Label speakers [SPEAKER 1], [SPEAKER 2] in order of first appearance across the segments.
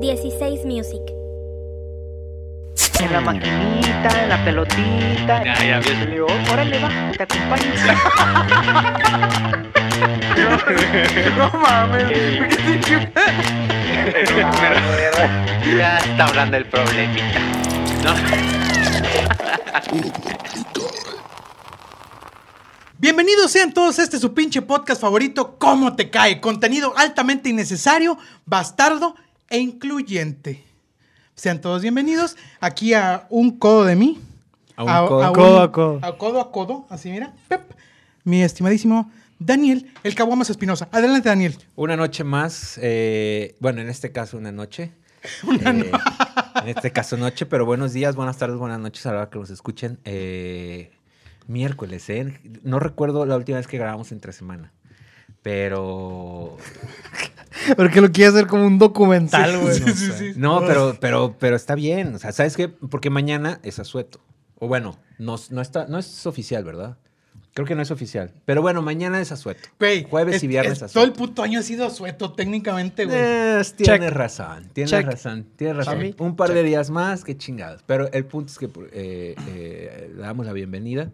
[SPEAKER 1] 16 Music.
[SPEAKER 2] En la maquinita, en la pelotita.
[SPEAKER 3] Ya, ya,
[SPEAKER 2] Y le digo, órale, va, te acompaño. no, no mames.
[SPEAKER 3] ya está hablando el problemita.
[SPEAKER 4] Bienvenidos sean todos a este su pinche podcast favorito, ¿Cómo te cae? Contenido altamente innecesario, bastardo e incluyente. Sean todos bienvenidos aquí a un codo de mí.
[SPEAKER 5] A un codo. Codo a codo.
[SPEAKER 4] a codo a codo, así mira. Pep. Mi estimadísimo Daniel, el Caguamas Espinosa. Adelante, Daniel.
[SPEAKER 5] Una noche más, eh, bueno, en este caso una noche. Eh, en este caso noche, pero buenos días, buenas tardes, buenas noches a la hora que nos escuchen. Eh, miércoles, ¿eh? No recuerdo la última vez que grabamos entre semana, pero...
[SPEAKER 6] Porque lo quiere hacer como un documental, güey.
[SPEAKER 4] Sí, sí, sí.
[SPEAKER 5] No, pero, pero, pero está bien, o sea, ¿sabes qué? Porque mañana es asueto. O bueno, no, no, está, no es oficial, ¿verdad? Creo que no es oficial. Pero bueno, mañana es asueto.
[SPEAKER 4] Güey,
[SPEAKER 5] Jueves
[SPEAKER 4] es-
[SPEAKER 5] y viernes
[SPEAKER 4] es-
[SPEAKER 5] asueto.
[SPEAKER 4] Todo el puto año ha sido sueto técnicamente, güey.
[SPEAKER 5] Eh,
[SPEAKER 6] Check.
[SPEAKER 5] tienes razón, tienes
[SPEAKER 6] Check.
[SPEAKER 5] razón, tienes razón.
[SPEAKER 6] Check.
[SPEAKER 5] Un par de días más, qué chingados. Pero el punto es que eh, eh, le damos la bienvenida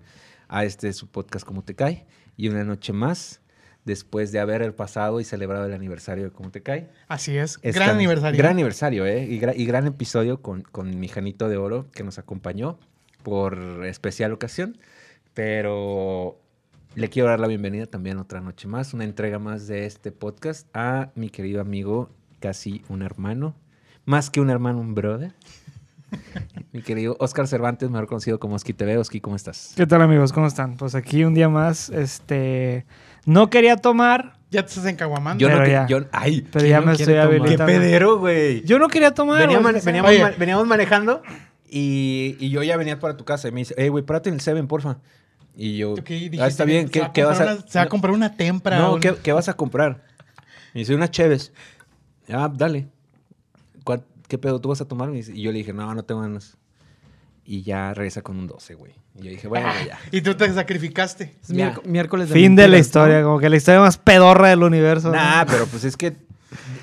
[SPEAKER 5] a este su podcast Cómo te cae y una noche más después de haber el pasado y celebrado el aniversario de Cómo te cae.
[SPEAKER 4] Así es.
[SPEAKER 5] Estamos-
[SPEAKER 4] gran aniversario.
[SPEAKER 5] Gran aniversario, ¿eh? Y, gra- y gran episodio con, con mi Janito de Oro que nos acompañó por especial ocasión. Pero le quiero dar la bienvenida también otra noche más, una entrega más de este podcast a mi querido amigo, casi un hermano, más que un hermano, un brother. mi querido Oscar Cervantes, mejor conocido como Oski TV. Oski, ¿cómo estás?
[SPEAKER 6] ¿Qué tal, amigos? ¿Cómo están? Pues aquí un día más. Este. No quería tomar.
[SPEAKER 4] Ya te estás encaguamando.
[SPEAKER 5] Yo no
[SPEAKER 6] Pero
[SPEAKER 5] que-
[SPEAKER 6] ya.
[SPEAKER 5] yo- ay,
[SPEAKER 6] Pero
[SPEAKER 5] ¿quién
[SPEAKER 6] ya
[SPEAKER 5] no
[SPEAKER 6] me
[SPEAKER 5] quiere
[SPEAKER 6] estoy
[SPEAKER 5] tomar?
[SPEAKER 6] habilitando.
[SPEAKER 5] Qué pedero, güey.
[SPEAKER 6] Yo no quería tomar.
[SPEAKER 5] Veníamos,
[SPEAKER 6] güey.
[SPEAKER 5] veníamos
[SPEAKER 4] Oye.
[SPEAKER 5] ma- veníamos manejando y, y yo ya venía para tu casa. Y me dice, hey, güey, párate en el 7, porfa. Y yo,
[SPEAKER 4] ¿Tú qué dijiste?
[SPEAKER 5] ah, está bien,
[SPEAKER 4] Se
[SPEAKER 5] ¿qué,
[SPEAKER 4] va
[SPEAKER 5] qué vas
[SPEAKER 4] comprar
[SPEAKER 5] a...?
[SPEAKER 4] una- se va a comprar una tempra.
[SPEAKER 5] no,
[SPEAKER 4] un-
[SPEAKER 5] ¿qué, qué vas a comprar? Me dice, unas cheves. Ah, dale. ¿Cuá- ¿Qué pedo tú vas a tomar? Me dice- Y yo le dije, no, no tengo ganas. Y ya regresa con un 12, güey. Y yo dije, bueno, ya.
[SPEAKER 4] Y tú te sacrificaste.
[SPEAKER 5] Es miérc-
[SPEAKER 3] miércoles
[SPEAKER 6] Fin de la historia, como que la historia más pedorra del universo. ¿no?
[SPEAKER 5] Nah, pero pues es que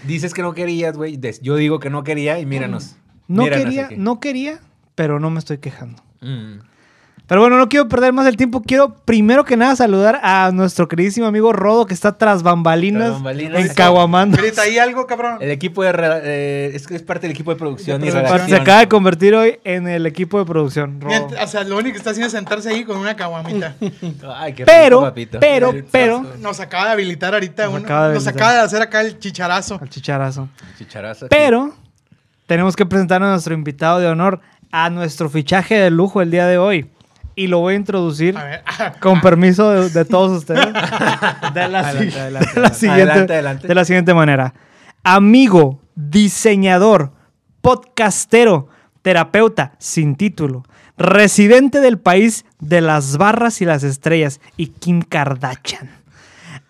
[SPEAKER 5] dices que no querías, güey. Des- Yo digo que no quería y míranos.
[SPEAKER 6] No
[SPEAKER 5] Míranos
[SPEAKER 6] quería,
[SPEAKER 5] aquí.
[SPEAKER 6] no quería, pero no me estoy quejando.
[SPEAKER 5] Mm.
[SPEAKER 6] Pero bueno, no quiero perder más el tiempo. Quiero primero que nada saludar a nuestro queridísimo amigo Rodo que está tras bambalinas,
[SPEAKER 5] Tras bambalinas.
[SPEAKER 6] en Caguamando.
[SPEAKER 4] Grita ahí algo, cabrón.
[SPEAKER 5] El equipo de. reda- eh, es que es parte del equipo de producción
[SPEAKER 4] De
[SPEAKER 5] y
[SPEAKER 4] producción.
[SPEAKER 5] redacción.
[SPEAKER 6] Se acaba de convertir hoy en el equipo de producción. Rodo.
[SPEAKER 4] Mient- o sea, lo único que está haciendo es sentarse ahí con una caguamita.
[SPEAKER 5] Ay, qué rico,
[SPEAKER 6] Pero,
[SPEAKER 5] papito.
[SPEAKER 6] pero, pero,
[SPEAKER 4] Nos acaba de habilitar ahorita.
[SPEAKER 6] Nos
[SPEAKER 4] un-
[SPEAKER 6] acaba de
[SPEAKER 4] nos
[SPEAKER 6] habilitar.
[SPEAKER 4] acaba de hacer acá el chicharazo.
[SPEAKER 6] al chicharazo.
[SPEAKER 5] Chicharazo aquí.
[SPEAKER 6] Pero tenemos que presentar a nuestro invitado de honor, a nuestro fichaje de lujo el día de hoy. Y lo voy a introducir
[SPEAKER 4] A ver.
[SPEAKER 6] con permiso de, de todos ustedes. De la,
[SPEAKER 5] Adelante,
[SPEAKER 6] si-
[SPEAKER 5] adelante,
[SPEAKER 6] de la
[SPEAKER 5] adelante.
[SPEAKER 6] siguiente,
[SPEAKER 5] Adelante, adelante.
[SPEAKER 6] de la siguiente manera. Amigo, diseñador, podcastero, terapeuta sin título, residente del país de las barras y las estrellas y Kim Kardashian.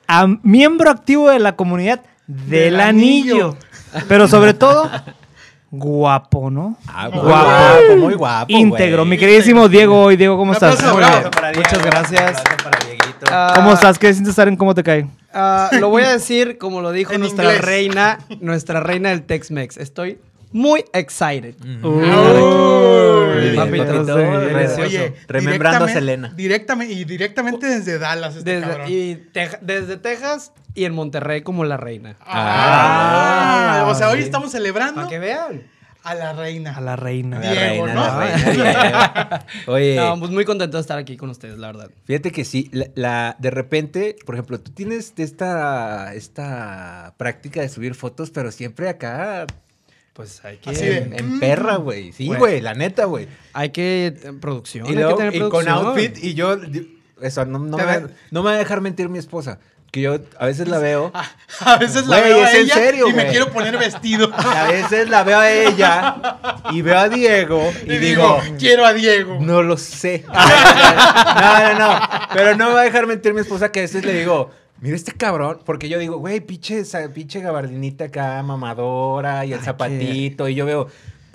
[SPEAKER 6] Am- miembro activo de la comunidad del,
[SPEAKER 4] Del anillo.
[SPEAKER 6] anillo. Pero sobre todo, guapo, ¿no?
[SPEAKER 5] Ah, muy
[SPEAKER 6] Guapo.
[SPEAKER 5] guapo, muy guapo.
[SPEAKER 6] Íntegro.
[SPEAKER 5] güey.
[SPEAKER 6] Mi queridísimo Diego hoy. Diego, ¿cómo
[SPEAKER 4] Un
[SPEAKER 6] estás?
[SPEAKER 4] aplauso,
[SPEAKER 6] Muy
[SPEAKER 4] bravo.
[SPEAKER 6] bien.
[SPEAKER 5] Aplauso para Diego,
[SPEAKER 3] Muchas gracias.
[SPEAKER 5] aplauso para Dieguito.
[SPEAKER 3] Ah,
[SPEAKER 6] ¿Cómo estás? ¿Qué sientes estar en cómo te cae?
[SPEAKER 3] Ah, lo voy a decir como lo dijo
[SPEAKER 4] En
[SPEAKER 3] nuestra
[SPEAKER 4] inglés.
[SPEAKER 3] reina, nuestra reina del Tex-Mex. Estoy muy excited.
[SPEAKER 5] Mm. Muy bien,
[SPEAKER 6] Papi,
[SPEAKER 5] papito,
[SPEAKER 6] no sé.
[SPEAKER 5] delicioso.
[SPEAKER 4] Oye,
[SPEAKER 5] Remembrando a
[SPEAKER 4] directamente-
[SPEAKER 5] Selena.
[SPEAKER 4] Directamente, y directamente desde Dallas, este
[SPEAKER 3] Desde,
[SPEAKER 4] cabrón.
[SPEAKER 3] y Tej- desde Texas y en Monterrey como la reina.
[SPEAKER 4] Ah,
[SPEAKER 6] Ah,
[SPEAKER 4] o sea, hoy
[SPEAKER 6] sí.
[SPEAKER 4] estamos
[SPEAKER 3] Para
[SPEAKER 4] celebrando
[SPEAKER 3] que vean.
[SPEAKER 4] a la reina.
[SPEAKER 6] A la reina.
[SPEAKER 5] La
[SPEAKER 4] Diego,
[SPEAKER 5] reina,
[SPEAKER 4] ¿no?
[SPEAKER 5] la reina, Diego. Oye,
[SPEAKER 3] No, pues muy contento de estar aquí con ustedes, la verdad.
[SPEAKER 5] fíjate que sí, la, la- de repente, por ejemplo, tú tienes esta, esta práctica de subir fotos, pero siempre acá
[SPEAKER 3] Pues hay que...
[SPEAKER 4] Así de-
[SPEAKER 5] en, en perra, güey. Sí, güey, la neta, güey.
[SPEAKER 3] Hay que... eh, Producción.
[SPEAKER 5] Y,
[SPEAKER 3] hay
[SPEAKER 5] luego-
[SPEAKER 3] que tener
[SPEAKER 5] y con
[SPEAKER 3] producción.
[SPEAKER 5] outfit y yo... di- Eso, no, no
[SPEAKER 4] Te
[SPEAKER 5] me, va-
[SPEAKER 4] ve-
[SPEAKER 5] no me va a dejar mentir mi esposa. Que yo a veces la veo...
[SPEAKER 4] Ah, a veces la
[SPEAKER 5] Güey,
[SPEAKER 4] veo a
[SPEAKER 5] es en
[SPEAKER 4] ella
[SPEAKER 5] serio,
[SPEAKER 4] y me
[SPEAKER 5] güey.
[SPEAKER 4] quiero poner vestido.
[SPEAKER 5] y a veces la veo a ella y veo a Diego y,
[SPEAKER 4] y
[SPEAKER 5] digo...
[SPEAKER 4] digo, quiero a Diego.
[SPEAKER 5] No lo sé. No, no, no. Pero no me va a dejar mentir mi esposa que a veces le digo... Mira este cabrón, porque yo digo, güey, pinche, esa- pinche gabardinita acá, mamadora, y el zapatito, y yo veo,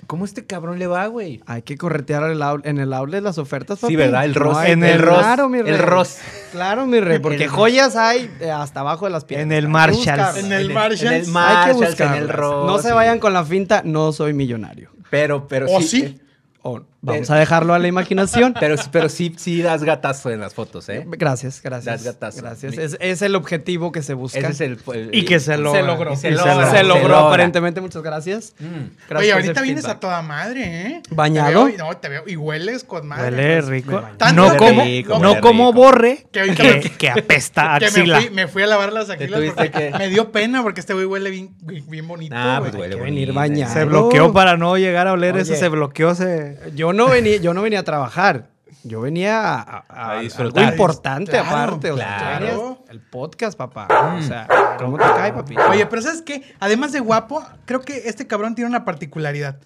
[SPEAKER 5] ¿Cómo este cabrón le va, güey?
[SPEAKER 3] Hay que corretear el out- en el outlet las ofertas,
[SPEAKER 5] Sí, ¿verdad? El Ross.
[SPEAKER 3] hay-
[SPEAKER 6] En el Ross.
[SPEAKER 3] Claro, mi rey.
[SPEAKER 5] El Ross.
[SPEAKER 3] Claro, mi rey. Porque
[SPEAKER 5] El-
[SPEAKER 3] joyas hay eh, hasta abajo de las piernas.
[SPEAKER 6] En el
[SPEAKER 3] Hay que
[SPEAKER 6] Marshalls.
[SPEAKER 3] buscarlas.
[SPEAKER 4] En el Marshalls.
[SPEAKER 5] En el
[SPEAKER 3] Hay que
[SPEAKER 5] Marshalls, en
[SPEAKER 3] buscarlas.
[SPEAKER 5] el Ross.
[SPEAKER 3] No se vayan con la finta, no soy millonario.
[SPEAKER 5] Pero, pero
[SPEAKER 4] ¿O
[SPEAKER 5] sí.
[SPEAKER 4] sí?
[SPEAKER 5] eh,
[SPEAKER 3] O vamos a dejarlo a la imaginación.
[SPEAKER 5] Pero, pero sí, sí das gatazo en las fotos, ¿eh?
[SPEAKER 3] Gracias, gracias.
[SPEAKER 5] Das gatazo.
[SPEAKER 3] Gracias.
[SPEAKER 5] Mi-
[SPEAKER 3] Es, es el objetivo que se busca.
[SPEAKER 5] Ese es el, el-
[SPEAKER 6] Y que se logra.
[SPEAKER 5] logró.
[SPEAKER 6] Y
[SPEAKER 5] Se
[SPEAKER 6] se
[SPEAKER 5] logró.
[SPEAKER 6] logra.
[SPEAKER 3] Se
[SPEAKER 5] Se
[SPEAKER 3] logró
[SPEAKER 5] logra.
[SPEAKER 3] aparentemente, muchas gracias.
[SPEAKER 5] Mm.
[SPEAKER 3] Gracias
[SPEAKER 4] Oye,
[SPEAKER 3] por ese
[SPEAKER 4] ahorita vienes
[SPEAKER 3] feedback.
[SPEAKER 4] a toda madre, ¿eh?
[SPEAKER 3] ¿Bañado?
[SPEAKER 4] Te veo y- no, te veo. Y hueles con madre.
[SPEAKER 6] Huele rico.
[SPEAKER 4] Tanto
[SPEAKER 6] No
[SPEAKER 4] que-
[SPEAKER 6] como,
[SPEAKER 4] rico,
[SPEAKER 6] no
[SPEAKER 5] huele
[SPEAKER 6] como
[SPEAKER 5] rico.
[SPEAKER 6] borre
[SPEAKER 4] Que
[SPEAKER 6] que,
[SPEAKER 4] ahorita me-
[SPEAKER 6] que apesta a
[SPEAKER 4] Que me
[SPEAKER 6] axila.
[SPEAKER 4] fui, me fui a lavar las axilas
[SPEAKER 5] tuviste
[SPEAKER 4] porque
[SPEAKER 5] que-
[SPEAKER 4] me dio pena porque este güey huele bien, bien, bien bonito.
[SPEAKER 5] Ah,
[SPEAKER 4] güey.
[SPEAKER 5] pues huele
[SPEAKER 3] que venir
[SPEAKER 5] bonito.
[SPEAKER 3] bañado.
[SPEAKER 6] Se
[SPEAKER 3] Ay,
[SPEAKER 6] bloqueó
[SPEAKER 3] no.
[SPEAKER 6] para no llegar a oler eso,
[SPEAKER 3] Oye.
[SPEAKER 6] se bloqueó, se...
[SPEAKER 3] Yo no venía, yo no venía a trabajar. Yo venía a, a- a-
[SPEAKER 5] A disfrutar.
[SPEAKER 3] algo importante
[SPEAKER 4] Claro,
[SPEAKER 3] aparte. O sea,
[SPEAKER 5] claro. Mm.
[SPEAKER 3] tú venías- el podcast, papá. O sea, ¿cómo te cae, papi?
[SPEAKER 4] Oye, pero ¿sabes qué? Además de guapo, creo que este cabrón tiene una particularidad.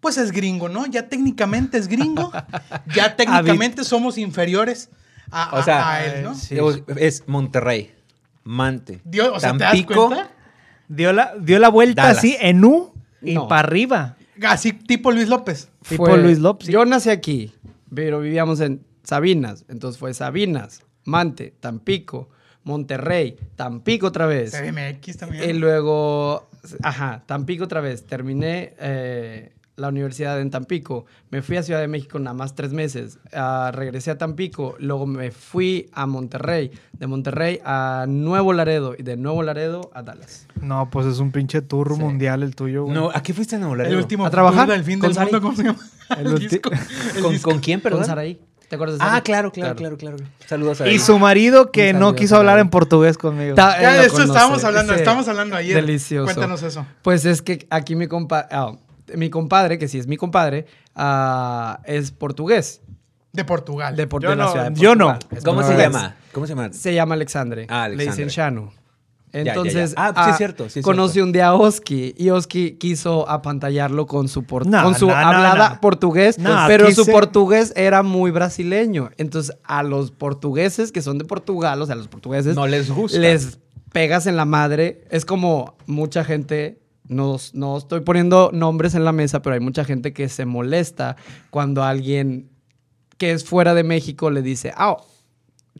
[SPEAKER 4] Pues es gringo, ¿no? Ya técnicamente es gringo. ya técnicamente somos inferiores a, a-
[SPEAKER 5] O sea,
[SPEAKER 4] a Ah, él, ¿no?
[SPEAKER 6] sí.
[SPEAKER 5] es Monterrey, Mante,
[SPEAKER 4] Dios, o sea,
[SPEAKER 5] Tampico,
[SPEAKER 4] ¿te das cuenta?
[SPEAKER 6] Dio la, dio la vuelta
[SPEAKER 5] Dallas.
[SPEAKER 6] así en U y
[SPEAKER 3] No.
[SPEAKER 6] para arriba.
[SPEAKER 4] Así tipo Luis López.
[SPEAKER 6] Tipo Luis López.
[SPEAKER 3] Yo nací aquí, pero vivíamos en Sabinas. Entonces fue Sabinas, Mante, Tampico, Monterrey, Tampico otra vez.
[SPEAKER 4] CDMX también.
[SPEAKER 3] Y luego, ajá, Tampico otra vez. Terminé eh, la universidad en Tampico. Me fui a Ciudad de México nada más tres meses. Ah, regresé a Tampico. Luego me fui a Monterrey. De Monterrey a Nuevo Laredo. Y de Nuevo Laredo a Dallas.
[SPEAKER 6] No, pues es un pinche tour mundial el tuyo, güey.
[SPEAKER 5] No, ¿a qué fuiste en Nuevo
[SPEAKER 4] el
[SPEAKER 5] Laredo?
[SPEAKER 4] último
[SPEAKER 3] ¿A trabajar?
[SPEAKER 4] futuro del fin
[SPEAKER 3] ¿Con
[SPEAKER 4] del
[SPEAKER 3] Sari?
[SPEAKER 4] mundo, ¿cómo se llama?
[SPEAKER 5] El
[SPEAKER 4] El
[SPEAKER 5] ulti-
[SPEAKER 4] disco. El
[SPEAKER 5] ¿Con,
[SPEAKER 4] disco.
[SPEAKER 5] ¿Con quién, perdón?
[SPEAKER 3] Con Saraí. ¿Te acuerdas de Saraí?
[SPEAKER 5] Ah, claro, claro, claro, claro. Saludos a
[SPEAKER 6] Y
[SPEAKER 5] Saraí.
[SPEAKER 6] su marido que
[SPEAKER 3] Un
[SPEAKER 6] no
[SPEAKER 3] saludo,
[SPEAKER 6] quiso hablar
[SPEAKER 3] saludo.
[SPEAKER 6] en portugués conmigo.
[SPEAKER 3] Ta-
[SPEAKER 4] Ya
[SPEAKER 3] eh,
[SPEAKER 4] de
[SPEAKER 3] lo
[SPEAKER 4] eso
[SPEAKER 3] conoce,
[SPEAKER 4] estábamos hablando,
[SPEAKER 3] ese-
[SPEAKER 4] estábamos hablando ayer.
[SPEAKER 3] Delicioso.
[SPEAKER 4] Cuéntanos eso.
[SPEAKER 3] Pues es que aquí mi compa... ah, mi compadre, que sí es mi compadre, ah, es portugués.
[SPEAKER 4] De Portugal.
[SPEAKER 3] De, por-
[SPEAKER 6] Yo
[SPEAKER 3] de la
[SPEAKER 6] no,
[SPEAKER 3] ciudad de
[SPEAKER 6] yo no.
[SPEAKER 3] Portugal. Es
[SPEAKER 5] ¿Cómo se
[SPEAKER 3] portugués.
[SPEAKER 5] llama? ¿Cómo se llama?
[SPEAKER 3] Se llama Alexandre.
[SPEAKER 5] Ah,
[SPEAKER 3] Le dicen
[SPEAKER 5] Alexandre.
[SPEAKER 3] Shano.
[SPEAKER 5] ya, ya.
[SPEAKER 3] Entonces,
[SPEAKER 5] Ah, sí es cierto, sí es
[SPEAKER 3] conoce
[SPEAKER 5] cierto.
[SPEAKER 3] un día a Oski y Oski quiso apantallarlo con su, por-
[SPEAKER 6] No,
[SPEAKER 3] con su
[SPEAKER 6] no, no,
[SPEAKER 3] hablada
[SPEAKER 6] no.
[SPEAKER 3] portugués,
[SPEAKER 6] No,
[SPEAKER 3] pero
[SPEAKER 6] aquí
[SPEAKER 3] su
[SPEAKER 6] se-
[SPEAKER 3] portugués era muy brasileño. Entonces, a los portugueses que son de Portugal, o sea, los portugueses,
[SPEAKER 5] No les gusta.
[SPEAKER 3] les pegas en la madre. Es como mucha gente, no, no estoy poniendo nombres en la mesa, pero hay mucha gente que se molesta cuando alguien que es fuera de México le dice, ah,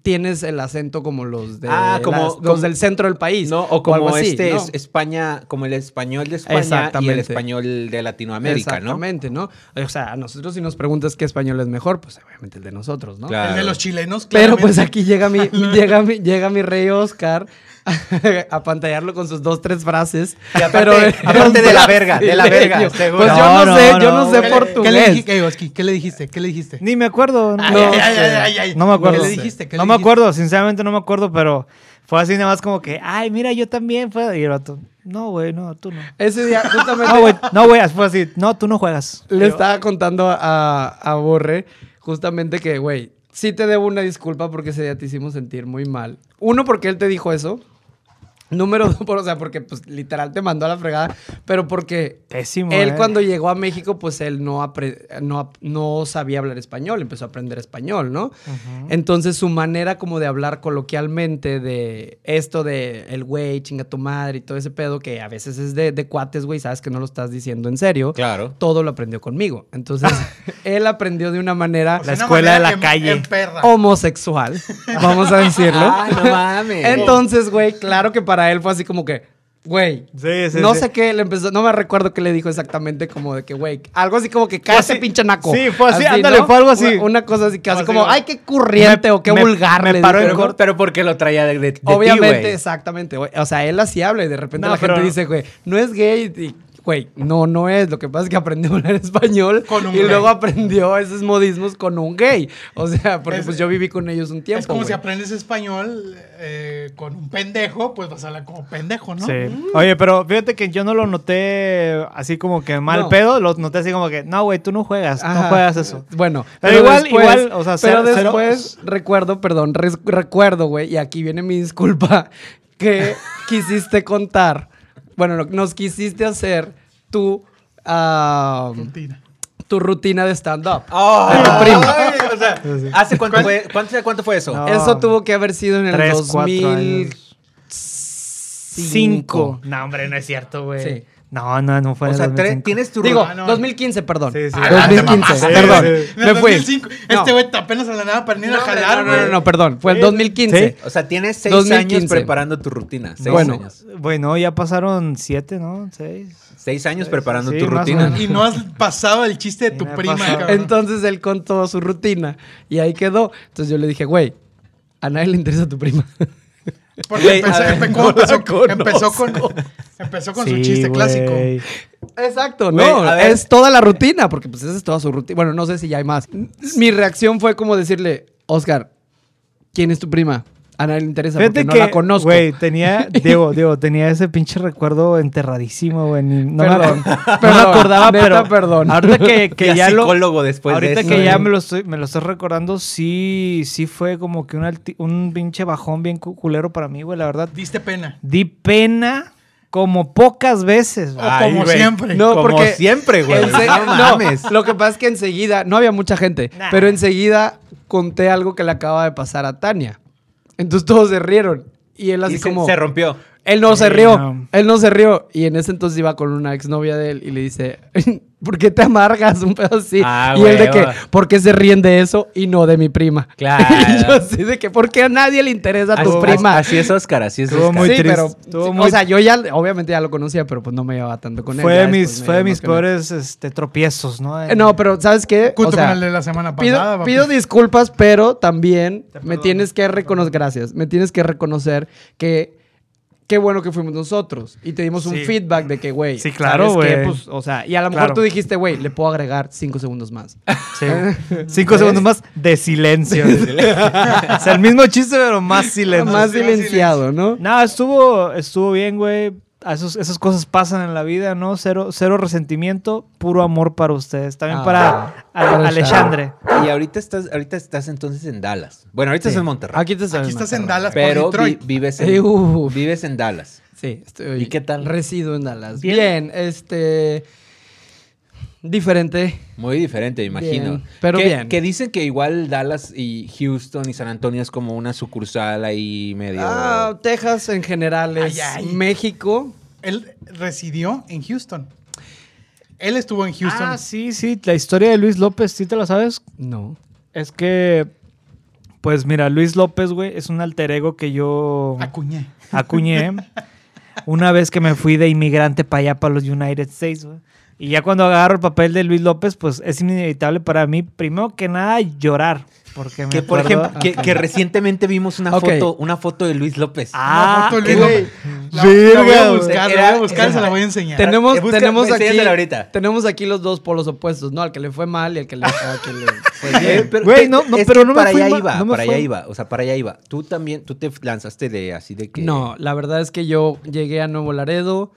[SPEAKER 3] tienes el acento como los de
[SPEAKER 5] Ah, como-
[SPEAKER 3] las- los
[SPEAKER 5] como-
[SPEAKER 3] del centro del país.
[SPEAKER 5] No, o
[SPEAKER 3] algo
[SPEAKER 5] como
[SPEAKER 3] así,
[SPEAKER 5] este
[SPEAKER 3] ¿no?
[SPEAKER 5] es- España, como el español de España y el
[SPEAKER 3] Exactamente.
[SPEAKER 5] español de Latinoamérica, ¿no?
[SPEAKER 3] Exactamente, ¿no? O sea, a nosotros si nos preguntas qué español es mejor, pues obviamente el de nosotros, ¿no?
[SPEAKER 5] Claro.
[SPEAKER 4] El de los chilenos,
[SPEAKER 3] Pero
[SPEAKER 4] claramente.
[SPEAKER 3] pues aquí llega mi, llega mi, llega mi rey Oscar a pantallarlo con sus dos, tres frases. eh,
[SPEAKER 5] Y aparte- aparte de la verga, de la verga,
[SPEAKER 3] brasileño.
[SPEAKER 5] seguro.
[SPEAKER 3] Pues
[SPEAKER 6] No,
[SPEAKER 3] yo no,
[SPEAKER 6] no,
[SPEAKER 3] sé, yo
[SPEAKER 6] no,
[SPEAKER 3] no sé
[SPEAKER 4] ¿Qué le- ¿Qué le,
[SPEAKER 3] portugués.
[SPEAKER 4] dijiste? Eh, Oski, ¿Qué le dijiste? ¿Qué le dijiste?
[SPEAKER 6] Ni me acuerdo. No,
[SPEAKER 4] Ay, ay, ay, ay, ay.
[SPEAKER 6] no me acuerdo.
[SPEAKER 4] ¿Qué le dijiste? ¿Qué le
[SPEAKER 6] no me
[SPEAKER 4] dijiste?
[SPEAKER 6] acuerdo, sinceramente no me acuerdo, pero fue así nada más como que, ay, mira, yo también. Fue... Y el vato, no, güey, no, tú no.
[SPEAKER 3] Ese día justamente
[SPEAKER 6] No, güey, no, güey, fue así, no, tú no juegas.
[SPEAKER 3] Le estaba contando a, a Borre justamente que, güey, sí te debo una disculpa porque ese día te hicimos sentir muy mal. Uno, porque él te dijo eso. Número dos, por, o sea, porque pues literal te mandó a la fregada, pero porque
[SPEAKER 6] Pésimo.
[SPEAKER 3] él
[SPEAKER 6] eh.
[SPEAKER 3] cuando llegó a México, pues él no, apre- no, ap- no sabía hablar español, empezó a aprender español, ¿no? Entonces su manera como de hablar coloquialmente de esto de el güey, chinga tu madre y todo ese pedo que a veces es de, de cuates, güey, sabes que no lo estás diciendo en serio
[SPEAKER 5] Claro.
[SPEAKER 3] todo lo aprendió conmigo. Entonces, él aprendió de una manera
[SPEAKER 4] O
[SPEAKER 6] La
[SPEAKER 4] sea, una
[SPEAKER 6] escuela de
[SPEAKER 4] manera
[SPEAKER 6] la
[SPEAKER 4] em-
[SPEAKER 6] calle.
[SPEAKER 4] emperra.
[SPEAKER 3] Oh, homosexual, vamos a decirlo.
[SPEAKER 5] Ay, Ah, no mames.
[SPEAKER 3] Entonces, güey, claro que para él fue así como que, güey,
[SPEAKER 6] Sí, sí,
[SPEAKER 3] no
[SPEAKER 6] sí.
[SPEAKER 3] sé qué, le empezó, no me recuerdo qué le dijo exactamente, como de que, güey, algo así como que cállate,
[SPEAKER 6] así-
[SPEAKER 3] pinche naco.
[SPEAKER 6] sí, fue así, ándale, fue algo así.
[SPEAKER 3] Una, una cosa así, casi
[SPEAKER 6] Así
[SPEAKER 3] como,
[SPEAKER 6] como,
[SPEAKER 3] ay, qué curriente
[SPEAKER 6] me-
[SPEAKER 3] o qué
[SPEAKER 6] me-
[SPEAKER 3] vulgar.
[SPEAKER 6] me
[SPEAKER 3] le
[SPEAKER 6] paró
[SPEAKER 3] dijo,
[SPEAKER 6] en
[SPEAKER 3] ¿no?
[SPEAKER 5] Pero, pero porque lo traía de, de- de ti, güey.
[SPEAKER 3] Obviamente, exactamente. güey. O sea, él así habla y de repente
[SPEAKER 6] No,
[SPEAKER 3] la gente
[SPEAKER 6] pero-
[SPEAKER 3] dice, güey, no es gay. Y, güey, no, no es. Lo que pasa es que aprendió a hablar español
[SPEAKER 4] Con un
[SPEAKER 3] y
[SPEAKER 4] gay.
[SPEAKER 3] luego aprendió esos modismos con un gay. O sea, porque
[SPEAKER 4] Es-
[SPEAKER 3] pues yo viví con ellos un tiempo.
[SPEAKER 4] Es como
[SPEAKER 3] güey.
[SPEAKER 4] si aprendes español eh, con un pendejo, pues vas a hablar como pendejo, ¿no?
[SPEAKER 3] Mm.
[SPEAKER 6] Sí. Oye, pero fíjate que yo no lo noté asté como que mal
[SPEAKER 3] No.
[SPEAKER 6] pedo, lo noté así como que, no, güey, tú no juegas, no
[SPEAKER 3] Ajá.
[SPEAKER 6] juegas eso.
[SPEAKER 3] Bueno,
[SPEAKER 6] Pero igual- igual, o sea,
[SPEAKER 3] pero
[SPEAKER 6] cero- cero-
[SPEAKER 3] después recuerdo, perdón, res- recuerdo, güey, y aquí viene mi disculpa que quisiste contar. Bueno, no- nos quisiste hacer tu ah,
[SPEAKER 4] Mentira.
[SPEAKER 3] tu rutina de stand up.
[SPEAKER 5] Ah, Ay,
[SPEAKER 3] tu primo.
[SPEAKER 5] o sea, ¿hace cuánto fue, cuánto, cuánto fue eso? Eh,
[SPEAKER 6] No.
[SPEAKER 3] Eso tuvo que haber sido en el
[SPEAKER 6] Tres, cuatro
[SPEAKER 3] 2005.
[SPEAKER 6] años. No, hombre, no es cierto, güey.
[SPEAKER 3] Sí.
[SPEAKER 6] No, no, no fue
[SPEAKER 5] O
[SPEAKER 6] en el
[SPEAKER 5] sea, tre-
[SPEAKER 6] 2005.
[SPEAKER 5] tienes tu
[SPEAKER 3] Digo,
[SPEAKER 5] rutina.
[SPEAKER 4] no.
[SPEAKER 3] 2015, perdón.
[SPEAKER 1] Sí, sí.
[SPEAKER 5] Ah, te
[SPEAKER 3] 2015,
[SPEAKER 5] mamaste.
[SPEAKER 3] perdón.
[SPEAKER 1] Sí,
[SPEAKER 4] En el
[SPEAKER 3] Me fui.
[SPEAKER 4] 2005.
[SPEAKER 3] No.
[SPEAKER 4] Este güey está apenas a la nada para venir a
[SPEAKER 3] No,
[SPEAKER 4] jalar,
[SPEAKER 3] no, no,
[SPEAKER 4] güey.
[SPEAKER 3] no, no, perdón. Fue el 2015.
[SPEAKER 5] O sea, tienes seis
[SPEAKER 3] 2015.
[SPEAKER 5] años preparando tu rutina. Seis
[SPEAKER 3] Bueno.
[SPEAKER 5] años.
[SPEAKER 6] Bueno, ya pasaron siete, ¿no? Seis.
[SPEAKER 5] Seis años preparando
[SPEAKER 6] Sí,
[SPEAKER 5] tu
[SPEAKER 6] más o
[SPEAKER 5] rutina.
[SPEAKER 6] menos.
[SPEAKER 4] Y no has pasado el chiste de
[SPEAKER 6] Sí,
[SPEAKER 4] tu
[SPEAKER 6] no he
[SPEAKER 4] prima,
[SPEAKER 6] pasado.
[SPEAKER 4] cabrón.
[SPEAKER 3] Entonces él contó su rutina y ahí quedó. Entonces yo le dije, güey, a nadie le interesa tu prima.
[SPEAKER 4] Porque
[SPEAKER 5] Güey,
[SPEAKER 4] empezó,
[SPEAKER 5] a ver,
[SPEAKER 4] empe-
[SPEAKER 5] no
[SPEAKER 4] ¿cómo
[SPEAKER 5] la
[SPEAKER 4] empezó, empezó con, empezó con su chiste clásico.
[SPEAKER 6] güey.
[SPEAKER 3] Exacto,
[SPEAKER 5] Güey,
[SPEAKER 3] no,
[SPEAKER 5] a ver.
[SPEAKER 3] es toda la rutina, porque pues esa es toda su rutina. Bueno, no sé si ya hay más. Mi reacción fue como decirle, Oscar, ¿quién es tu prima? A nadie le interesa
[SPEAKER 6] Fíjate
[SPEAKER 3] porque no
[SPEAKER 6] que,
[SPEAKER 3] la conozco.
[SPEAKER 6] Güey, tenía, Diego, Diego, tenía ese pinche recuerdo enterradísimo, güey. ni- No, me acor-
[SPEAKER 3] Perdón,
[SPEAKER 6] no me
[SPEAKER 3] perdón,
[SPEAKER 6] acordaba,
[SPEAKER 3] neta,
[SPEAKER 6] pero.
[SPEAKER 3] perdón.
[SPEAKER 6] Ahorita que, que
[SPEAKER 5] Fui a
[SPEAKER 6] ya lo.
[SPEAKER 5] psicólogo después de
[SPEAKER 6] ahorita
[SPEAKER 5] eso,
[SPEAKER 6] que
[SPEAKER 5] güey.
[SPEAKER 3] eh.
[SPEAKER 6] ya me lo, estoy, me lo estoy recordando, sí, sí fue como que un, alti- un pinche bajón bien cu- culero para mí, güey, la verdad.
[SPEAKER 4] Diste pena.
[SPEAKER 6] Di pena como pocas veces, güey.
[SPEAKER 3] Ah,
[SPEAKER 4] O
[SPEAKER 5] Ay,
[SPEAKER 4] como
[SPEAKER 5] güey.
[SPEAKER 4] siempre.
[SPEAKER 3] No,
[SPEAKER 5] Como
[SPEAKER 3] porque
[SPEAKER 5] siempre, güey.
[SPEAKER 3] Ense-
[SPEAKER 5] No mames.
[SPEAKER 3] Lo que pasa es que enseguida, no había mucha gente,
[SPEAKER 6] Nah.
[SPEAKER 3] pero enseguida conté algo que le acaba de pasar a Tania. Entonces todos se rieron. Y él así
[SPEAKER 5] Y se,
[SPEAKER 3] como.
[SPEAKER 5] se rompió.
[SPEAKER 3] Él no se
[SPEAKER 6] Sí,
[SPEAKER 3] rió.
[SPEAKER 6] no.
[SPEAKER 3] Él no se rió. Y en ese entonces iba con una exnovia de él y le dice, ¿por qué te amargas un pedo así?
[SPEAKER 5] Ah,
[SPEAKER 3] y él de
[SPEAKER 5] huevo.
[SPEAKER 3] que, ¿por qué se ríen de eso y no de mi prima?
[SPEAKER 5] Claro.
[SPEAKER 3] y yo así de que, ¿por qué a nadie le interesa
[SPEAKER 5] Así-
[SPEAKER 3] tu prima?
[SPEAKER 5] Así es, Oscar. Así es,
[SPEAKER 6] Estuvo
[SPEAKER 5] Oscar.
[SPEAKER 6] muy
[SPEAKER 3] sí,
[SPEAKER 6] triste,
[SPEAKER 3] pero,
[SPEAKER 6] estuvo
[SPEAKER 3] sí,
[SPEAKER 6] muy-
[SPEAKER 3] o sea, yo ya, obviamente ya lo conocía, pero pues no me llevaba tanto con él.
[SPEAKER 6] Fue
[SPEAKER 3] Ya
[SPEAKER 6] de mis,
[SPEAKER 3] después me
[SPEAKER 6] fue de
[SPEAKER 3] llevé
[SPEAKER 6] mis
[SPEAKER 3] más con él.
[SPEAKER 6] peores este, tropiezos, ¿no?
[SPEAKER 3] Eh, No, pero ¿sabes qué?
[SPEAKER 4] Justo
[SPEAKER 3] O sea,
[SPEAKER 4] con el de la semana pasada.
[SPEAKER 3] Pido,
[SPEAKER 4] papi.
[SPEAKER 3] pido disculpas, pero también me
[SPEAKER 6] perdono,
[SPEAKER 3] tienes que reconocer, gracias, me tienes que reconocer que qué bueno que fuimos nosotros y te dimos un
[SPEAKER 6] Sí.
[SPEAKER 3] feedback de que, güey,
[SPEAKER 6] Sí, claro,
[SPEAKER 3] ¿sabes qué?
[SPEAKER 6] güey.
[SPEAKER 3] Pues, o sea, y a lo mejor
[SPEAKER 6] Claro.
[SPEAKER 3] tú dijiste, güey, le puedo agregar cinco segundos más.
[SPEAKER 6] Sí. Cinco
[SPEAKER 3] Pues,
[SPEAKER 6] segundos más de silencio. o sea, el mismo chiste, pero más silencio.
[SPEAKER 3] Más
[SPEAKER 4] sí, más
[SPEAKER 3] silenciado, ¿no?
[SPEAKER 6] Nada, estuvo, estuvo bien, güey. A esos- esas cosas pasan en la vida, ¿no? Cero, cero resentimiento, puro amor para ustedes. También
[SPEAKER 3] Ah.
[SPEAKER 6] para Ale-
[SPEAKER 3] Para
[SPEAKER 6] Alexandre.
[SPEAKER 5] Y ahorita estás, ahorita estás entonces en Dallas. Bueno, ahorita estás en Monterrey.
[SPEAKER 3] Aquí te
[SPEAKER 4] Aquí estás en Dallas, pero
[SPEAKER 5] pero
[SPEAKER 4] por
[SPEAKER 5] vi-
[SPEAKER 4] Detroit.
[SPEAKER 5] vives,
[SPEAKER 3] Eh,
[SPEAKER 5] en,
[SPEAKER 3] uh.
[SPEAKER 5] vives en Dallas.
[SPEAKER 3] Sí, estoy.
[SPEAKER 5] ¿Y qué tal?
[SPEAKER 3] Resido en Dallas.
[SPEAKER 6] Bien.
[SPEAKER 3] Bien, este diferente.
[SPEAKER 5] Muy diferente, me imagino.
[SPEAKER 3] Bien, pero
[SPEAKER 5] que,
[SPEAKER 3] bien.
[SPEAKER 5] Que dicen que igual Dallas y Houston y San Antonio es como una sucursal ahí medio.
[SPEAKER 3] Ah, Texas en general es
[SPEAKER 4] Ay, ay.
[SPEAKER 3] México.
[SPEAKER 4] Él residió en Houston. Él estuvo en Houston.
[SPEAKER 6] Ah, sí, sí. La historia de Luis López, ¿sí te la sabes?
[SPEAKER 3] No.
[SPEAKER 6] Es que, pues mira, Luis López, güey, es un alter ego que yo...
[SPEAKER 4] Acuñé.
[SPEAKER 6] acuñé una vez que me fui de inmigrante para allá, para los United States, güey. Y ya cuando agarro el papel de Luis López, pues es inevitable para mí, primero que nada, llorar. Porque me
[SPEAKER 5] Que por
[SPEAKER 6] acuerdo-
[SPEAKER 5] ejemplo, que, que recientemente vimos una
[SPEAKER 3] Ok.
[SPEAKER 5] foto, una foto de Luis López.
[SPEAKER 6] Ah,
[SPEAKER 4] No, foto de
[SPEAKER 6] qué
[SPEAKER 4] Luis
[SPEAKER 6] güey.
[SPEAKER 4] La, la voy a
[SPEAKER 6] güey.
[SPEAKER 4] buscar, la
[SPEAKER 5] Era-
[SPEAKER 4] voy a buscar, se la voy a enseñar.
[SPEAKER 3] Tenemos,
[SPEAKER 5] Eh, busca-
[SPEAKER 3] tenemos aquí.
[SPEAKER 5] enséñasela ahorita.
[SPEAKER 3] Tenemos aquí los dos polos opuestos, ¿no? Al que le fue mal y al que le, al que le fue
[SPEAKER 5] Eh,
[SPEAKER 3] pues bien.
[SPEAKER 5] pero-
[SPEAKER 6] Güey,
[SPEAKER 5] eh,
[SPEAKER 6] no, no,
[SPEAKER 5] es
[SPEAKER 6] pero
[SPEAKER 5] que
[SPEAKER 6] no me
[SPEAKER 5] para
[SPEAKER 6] fui
[SPEAKER 5] allá
[SPEAKER 6] mal,
[SPEAKER 5] iba,
[SPEAKER 6] no me
[SPEAKER 5] para
[SPEAKER 6] fue-
[SPEAKER 5] allá iba, o sea, para allá iba. Tú también, tú te lanzaste de así de que
[SPEAKER 3] No, la verdad es que yo llegué a Nuevo Laredo,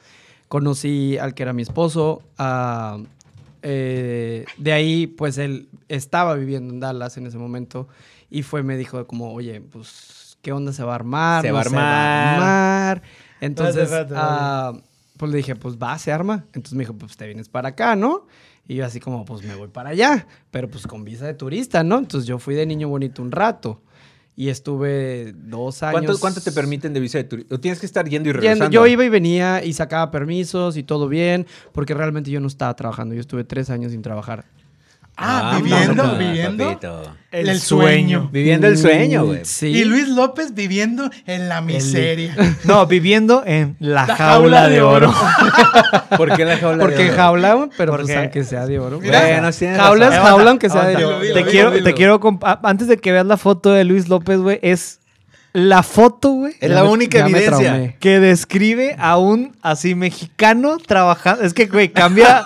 [SPEAKER 3] conocí al que era mi esposo. a- eh, de ahí, pues él estaba viviendo en Dallas en ese momento y fue, me dijo, como, oye, pues, ¿qué onda se va a armar?
[SPEAKER 5] Se
[SPEAKER 3] ¿No
[SPEAKER 5] va a armar".
[SPEAKER 3] armar?". Entonces,
[SPEAKER 6] Espérate, espérate,
[SPEAKER 3] ah, pues le dije, pues va, se arma. Entonces me dijo, pues te vienes para acá, ¿no? Y yo así como, pues me voy para allá, pero pues con visa de turista, ¿no? Entonces yo fui de niño bonito un rato y estuve dos años.
[SPEAKER 5] ¿Cuánto, cuánto te permiten de visa de turismo? Tienes que estar yendo y
[SPEAKER 3] Yendo,
[SPEAKER 5] regresando.
[SPEAKER 3] yo iba y venía y sacaba permisos y todo bien, porque realmente yo no estaba trabajando. Yo estuve tres años sin trabajar.
[SPEAKER 4] Ah,
[SPEAKER 5] Vámonos,
[SPEAKER 4] viviendo,
[SPEAKER 5] papá,
[SPEAKER 4] viviendo.
[SPEAKER 5] papito.
[SPEAKER 4] El, sueño.
[SPEAKER 5] Viviendo el sueño, güey.
[SPEAKER 3] Sí.
[SPEAKER 4] Y Luis López viviendo en la miseria.
[SPEAKER 6] No, viviendo en la,
[SPEAKER 4] La
[SPEAKER 6] jaula, de oro.
[SPEAKER 5] ¿Por qué la jaula de
[SPEAKER 3] Porque
[SPEAKER 5] oro?
[SPEAKER 3] jaula, pero
[SPEAKER 6] Porque-
[SPEAKER 3] pues aunque sea de oro.
[SPEAKER 4] Mira.
[SPEAKER 5] Bueno, sí tienes
[SPEAKER 3] jaula es
[SPEAKER 5] razón.
[SPEAKER 3] jaula aunque sea de
[SPEAKER 6] Aguanta,
[SPEAKER 4] Dilo,
[SPEAKER 3] oro.
[SPEAKER 4] dilo,
[SPEAKER 6] te
[SPEAKER 4] dilo,
[SPEAKER 6] quiero,
[SPEAKER 4] dilo.
[SPEAKER 6] te quiero comp- a- antes de que veas la foto de Luis López, güey, es la foto, güey.
[SPEAKER 5] Es
[SPEAKER 3] Ya
[SPEAKER 5] la
[SPEAKER 3] me-
[SPEAKER 5] única
[SPEAKER 3] ya me
[SPEAKER 5] evidencia.
[SPEAKER 3] traumé.
[SPEAKER 6] que describe a un así mexicano trabajando. Es que, güey, cambia,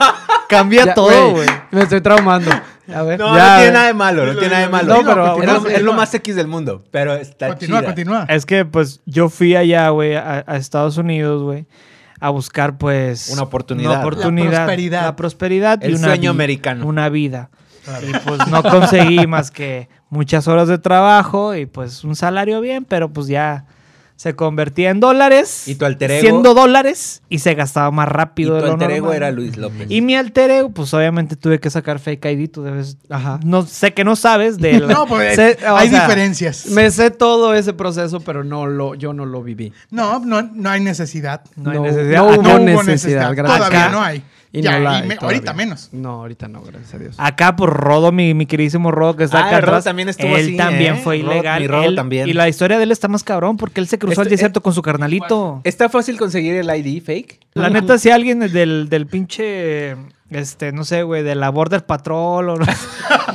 [SPEAKER 6] cambia
[SPEAKER 3] Ya,
[SPEAKER 6] todo, güey.
[SPEAKER 3] Me estoy traumando. A ver.
[SPEAKER 5] No,
[SPEAKER 6] Ya,
[SPEAKER 5] no
[SPEAKER 6] güey.
[SPEAKER 5] tiene nada de malo, no tiene nada de malo.
[SPEAKER 3] No, pero
[SPEAKER 5] es, lo-
[SPEAKER 3] continúa,
[SPEAKER 5] es lo
[SPEAKER 4] continúa.
[SPEAKER 5] más X del mundo, pero está
[SPEAKER 4] Continúa,
[SPEAKER 5] chida.
[SPEAKER 4] continúa.
[SPEAKER 6] Es que, pues, yo fui allá, güey, a, a Estados Unidos, güey, a buscar, pues...
[SPEAKER 5] Una oportunidad.
[SPEAKER 6] una oportunidad,
[SPEAKER 4] La prosperidad.
[SPEAKER 6] La prosperidad y
[SPEAKER 5] El
[SPEAKER 6] una
[SPEAKER 5] sueño
[SPEAKER 6] vi-
[SPEAKER 5] americano.
[SPEAKER 6] Una vida. Y, pues, no conseguí más que muchas horas de trabajo y, pues, un salario bien, pero, pues, ya... se convertía en dólares.
[SPEAKER 5] Y tu alter ego-
[SPEAKER 6] Siendo dólares y se gastaba más
[SPEAKER 5] Y
[SPEAKER 6] rápido.
[SPEAKER 5] tu
[SPEAKER 6] de lo
[SPEAKER 5] alter ego
[SPEAKER 6] normal.
[SPEAKER 5] era Luis López.
[SPEAKER 6] Y mi alter ego, pues obviamente tuve que sacar fake ID. Tú debes.
[SPEAKER 3] Ajá.
[SPEAKER 6] No sé que no sabes de. la-
[SPEAKER 4] No, pues
[SPEAKER 6] sé- o
[SPEAKER 4] hay
[SPEAKER 6] sea,
[SPEAKER 4] diferencias.
[SPEAKER 3] Me sé todo ese proceso, pero no lo, yo no lo viví.
[SPEAKER 4] No, no, no hay necesidad. Ah,
[SPEAKER 6] No hay necesidad.
[SPEAKER 3] no
[SPEAKER 6] Acá-
[SPEAKER 3] hubo
[SPEAKER 4] no hubo
[SPEAKER 3] necesidad,
[SPEAKER 4] necesidad.
[SPEAKER 3] gracias.
[SPEAKER 4] Todavía
[SPEAKER 3] Acá-
[SPEAKER 4] no hay.
[SPEAKER 3] y
[SPEAKER 4] Ya,
[SPEAKER 3] no la
[SPEAKER 4] y
[SPEAKER 3] hay
[SPEAKER 4] me-
[SPEAKER 3] todavía.
[SPEAKER 4] ahorita menos. Ah,
[SPEAKER 3] No, ahorita no, gracias a Dios.
[SPEAKER 6] Acá, por Rodo, mi, mi queridísimo Rodo, que está
[SPEAKER 5] Ah,
[SPEAKER 6] acá
[SPEAKER 5] el Rodo
[SPEAKER 6] atrás,
[SPEAKER 5] también estuvo
[SPEAKER 6] Él
[SPEAKER 5] así,
[SPEAKER 6] también
[SPEAKER 5] ¿eh?
[SPEAKER 6] fue
[SPEAKER 5] Rodo-
[SPEAKER 6] ilegal.
[SPEAKER 5] mi Rodo
[SPEAKER 6] Él-
[SPEAKER 5] también. Este
[SPEAKER 6] Y la historia de él está más cabrón porque él se cruzó
[SPEAKER 5] Esto-
[SPEAKER 6] al desierto con su carnalito.
[SPEAKER 5] ¿Está fácil conseguir el ID fake?
[SPEAKER 6] La neta, si alguien del, del pinche. Este, no sé, güey, de la Border Patrol o no,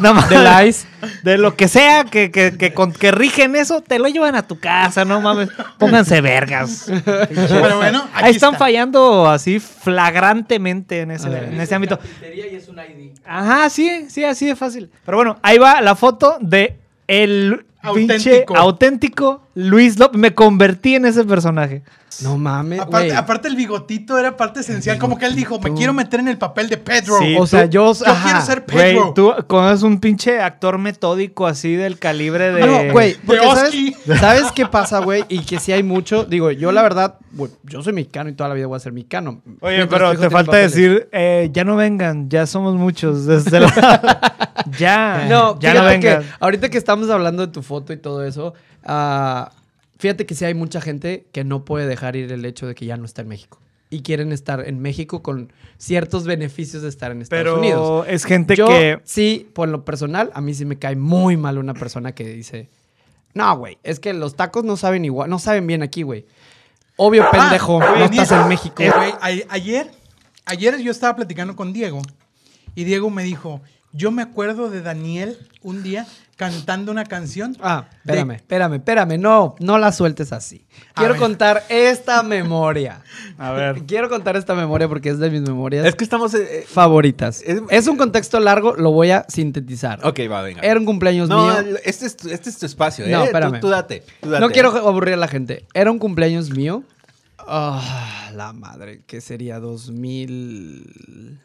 [SPEAKER 6] no mames,
[SPEAKER 3] De la ICE.
[SPEAKER 6] de lo que sea que, que, que, con- que rigen eso, te lo llevan a tu casa, no mames. Pónganse vergas.
[SPEAKER 4] Pero bueno, aquí
[SPEAKER 6] Ahí están
[SPEAKER 4] está.
[SPEAKER 6] fallando así flagrantemente en ese,
[SPEAKER 3] A ver.
[SPEAKER 6] en ese ámbito. Ajá, sí, sí, así de fácil. Pero bueno, ahí va la foto de el pinche
[SPEAKER 4] Auténtico.
[SPEAKER 6] auténtico Luis López. Me convertí en ese personaje.
[SPEAKER 3] No mames,
[SPEAKER 4] Aparte,
[SPEAKER 3] güey.
[SPEAKER 4] aparte el bigotito era parte esencial. Como que él dijo, me quiero meter en el papel de Pedro.
[SPEAKER 6] Sí,
[SPEAKER 3] O sea,
[SPEAKER 6] tú-
[SPEAKER 3] yo...
[SPEAKER 4] Yo quiero
[SPEAKER 3] ajá.
[SPEAKER 4] ser
[SPEAKER 6] Güey,
[SPEAKER 4] Pedro.
[SPEAKER 6] tú conoces un pinche actor metódico así del calibre de.
[SPEAKER 3] Ah, No, güey, porque
[SPEAKER 4] Oski.
[SPEAKER 3] ¿sabes, ¿sabes qué pasa, güey? Y que sí hay mucho. Digo, yo la verdad, güey, yo soy mexicano y toda la vida voy a ser mexicano.
[SPEAKER 6] Oye,
[SPEAKER 3] Mientras
[SPEAKER 6] pero
[SPEAKER 3] tu hijo
[SPEAKER 6] te
[SPEAKER 3] tenga
[SPEAKER 6] falta
[SPEAKER 3] papeles.
[SPEAKER 6] decir, eh, ya no vengan, ya somos muchos. Desde la- ya,
[SPEAKER 3] No,
[SPEAKER 6] eh, ya no
[SPEAKER 3] fíjate que
[SPEAKER 6] vengan.
[SPEAKER 3] ahorita que estamos hablando de tu foto y todo eso, ah, fíjate que sí hay mucha gente que no puede dejar ir el hecho de que ya no está en México. Y quieren estar en México con ciertos beneficios de estar en Estados
[SPEAKER 6] Pero
[SPEAKER 3] Unidos.
[SPEAKER 6] es gente
[SPEAKER 3] Yo,
[SPEAKER 6] que.
[SPEAKER 3] sí, por lo personal, a mí sí me cae muy mal una persona que dice, no, güey, es que los tacos no saben igual, no saben bien aquí, güey. Obvio,
[SPEAKER 4] Ah,
[SPEAKER 3] pendejo,
[SPEAKER 4] güey,
[SPEAKER 3] no estás
[SPEAKER 4] Diego,
[SPEAKER 3] en México.
[SPEAKER 4] eh, güey, a- ayer, ayer yo estaba platicando con Diego y Diego me dijo, yo me acuerdo de Daniel un día cantando una canción.
[SPEAKER 3] Ah, espérame, espérame, espérame, no, no la sueltes así.
[SPEAKER 4] A
[SPEAKER 3] Quiero
[SPEAKER 4] ver.
[SPEAKER 3] contar esta memoria.
[SPEAKER 6] A ver.
[SPEAKER 3] Quiero contar esta memoria porque es de mis memorias
[SPEAKER 5] Es que estamos... eh, eh,
[SPEAKER 3] favoritas. Es,
[SPEAKER 5] es-
[SPEAKER 3] un contexto largo, lo voy a sintetizar.
[SPEAKER 5] ok, va, venga.
[SPEAKER 3] Era un cumpleaños mío.
[SPEAKER 5] no, este es, tu, este es tu espacio, ¿eh?
[SPEAKER 3] No,
[SPEAKER 5] Tú-
[SPEAKER 3] espérame.
[SPEAKER 5] Tú, date, tú date.
[SPEAKER 3] No quiero aburrir a la gente. Era un cumpleaños mío. Ah, la madre, que sería 2000...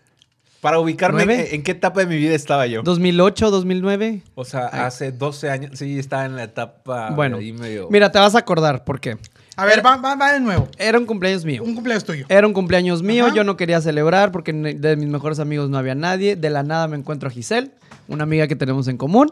[SPEAKER 5] Para ubicarme en,
[SPEAKER 3] ¿Nueve?
[SPEAKER 5] en qué etapa de mi vida estaba yo.
[SPEAKER 3] 2008, 2009.
[SPEAKER 5] O sea,
[SPEAKER 3] Ay.
[SPEAKER 5] hace 12 años. Sí, estaba en la etapa...
[SPEAKER 3] bueno,
[SPEAKER 5] Ah, ahí medio-
[SPEAKER 3] mira, te vas a acordar porque
[SPEAKER 4] A
[SPEAKER 3] eh,
[SPEAKER 4] ver, va, va, va de nuevo.
[SPEAKER 3] era un cumpleaños mío.
[SPEAKER 4] Un cumpleaños tuyo.
[SPEAKER 3] Era un cumpleaños mío,
[SPEAKER 4] Ajá.
[SPEAKER 3] yo no quería celebrar porque ne- de mis mejores amigos no había nadie. De la nada me encuentro a Giselle, una amiga que tenemos en común,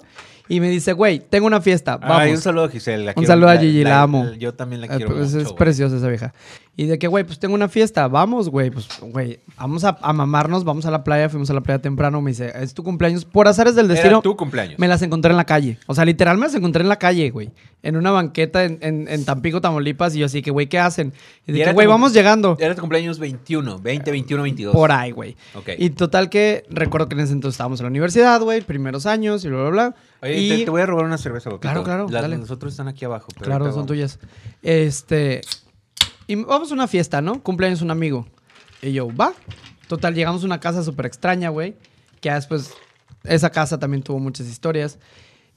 [SPEAKER 3] y me dice, güey, tengo una fiesta, vamos.
[SPEAKER 5] Ay, un saludo a Giselle. la
[SPEAKER 3] Un
[SPEAKER 5] quiero-
[SPEAKER 3] saludo a Gigi, la, amo.
[SPEAKER 5] yo también la
[SPEAKER 3] Eh,
[SPEAKER 5] quiero
[SPEAKER 3] pues,
[SPEAKER 5] mucho,
[SPEAKER 3] Es
[SPEAKER 5] güey.
[SPEAKER 3] preciosa esa vieja. Y de que, güey, pues tengo una fiesta, vamos, güey, pues, güey, vamos a, a mamarnos, vamos a la playa, fuimos a la playa temprano, me dice, es tu cumpleaños, por azares del
[SPEAKER 5] Era
[SPEAKER 3] destino.
[SPEAKER 5] tu cumpleaños.
[SPEAKER 3] Me las encontré en la calle. O sea, literal me las encontré en la calle, güey. En una banqueta en, en- en Tampico, Tamaulipas. Y yo así que, güey, ¿qué hacen? Y
[SPEAKER 5] Y
[SPEAKER 3] de
[SPEAKER 5] era
[SPEAKER 3] que, güey,
[SPEAKER 5] tu-
[SPEAKER 3] vamos llegando.
[SPEAKER 5] Era tu cumpleaños 21, 20, 21, 22.
[SPEAKER 3] Por ahí, güey.
[SPEAKER 5] Ok.
[SPEAKER 3] Y total que recuerdo que en ese entonces estábamos en la universidad, güey, primeros años y bla, bla, bla.
[SPEAKER 5] Oye,
[SPEAKER 3] y...
[SPEAKER 5] te, te voy a robar una cerveza, Boquito.
[SPEAKER 3] Claro, claro,
[SPEAKER 5] Las
[SPEAKER 3] dale.
[SPEAKER 5] de nosotros están aquí abajo. pero
[SPEAKER 3] Claro,
[SPEAKER 5] ahorita
[SPEAKER 3] son
[SPEAKER 5] vamos.
[SPEAKER 3] tuyas. Este. Y vamos a una fiesta, ¿no? Cumpleaños un amigo. Y yo, va. Total, llegamos a una casa súper extraña, güey. Que ya después. Esa casa también tuvo muchas historias.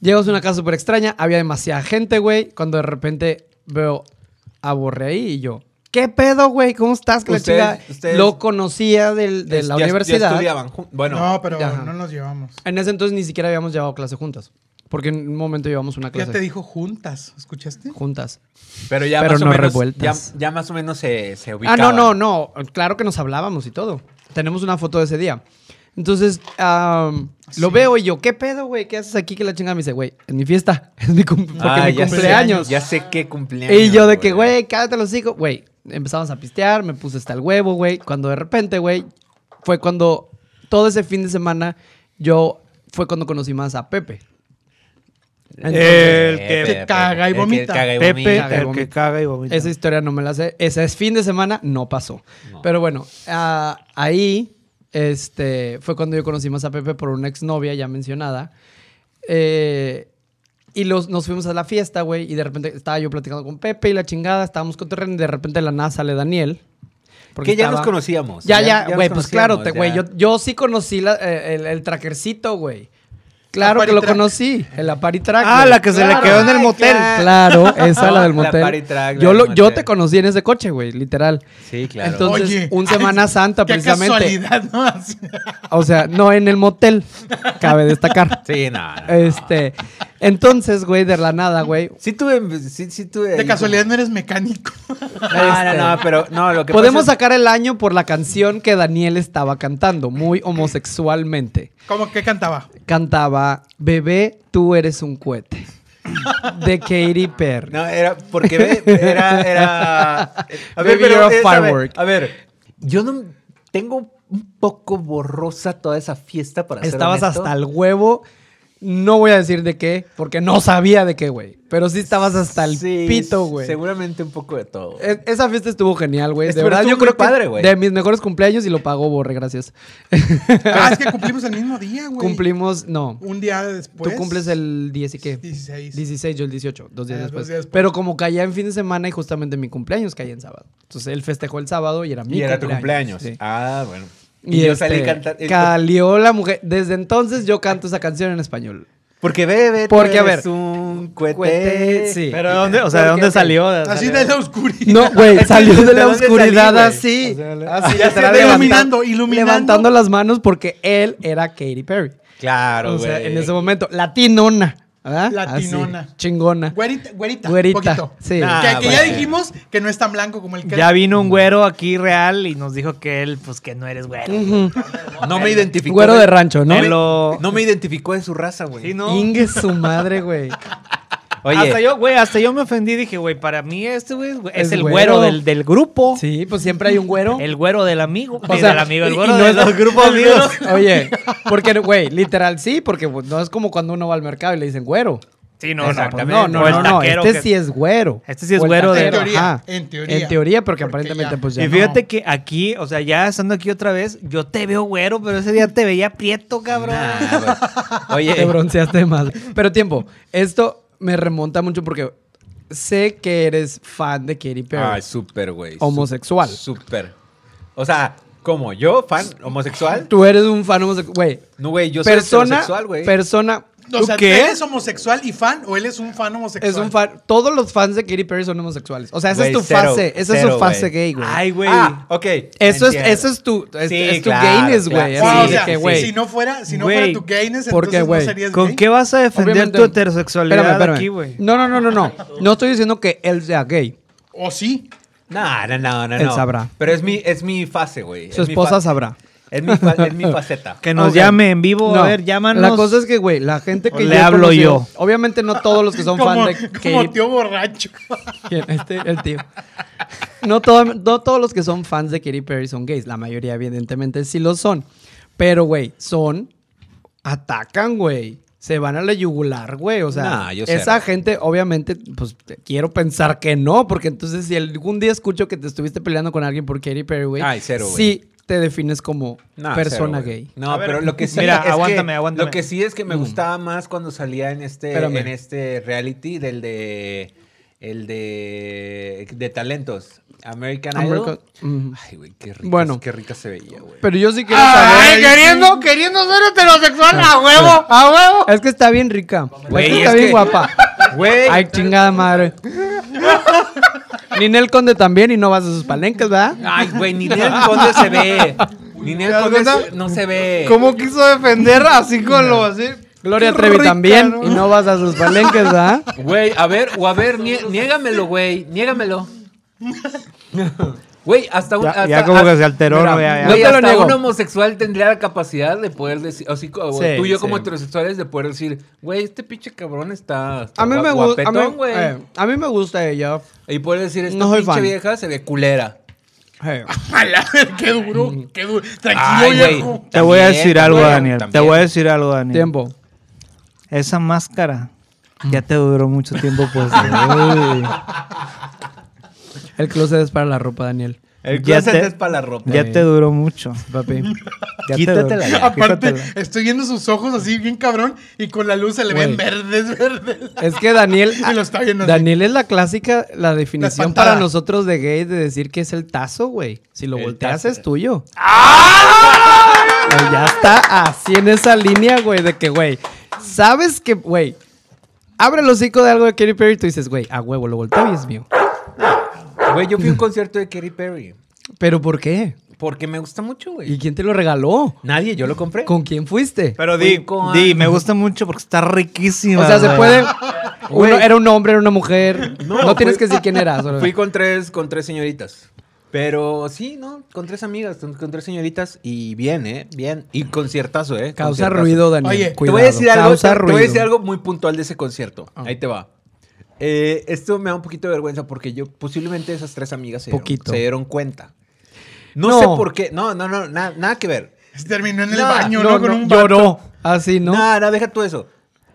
[SPEAKER 3] Llegamos a una casa súper extraña. Había demasiada gente, güey. Cuando de repente veo a Borre ahí y yo. ¿Qué pedo, güey? ¿Cómo estás? que la
[SPEAKER 5] Ustedes-
[SPEAKER 3] chingada?"
[SPEAKER 5] ustedes-
[SPEAKER 3] Lo conocía del- de
[SPEAKER 5] Es-
[SPEAKER 3] la
[SPEAKER 5] ya- ya
[SPEAKER 3] universidad.
[SPEAKER 5] estudiaban jun- Bueno,
[SPEAKER 4] No, pero
[SPEAKER 3] Ajá.
[SPEAKER 4] no nos llevamos.
[SPEAKER 3] En ese entonces ni siquiera habíamos llevado clase juntas. Porque en un momento llevamos una
[SPEAKER 4] Ya te
[SPEAKER 3] clase
[SPEAKER 4] dijo juntas, ¿escuchaste?
[SPEAKER 3] juntas.
[SPEAKER 5] pero ya
[SPEAKER 3] pero
[SPEAKER 5] más o
[SPEAKER 3] no
[SPEAKER 5] menos.
[SPEAKER 3] revueltas.
[SPEAKER 5] Ya, ya más o menos se, se
[SPEAKER 3] Ah,
[SPEAKER 5] ubicaban.
[SPEAKER 3] no, no, no. Claro que nos hablábamos y todo. Tenemos una foto de ese día. Entonces, am,
[SPEAKER 5] Ah,
[SPEAKER 3] lo veo y yo, ¿qué pedo, güey? ¿Qué haces aquí? Que la chingada me dice, güey, es mi fiesta. Es mi, cum- porque
[SPEAKER 5] Ah,
[SPEAKER 3] mi
[SPEAKER 5] ya sé,
[SPEAKER 3] cumpleaños.
[SPEAKER 5] ya sé qué cumpleaños.
[SPEAKER 3] y yo de que, güey, cállate los hijos. Güey, empezamos a pistear, me puse hasta el huevo, güey. Cuando de repente, güey, fue cuando todo ese fin de semana yo fue cuando conocí más a Pepe.
[SPEAKER 5] Eh,
[SPEAKER 6] El que-
[SPEAKER 5] Pepe,
[SPEAKER 4] caga y
[SPEAKER 5] el que
[SPEAKER 4] vomita.
[SPEAKER 5] caga y
[SPEAKER 6] Pepe,
[SPEAKER 5] vomita.
[SPEAKER 6] el que caga y vomita.
[SPEAKER 3] Esa historia no me la sé. Ese es fin de semana, no pasó.
[SPEAKER 5] No.
[SPEAKER 3] Pero bueno, ah, ahí este, fue cuando yo conocí más a Pepe por una exnovia ya mencionada. Eh, y los, nos fuimos a la fiesta, güey, y de repente estaba yo platicando con Pepe y la chingada, estábamos cotorreando y de repente de la nada sale Daniel. porque
[SPEAKER 5] Que ya nos
[SPEAKER 3] estaba-
[SPEAKER 5] conocíamos.
[SPEAKER 3] ya, ya,
[SPEAKER 5] nos
[SPEAKER 3] güey, pues claro, te-
[SPEAKER 5] conocíamos,
[SPEAKER 3] güey,
[SPEAKER 5] ya.
[SPEAKER 3] yo, yo sí conocí la- eh, el, el trackercito, güey. Claro
[SPEAKER 4] Apari
[SPEAKER 3] que lo
[SPEAKER 4] track.
[SPEAKER 3] conocí, el Apari Track.
[SPEAKER 6] Ah,
[SPEAKER 3] güey.
[SPEAKER 6] la que se le
[SPEAKER 3] Claro.
[SPEAKER 6] quedó en el
[SPEAKER 3] Ay,
[SPEAKER 6] motel.
[SPEAKER 3] Claro, esa
[SPEAKER 5] No,
[SPEAKER 3] la del
[SPEAKER 5] la
[SPEAKER 3] motel.
[SPEAKER 5] Party Track
[SPEAKER 3] yo,
[SPEAKER 5] del
[SPEAKER 3] lo, yo
[SPEAKER 5] motel.
[SPEAKER 3] te conocí en ese coche, güey, literal.
[SPEAKER 5] Sí, claro.
[SPEAKER 3] Entonces, un Semana Santa,
[SPEAKER 4] qué
[SPEAKER 3] precisamente.
[SPEAKER 4] casualidad, ¿no? Así-
[SPEAKER 3] O sea, no en el motel, cabe destacar.
[SPEAKER 5] sí, nada.
[SPEAKER 3] Este, Entonces, güey, de la nada, güey.
[SPEAKER 5] Sí tuve, sí, sí tuve. ahí
[SPEAKER 4] De
[SPEAKER 5] como-
[SPEAKER 4] casualidad no eres mecánico.
[SPEAKER 5] No, no, no, pero no, lo que
[SPEAKER 3] Podemos
[SPEAKER 5] pasa
[SPEAKER 3] sacar el año por la canción que Daniel estaba cantando, muy homosexualmente.
[SPEAKER 4] ¿Cómo que cantaba?
[SPEAKER 3] Cantaba, bebé, tú eres un cohete. De Katy
[SPEAKER 5] es-
[SPEAKER 3] Perry.
[SPEAKER 5] No, era porque ve, era, era. A ver,
[SPEAKER 3] Baby,
[SPEAKER 5] pero,
[SPEAKER 3] you're a
[SPEAKER 5] es- a, ver,
[SPEAKER 3] firework.
[SPEAKER 5] a ver, yo no tengo un poco borrosa toda esa fiesta para ser
[SPEAKER 3] Estabas
[SPEAKER 5] honesto.
[SPEAKER 3] hasta el huevo. No voy a decir de qué, porque no sabía de qué, güey. Pero sí estabas hasta el
[SPEAKER 5] Sí,
[SPEAKER 3] pito, güey.
[SPEAKER 5] Seguramente un poco de todo.
[SPEAKER 3] E- Esa fiesta estuvo genial, güey. De
[SPEAKER 5] Estuvo-
[SPEAKER 3] verdad,
[SPEAKER 5] estuvo
[SPEAKER 3] yo
[SPEAKER 5] muy
[SPEAKER 3] creo que
[SPEAKER 5] padre, güey.
[SPEAKER 3] de mis mejores cumpleaños y lo pagó Borre, gracias.
[SPEAKER 4] Ah, es que cumplimos el mismo día, güey.
[SPEAKER 3] Cumplimos, no.
[SPEAKER 4] Un día
[SPEAKER 5] Pues,
[SPEAKER 4] después.
[SPEAKER 3] Tú cumples el 10 y qué?
[SPEAKER 4] 16.
[SPEAKER 3] 16, yo el 18, dos días,
[SPEAKER 4] Ah, dos
[SPEAKER 3] después.
[SPEAKER 4] días después.
[SPEAKER 3] Pero como caía en fin de semana y justamente mi cumpleaños caía en sábado. Entonces él festejó el sábado y era mi
[SPEAKER 5] y era
[SPEAKER 3] cumpleaños.
[SPEAKER 5] tu cumpleaños.
[SPEAKER 3] sí.
[SPEAKER 5] Ah, bueno.
[SPEAKER 3] Y,
[SPEAKER 5] Y, yo salí
[SPEAKER 3] este,
[SPEAKER 5] cantando.
[SPEAKER 3] Calió la mujer. Desde entonces yo canto esa canción en español.
[SPEAKER 5] Porque bebe.
[SPEAKER 3] Porque, a
[SPEAKER 5] eres
[SPEAKER 3] ver,
[SPEAKER 5] un cohete.
[SPEAKER 3] cohete, sí.
[SPEAKER 6] Pero ¿dónde, o sea, ¿de
[SPEAKER 3] Porque,
[SPEAKER 6] dónde
[SPEAKER 3] ok.
[SPEAKER 6] salió? ¿De-
[SPEAKER 4] Así
[SPEAKER 6] salió?
[SPEAKER 4] de la oscuridad.
[SPEAKER 3] No, güey, salió de
[SPEAKER 5] ¿de
[SPEAKER 3] la
[SPEAKER 5] dónde salí,
[SPEAKER 3] oscuridad
[SPEAKER 5] güey?
[SPEAKER 3] así.
[SPEAKER 6] O sea, le-
[SPEAKER 3] así,
[SPEAKER 4] Ah, Ya se
[SPEAKER 3] literal, levantando-
[SPEAKER 4] ve iluminando, iluminando.
[SPEAKER 3] Levantando las manos porque él era Katy Perry.
[SPEAKER 5] Claro,
[SPEAKER 3] o
[SPEAKER 5] güey.
[SPEAKER 3] sea, en ese momento, latinona. ¿verdad?
[SPEAKER 4] Latinona.
[SPEAKER 3] Así, chingona.
[SPEAKER 4] Güerita, güerita.
[SPEAKER 3] Güerita,
[SPEAKER 4] Poquito.
[SPEAKER 3] sí. Ah,
[SPEAKER 5] Nah,
[SPEAKER 4] que que ya
[SPEAKER 5] güey.
[SPEAKER 4] dijimos que no es tan blanco como el que
[SPEAKER 6] Ya vino un güero aquí real y nos dijo que él, pues que no eres güero.
[SPEAKER 3] Ujú.
[SPEAKER 5] No me identificó.
[SPEAKER 3] Güero de rancho, ¿no?
[SPEAKER 5] No me,
[SPEAKER 6] Lo-
[SPEAKER 5] no me identificó de su raza, güey.
[SPEAKER 6] Sí, ¿no?
[SPEAKER 3] Ingue su madre, güey.
[SPEAKER 5] Oye,
[SPEAKER 6] Hasta yo, güey, hasta yo me ofendí. Dije, güey, para mí este, güey, es,
[SPEAKER 3] Es
[SPEAKER 6] el
[SPEAKER 3] güero.
[SPEAKER 6] güero del, del grupo.
[SPEAKER 3] Sí, pues siempre hay un güero.
[SPEAKER 6] El güero del amigo.
[SPEAKER 3] O
[SPEAKER 6] Sí,
[SPEAKER 3] sea,
[SPEAKER 6] del amigo,
[SPEAKER 3] y-
[SPEAKER 6] el
[SPEAKER 3] y
[SPEAKER 6] güero
[SPEAKER 3] no
[SPEAKER 6] del
[SPEAKER 3] es-
[SPEAKER 6] del grupo
[SPEAKER 3] el güero-
[SPEAKER 6] amigos.
[SPEAKER 3] Oye, porque, güey, literal sí, porque pues, no es como cuando uno va al mercado y le dicen güero.
[SPEAKER 6] Sí, no, no,
[SPEAKER 3] Pues, no, no,
[SPEAKER 6] O el
[SPEAKER 3] no, no,
[SPEAKER 6] taquero
[SPEAKER 3] Este
[SPEAKER 6] que-
[SPEAKER 3] sí es güero.
[SPEAKER 6] Este sí es
[SPEAKER 3] O el
[SPEAKER 6] güero de-
[SPEAKER 3] taquero,
[SPEAKER 4] En teoría,
[SPEAKER 3] ajá.
[SPEAKER 4] en teoría.
[SPEAKER 3] En teoría, porque,
[SPEAKER 4] Porque
[SPEAKER 3] aparentemente,
[SPEAKER 4] ya-
[SPEAKER 3] pues ya.
[SPEAKER 6] Y
[SPEAKER 3] no.
[SPEAKER 6] fíjate que aquí, o sea, ya estando aquí otra vez, yo te veo güero, pero ese día te veía prieto, cabrón.
[SPEAKER 5] nah, güey. Oye,
[SPEAKER 3] Te bronceaste más. Pero tiempo, esto me remonta mucho porque sé que eres fan de Katy Perry.
[SPEAKER 5] Ay, súper, güey.
[SPEAKER 3] Homosexual.
[SPEAKER 5] Súper. O sea, ¿cómo? ¿Yo, fan homosexual?
[SPEAKER 3] Tú eres un fan homosexual. Güey,
[SPEAKER 5] No, güey, yo soy
[SPEAKER 3] persona,
[SPEAKER 5] homosexual, güey.
[SPEAKER 3] persona,
[SPEAKER 4] O sea,
[SPEAKER 6] ¿Tú qué?
[SPEAKER 4] ¿él es homosexual y fan o él es un fan homosexual?
[SPEAKER 3] es un fan. Todos los fans de Katy Perry son homosexuales. O sea, esa
[SPEAKER 5] Güey,
[SPEAKER 3] es tu
[SPEAKER 5] cero,
[SPEAKER 3] fase, esa es
[SPEAKER 5] cero,
[SPEAKER 3] su fase
[SPEAKER 5] güey.
[SPEAKER 3] gay, güey.
[SPEAKER 6] Ay, güey.
[SPEAKER 5] Ah, ok.
[SPEAKER 3] Eso es,
[SPEAKER 5] Entiendo.
[SPEAKER 3] eso es tu, es,
[SPEAKER 5] Sí,
[SPEAKER 3] es tu
[SPEAKER 5] claro,
[SPEAKER 3] gayness,
[SPEAKER 5] claro.
[SPEAKER 3] güey.
[SPEAKER 5] Sí,
[SPEAKER 4] Wow,
[SPEAKER 3] así
[SPEAKER 4] o
[SPEAKER 3] de
[SPEAKER 4] sea,
[SPEAKER 3] que,
[SPEAKER 4] si
[SPEAKER 3] güey.
[SPEAKER 4] no fuera, si no
[SPEAKER 6] Güey,
[SPEAKER 4] fuera tu gayness,
[SPEAKER 3] ¿por qué,
[SPEAKER 4] entonces
[SPEAKER 3] güey?
[SPEAKER 4] no serías
[SPEAKER 6] ¿Con
[SPEAKER 4] gay.
[SPEAKER 6] qué vas a defender
[SPEAKER 3] Obviamente-
[SPEAKER 6] tu heterosexualidad
[SPEAKER 3] Espérame, espérame.
[SPEAKER 6] aquí, güey?
[SPEAKER 3] No, no, no, no, no. No estoy diciendo que él sea gay.
[SPEAKER 4] O sí.
[SPEAKER 5] No, no, no, no.
[SPEAKER 3] Él
[SPEAKER 5] no.
[SPEAKER 3] sabrá.
[SPEAKER 5] Pero es mi, es mi fase, güey.
[SPEAKER 3] Su
[SPEAKER 5] Es mi
[SPEAKER 3] esposa
[SPEAKER 5] fa-
[SPEAKER 3] sabrá.
[SPEAKER 5] Es mi, fa- es mi faceta.
[SPEAKER 6] Que nos
[SPEAKER 3] Ok.
[SPEAKER 6] llame en vivo,
[SPEAKER 3] No,
[SPEAKER 6] a ver, llámanos.
[SPEAKER 3] La cosa es que, güey, la gente que
[SPEAKER 6] Le
[SPEAKER 3] yo he
[SPEAKER 6] hablo
[SPEAKER 3] conocido-
[SPEAKER 6] yo.
[SPEAKER 3] Obviamente no todos los que son
[SPEAKER 4] como,
[SPEAKER 3] fan de
[SPEAKER 4] como
[SPEAKER 3] Katy
[SPEAKER 4] tío borracho.
[SPEAKER 3] ¿Quién? Este, el tío. No, todo- no todos los que son fans de Katy Perry son gays. La mayoría, evidentemente, sí lo son. Pero, güey, son. Atacan, güey. Se van a la yugular, güey. O sea,
[SPEAKER 5] Nah, yo cero.
[SPEAKER 3] esa gente, obviamente, pues te- quiero pensar que no. Porque entonces, si algún día escucho que te estuviste peleando con alguien por Katy Perry, güey.
[SPEAKER 5] Ay, cero, güey.
[SPEAKER 3] Sí te defines como
[SPEAKER 5] No,
[SPEAKER 3] persona
[SPEAKER 5] cero, güey.
[SPEAKER 3] gay. Mm.
[SPEAKER 5] No,
[SPEAKER 6] A ver,
[SPEAKER 5] pero lo que sí
[SPEAKER 6] mira,
[SPEAKER 5] es que-
[SPEAKER 6] aguántame, aguántame.
[SPEAKER 5] Lo que sí es que me gustaba más cuando salía en este
[SPEAKER 3] Espérame.
[SPEAKER 5] en este reality del de el de de talentos, American Idol.
[SPEAKER 3] America- Ujú.
[SPEAKER 5] Ay, güey, qué rica,
[SPEAKER 3] Mm. Bueno.
[SPEAKER 5] qué rica se veía, güey.
[SPEAKER 3] Pero yo sí quiero
[SPEAKER 5] Ah.
[SPEAKER 3] saber.
[SPEAKER 6] Ah, eh, queriendo, queriendo ser heterosexual, a huevo, a huevo.
[SPEAKER 3] Es que está bien rica.
[SPEAKER 5] Güey,
[SPEAKER 3] es que
[SPEAKER 5] es
[SPEAKER 3] está bien
[SPEAKER 5] que-
[SPEAKER 3] guapa.
[SPEAKER 5] Güey,
[SPEAKER 3] Ay, chingada madre. Ninel Conde también y no vas a sus palenques, ¿verdad?
[SPEAKER 5] ay, güey, ni Nel Conde se ve. Ni Nel Conde se- no se ve.
[SPEAKER 6] quiso defender así con lo así?
[SPEAKER 3] Gloria Trevi también y no vas a sus palenques, ¿verdad?
[SPEAKER 5] Güey, a ver, o a ver, nie- niégamelo, güey, niégamelo. Güey, hasta un.
[SPEAKER 6] Ya-
[SPEAKER 5] hasta-
[SPEAKER 6] ya como que
[SPEAKER 5] hasta-
[SPEAKER 6] se alteró, ¿no? Ya, ya.
[SPEAKER 5] Güey,
[SPEAKER 3] No te lo
[SPEAKER 5] hasta
[SPEAKER 3] niego.
[SPEAKER 5] un homosexual tendría la capacidad de poder decir, así como
[SPEAKER 3] Sí,
[SPEAKER 5] tú y yo como
[SPEAKER 3] sí.
[SPEAKER 5] heterosexuales, de poder decir, güey, este pinche cabrón está, está
[SPEAKER 3] A mí
[SPEAKER 5] gua-
[SPEAKER 3] me gusta. A,
[SPEAKER 5] guapetón,
[SPEAKER 3] mí-
[SPEAKER 5] güey.
[SPEAKER 3] eh, a mí me gusta ella.
[SPEAKER 5] Y poder decir, esta
[SPEAKER 3] no soy
[SPEAKER 5] pinche
[SPEAKER 3] fan.
[SPEAKER 5] vieja se ve culera.
[SPEAKER 3] Eh,
[SPEAKER 4] A la ver, qué duro,
[SPEAKER 3] Mm.
[SPEAKER 4] qué duro. Tranquilo,
[SPEAKER 5] Ay, güey.
[SPEAKER 4] viejo.
[SPEAKER 6] Te voy a
[SPEAKER 5] También,
[SPEAKER 6] decir algo,
[SPEAKER 5] también,
[SPEAKER 6] Daniel. Te
[SPEAKER 5] también.
[SPEAKER 6] voy a decir algo, Daniel.
[SPEAKER 3] Tiempo. Mm.
[SPEAKER 6] Esa máscara ya te duró mucho tiempo, pues.
[SPEAKER 3] El closet es para la ropa, Daniel.
[SPEAKER 5] El
[SPEAKER 6] Ya
[SPEAKER 5] closet
[SPEAKER 6] te-
[SPEAKER 5] es para la ropa.
[SPEAKER 6] ya te duró mucho.
[SPEAKER 3] Papi.
[SPEAKER 6] Ya te
[SPEAKER 5] Quítatela
[SPEAKER 6] duró.
[SPEAKER 5] ya.
[SPEAKER 4] Aparte,
[SPEAKER 6] Quítatela.
[SPEAKER 4] estoy viendo sus ojos así bien cabrón y con la luz se le
[SPEAKER 3] Güey.
[SPEAKER 4] ven verdes, verdes.
[SPEAKER 3] Es que Daniel.
[SPEAKER 4] Y lo está viendo así.
[SPEAKER 3] Daniel es la clásica, la definición
[SPEAKER 4] espantada.
[SPEAKER 3] para nosotros de gay de decir que es el tazo, güey. Si lo
[SPEAKER 5] El
[SPEAKER 3] volteas
[SPEAKER 5] tazo.
[SPEAKER 3] es tuyo. Güey, ya está así en esa línea, güey, de que, güey, sabes que, güey, abre el hocico de algo de Katy Perry y tú dices, güey, a huevo, lo volteo y es mío.
[SPEAKER 5] Güey, yo fui a un concierto de Katy Perry.
[SPEAKER 3] ¿Pero por qué?
[SPEAKER 5] Porque me gusta mucho, güey.
[SPEAKER 3] ¿Y quién te lo regaló?
[SPEAKER 5] Nadie, yo lo compré.
[SPEAKER 3] ¿Con quién fuiste?
[SPEAKER 1] Pero di,
[SPEAKER 5] Cuico,
[SPEAKER 1] di,
[SPEAKER 5] ah.
[SPEAKER 1] me gusta mucho porque está riquísima.
[SPEAKER 3] o sea, se
[SPEAKER 1] güey.
[SPEAKER 3] puede. Uno- era un hombre, era una mujer. No, tienes que decir quién era. solo-
[SPEAKER 5] Fui con tres, con tres señoritas. Pero sí, ¿no? Con tres amigas, con, con tres señoritas. Y bien, ¿eh? Bien. Y conciertazo, ¿eh?
[SPEAKER 3] Causa
[SPEAKER 5] Conciertazo.
[SPEAKER 3] ruido, Daniel.
[SPEAKER 4] Oye, te
[SPEAKER 5] Te
[SPEAKER 3] cuidado.
[SPEAKER 5] voy, a decir algo,
[SPEAKER 3] Causa
[SPEAKER 5] te- te voy a
[SPEAKER 3] ruido. Ah.
[SPEAKER 5] decir algo muy puntual de ese concierto. Ahí te va. Eh, esto me da un poquito de vergüenza porque yo posiblemente esas tres amigas se,
[SPEAKER 3] Poquito.
[SPEAKER 5] Dieron, se dieron cuenta. No,
[SPEAKER 3] No.
[SPEAKER 5] sé por qué. No, no, no, na- nada que ver.
[SPEAKER 4] Se terminó en el
[SPEAKER 5] No,
[SPEAKER 4] baño,
[SPEAKER 3] No,
[SPEAKER 4] ¿no? Con
[SPEAKER 3] no,
[SPEAKER 4] un vato.
[SPEAKER 3] lloró. Así, ¿no?
[SPEAKER 5] Nada, nada, deja tú eso.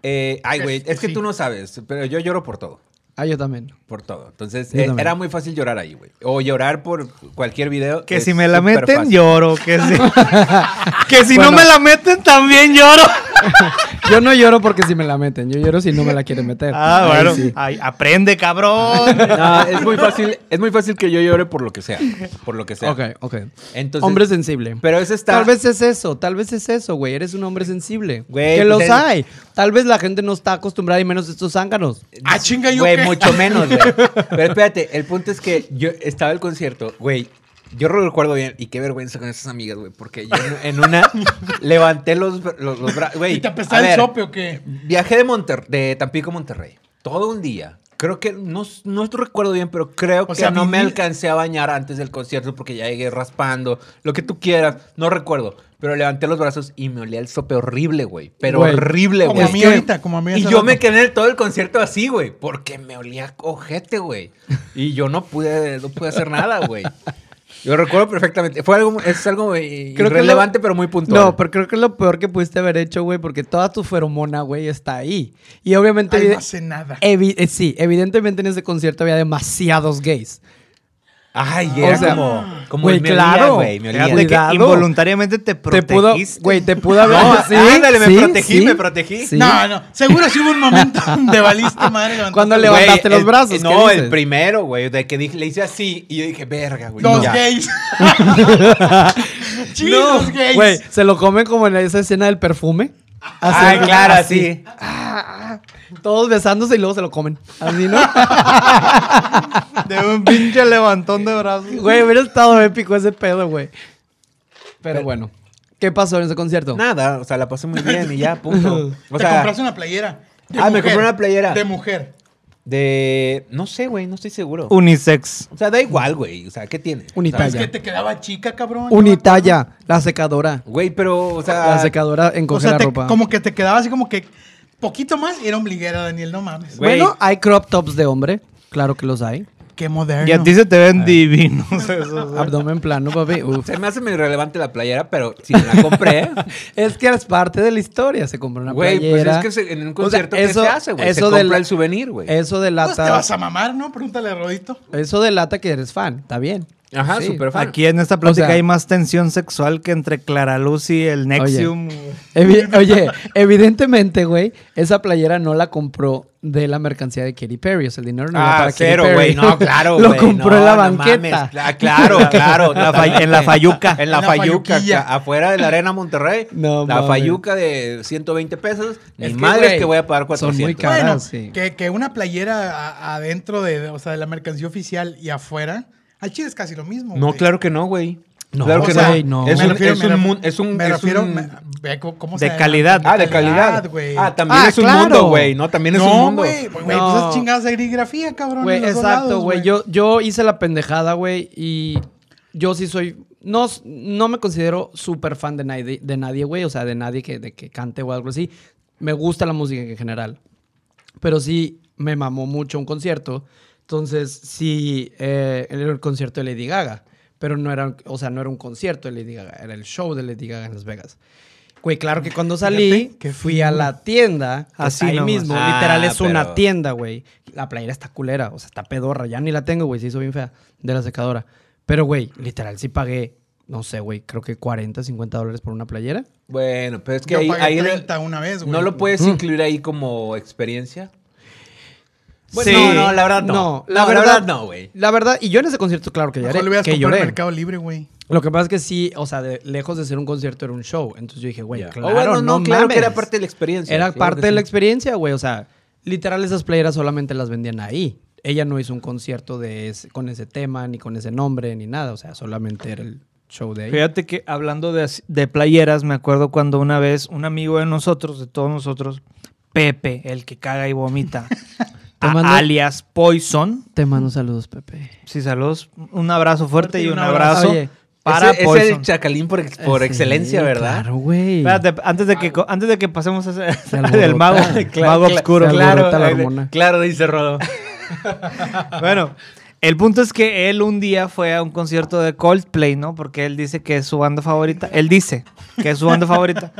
[SPEAKER 5] Eh, ay,
[SPEAKER 4] Es
[SPEAKER 5] güey,
[SPEAKER 4] que
[SPEAKER 5] es que
[SPEAKER 4] sí.
[SPEAKER 5] tú no sabes, pero yo lloro por todo.
[SPEAKER 3] Ah, yo también.
[SPEAKER 5] Por todo. Entonces,
[SPEAKER 3] Yo
[SPEAKER 5] eh,
[SPEAKER 3] también.
[SPEAKER 5] era muy fácil llorar ahí, güey. O llorar por cualquier video.
[SPEAKER 1] Que
[SPEAKER 5] es
[SPEAKER 1] si me la
[SPEAKER 5] súper
[SPEAKER 1] meten,
[SPEAKER 5] fácil.
[SPEAKER 1] lloro. Que si, que si no
[SPEAKER 3] Bueno.
[SPEAKER 1] me la meten, también lloro.
[SPEAKER 3] Yo no lloro porque si me la meten. Yo lloro si no me la quieren meter.
[SPEAKER 1] Ah,
[SPEAKER 3] Ahí
[SPEAKER 1] bueno.
[SPEAKER 3] sí.
[SPEAKER 1] Ay, aprende, cabrón.
[SPEAKER 5] No, es muy fácil, es muy fácil que yo llore por lo que sea. Por lo que sea.
[SPEAKER 3] Ok, ok.
[SPEAKER 5] Entonces,
[SPEAKER 3] hombre sensible.
[SPEAKER 5] Pero ese está.
[SPEAKER 3] Tal vez es eso, tal vez es eso, güey. Eres un hombre sensible.
[SPEAKER 5] Güey,
[SPEAKER 3] que
[SPEAKER 5] pues
[SPEAKER 3] los
[SPEAKER 5] es-
[SPEAKER 3] hay. Tal vez la gente no está acostumbrada y menos estos zánganos.
[SPEAKER 4] Ah, chinga, yo
[SPEAKER 5] Güey,
[SPEAKER 4] qué.
[SPEAKER 5] mucho menos, güey. Pero espérate, el punto es que yo estaba en el concierto, güey. Yo lo recuerdo bien y qué vergüenza con esas amigas, güey, porque yo en en una levanté los, los, los brazos, güey.
[SPEAKER 4] ¿Y te
[SPEAKER 5] a
[SPEAKER 4] apestaba el
[SPEAKER 5] ver,
[SPEAKER 4] sope o qué?
[SPEAKER 5] Viajé de, Monter de Tampico a Monterrey. Todo un día. Creo que, no, no recuerdo bien, pero creo que
[SPEAKER 4] sea,
[SPEAKER 5] no me
[SPEAKER 4] viví-
[SPEAKER 5] alcancé a bañar antes del concierto porque ya llegué raspando, lo que tú quieras, no recuerdo. Pero levanté los brazos y me olía el sope horrible, güey. Pero
[SPEAKER 3] Güey,
[SPEAKER 5] horrible,
[SPEAKER 4] Como
[SPEAKER 5] güey.
[SPEAKER 4] a mí ahorita, como a mí
[SPEAKER 5] Y
[SPEAKER 4] hace
[SPEAKER 5] yo me
[SPEAKER 4] rato.
[SPEAKER 5] quedé en el- todo el concierto así, güey, porque me olía ojete, güey. Y yo no pude, no pude hacer nada, güey. Yo recuerdo perfectamente. Fue algo, es algo eh,
[SPEAKER 3] Creo que lo-
[SPEAKER 5] irrelevante, pero muy puntual.
[SPEAKER 3] No, pero creo que es lo peor que pudiste haber hecho, güey, porque toda tu feromona, güey, está ahí. Y obviamente. evi-
[SPEAKER 4] Almacenada.
[SPEAKER 3] evi- eh, sí, evidentemente en ese concierto había demasiados gays.
[SPEAKER 5] Ay,
[SPEAKER 3] O
[SPEAKER 5] era
[SPEAKER 3] sea,
[SPEAKER 5] como, como
[SPEAKER 3] güey,
[SPEAKER 5] el me olía,
[SPEAKER 3] claro.
[SPEAKER 5] güey, me olía.
[SPEAKER 1] Fíjate que
[SPEAKER 3] Cuidado.
[SPEAKER 1] involuntariamente te
[SPEAKER 3] Te pudo.
[SPEAKER 1] protegiste.
[SPEAKER 3] Güey, te pudo haber.
[SPEAKER 5] No,
[SPEAKER 3] sí,
[SPEAKER 5] ándale, me
[SPEAKER 3] sí,
[SPEAKER 5] protegí,
[SPEAKER 3] sí,
[SPEAKER 5] me protegí.
[SPEAKER 3] sí.
[SPEAKER 4] No, no. Seguro sí hubo un momento donde valiste madre. levantaste
[SPEAKER 3] Cuando
[SPEAKER 4] los-
[SPEAKER 3] le- levantaste
[SPEAKER 5] Güey,
[SPEAKER 3] los brazos,
[SPEAKER 5] el-
[SPEAKER 3] ¿qué
[SPEAKER 5] no,
[SPEAKER 3] dices?
[SPEAKER 5] el primero, güey, de que dije, le hice así y yo dije, verga, güey.
[SPEAKER 4] Los
[SPEAKER 5] ya.
[SPEAKER 4] gays. Sí, los gays.
[SPEAKER 3] Güey, se lo comen como en esa escena del perfume. Así,
[SPEAKER 5] Ay,
[SPEAKER 1] Ah,
[SPEAKER 3] así,
[SPEAKER 5] Ah, claro,
[SPEAKER 3] así.
[SPEAKER 5] así.
[SPEAKER 3] Todos besándose y luego se lo comen. Así, ¿no?
[SPEAKER 1] De un pinche levantón de brazos.
[SPEAKER 3] Güey, hubiera estado épico ese pedo, güey. Pero bueno, ¿qué pasó en ese concierto?
[SPEAKER 5] Nada, o sea, la pasé muy bien y ya, punto. O
[SPEAKER 4] te
[SPEAKER 5] sea,
[SPEAKER 4] compraste una playera. de
[SPEAKER 5] Ah, me compré una playera.
[SPEAKER 4] De mujer.
[SPEAKER 5] de. No sé, güey, no estoy seguro.
[SPEAKER 1] Unisex.
[SPEAKER 5] O sea, da igual, güey. O sea, ¿qué tiene?
[SPEAKER 3] Unitalla.
[SPEAKER 5] ¿Sabes
[SPEAKER 4] Es que te quedaba chica, cabrón.
[SPEAKER 3] Unitalla, la secadora.
[SPEAKER 5] qué? Güey, pero, o
[SPEAKER 3] La
[SPEAKER 5] sea.
[SPEAKER 3] secadora
[SPEAKER 4] O
[SPEAKER 3] encoge
[SPEAKER 4] sea,
[SPEAKER 3] la
[SPEAKER 4] te-
[SPEAKER 3] ropa.
[SPEAKER 4] como que te quedaba así como que poquito más y era ombliguera, Daniel, no mames.
[SPEAKER 5] Güey.
[SPEAKER 3] Bueno, hay crop tops de hombre. Claro que los hay.
[SPEAKER 4] Qué moderno.
[SPEAKER 1] Y a ti se te ven divinos esos.
[SPEAKER 3] Abdomen plano, papi. Uf.
[SPEAKER 5] Se me hace medio irrelevante la playera, pero si me la compré.
[SPEAKER 3] Es que es parte de la historia. Se compró una
[SPEAKER 5] Güey, pues
[SPEAKER 3] playera.
[SPEAKER 5] es que se- en un
[SPEAKER 3] O sea,
[SPEAKER 5] concierto, ¿qué se hace, güey? Se
[SPEAKER 3] eso
[SPEAKER 5] compra
[SPEAKER 3] del-
[SPEAKER 5] el souvenir, güey.
[SPEAKER 3] Eso
[SPEAKER 4] Pues te
[SPEAKER 3] delata.
[SPEAKER 4] vas a mamar, ¿no? Pregúntale a Rodito.
[SPEAKER 3] Eso delata que eres fan. Está bien.
[SPEAKER 5] Ajá, súper fan.
[SPEAKER 1] Aquí en esta plática
[SPEAKER 3] O sea-
[SPEAKER 1] hay más tensión sexual que entre Clara Luz y el Nexium.
[SPEAKER 3] Evi- Oye, evidentemente, güey, esa playera no la compró de la mercancía de Katy Perry. O sea, el dinero no iba
[SPEAKER 5] Ah,
[SPEAKER 3] para
[SPEAKER 5] cero,
[SPEAKER 3] Katy Perry.
[SPEAKER 5] güey. No, claro,
[SPEAKER 3] Lo
[SPEAKER 5] güey,
[SPEAKER 3] compró en
[SPEAKER 5] no,
[SPEAKER 3] la
[SPEAKER 5] no
[SPEAKER 3] banqueta.
[SPEAKER 5] mames. Ah, claro, claro.
[SPEAKER 1] La fa- en la Fayuca.
[SPEAKER 5] En la,
[SPEAKER 4] En la
[SPEAKER 5] Fayuca,
[SPEAKER 4] Fayuquilla.
[SPEAKER 5] ca- afuera de la Arena Monterrey.
[SPEAKER 3] No
[SPEAKER 5] la
[SPEAKER 3] mames.
[SPEAKER 5] Fayuca de 120 pesos. Ni
[SPEAKER 3] Es que,
[SPEAKER 5] madre
[SPEAKER 3] güey,
[SPEAKER 5] que voy a pagar
[SPEAKER 3] son
[SPEAKER 5] 400.
[SPEAKER 3] muy caras. Caras,
[SPEAKER 4] bueno,
[SPEAKER 3] sí.
[SPEAKER 4] que, que una playera a- adentro de, o sea, de la mercancía oficial y afuera, al chile es casi lo mismo.
[SPEAKER 5] No,
[SPEAKER 4] güey.
[SPEAKER 5] claro que no, güey.
[SPEAKER 3] No,
[SPEAKER 5] claro que
[SPEAKER 3] o sea, güey, no.
[SPEAKER 5] no. Es
[SPEAKER 4] me
[SPEAKER 5] un,
[SPEAKER 4] refiero,
[SPEAKER 5] es
[SPEAKER 4] me
[SPEAKER 5] un
[SPEAKER 4] ref-
[SPEAKER 5] mun- es un-
[SPEAKER 4] me
[SPEAKER 5] es
[SPEAKER 4] refiero,
[SPEAKER 5] un-
[SPEAKER 4] me- ve co- cómo
[SPEAKER 1] de calidad.
[SPEAKER 5] Ah, de calidad.
[SPEAKER 4] güey.
[SPEAKER 5] Ah, también
[SPEAKER 3] Ah,
[SPEAKER 5] es un
[SPEAKER 3] claro.
[SPEAKER 5] mundo, güey. No, también es un
[SPEAKER 4] No,
[SPEAKER 5] mundo.
[SPEAKER 4] güey, güey,
[SPEAKER 3] No.
[SPEAKER 4] pues esas chingadas de grigrafía, cabrón.
[SPEAKER 3] Güey,
[SPEAKER 4] en los dos
[SPEAKER 3] exacto,
[SPEAKER 4] lados,
[SPEAKER 3] güey. Yo, yo hice la pendejada, güey, y yo sí soy... No, s- no me considero súper fan de nadie, de nadie, güey. O sea, de nadie que, de que cante o algo así. Me gusta la música en general. Pero sí me mamó mucho un concierto. Entonces, sí, eh, era el concierto de Lady Gaga. Pero no era, o sea, no era un concierto de Lady Gaga. Era el show de Lady Gaga en Las Vegas. Güey, claro que cuando salí,
[SPEAKER 4] Fíjate, qué
[SPEAKER 3] fui a la tienda. que
[SPEAKER 1] Así
[SPEAKER 3] está Pues ahí
[SPEAKER 1] nomás.
[SPEAKER 3] mismo.
[SPEAKER 5] Ah,
[SPEAKER 3] literal, es una
[SPEAKER 5] pero-
[SPEAKER 3] tienda tienda, güey. La playera está culera, o sea, está pedorra. Ya ni la tengo, güey. Se hizo bien fea de la secadora. Pero, güey, literal, sí pagué, no sé, güey, creo que 40, 50 dólares por una playera.
[SPEAKER 5] Bueno, pero es que
[SPEAKER 4] Yo
[SPEAKER 5] ahí,
[SPEAKER 4] pagué
[SPEAKER 5] ahí
[SPEAKER 4] 30 una vez, güey. Mm.
[SPEAKER 5] no lo puedes incluir ahí como experiencia.
[SPEAKER 1] Sí.
[SPEAKER 5] Pues No, no, la verdad no.
[SPEAKER 3] la, verdad,
[SPEAKER 5] no, güey.
[SPEAKER 3] La verdad, y yo en ese concierto, claro que
[SPEAKER 4] Mejor le
[SPEAKER 3] lloré.
[SPEAKER 4] hubieras
[SPEAKER 3] Que
[SPEAKER 4] comprado en
[SPEAKER 3] lloré.
[SPEAKER 4] Mercado Libre, güey.
[SPEAKER 3] Lo que pasa es que sí, o sea, de- lejos de ser un concierto, era un show. Entonces yo dije, güey,
[SPEAKER 5] Ya.
[SPEAKER 3] claro,
[SPEAKER 5] O bueno,
[SPEAKER 3] no,
[SPEAKER 5] no, claro que era
[SPEAKER 3] mames.
[SPEAKER 5] parte de la experiencia.
[SPEAKER 3] Era
[SPEAKER 5] claro
[SPEAKER 3] parte
[SPEAKER 5] que
[SPEAKER 3] de la
[SPEAKER 5] sí.
[SPEAKER 3] experiencia, güey. O sea, literal esas playeras solamente las vendían ahí. Ella no hizo un concierto de ese- con ese tema, ni con ese nombre, ni nada. O sea, solamente era el Show Day.
[SPEAKER 6] Fíjate que hablando de, as- de playeras, me acuerdo cuando una vez un amigo de nosotros, de todos nosotros, Pepe, el que caga y vomita,
[SPEAKER 3] Te
[SPEAKER 6] a-
[SPEAKER 3] mando-
[SPEAKER 6] alias Poison.
[SPEAKER 3] Te mando saludos, Pepe.
[SPEAKER 6] Sí, saludos. Un abrazo fuerte
[SPEAKER 4] Fuerte
[SPEAKER 6] y un abrazo
[SPEAKER 3] Oye,
[SPEAKER 6] para
[SPEAKER 5] Ese- es,
[SPEAKER 6] Poison.
[SPEAKER 5] el chacalín por, ex- por
[SPEAKER 3] Sí,
[SPEAKER 5] excelencia, ¿verdad?
[SPEAKER 3] Claro, güey.
[SPEAKER 6] Espérate, antes de que, co- antes de que pasemos a ese-
[SPEAKER 3] alborota.
[SPEAKER 6] del mago,
[SPEAKER 5] Cla-
[SPEAKER 6] mago
[SPEAKER 5] cla-
[SPEAKER 6] oscuro.
[SPEAKER 3] se
[SPEAKER 5] Claro,
[SPEAKER 3] alborota la
[SPEAKER 5] eh,
[SPEAKER 3] hormona.
[SPEAKER 5] claro, dice Rodo.
[SPEAKER 6] Bueno, el punto es que él un día fue a un concierto de Coldplay, ¿no? Porque él dice que es su banda favorita. Él dice que es su banda favorita.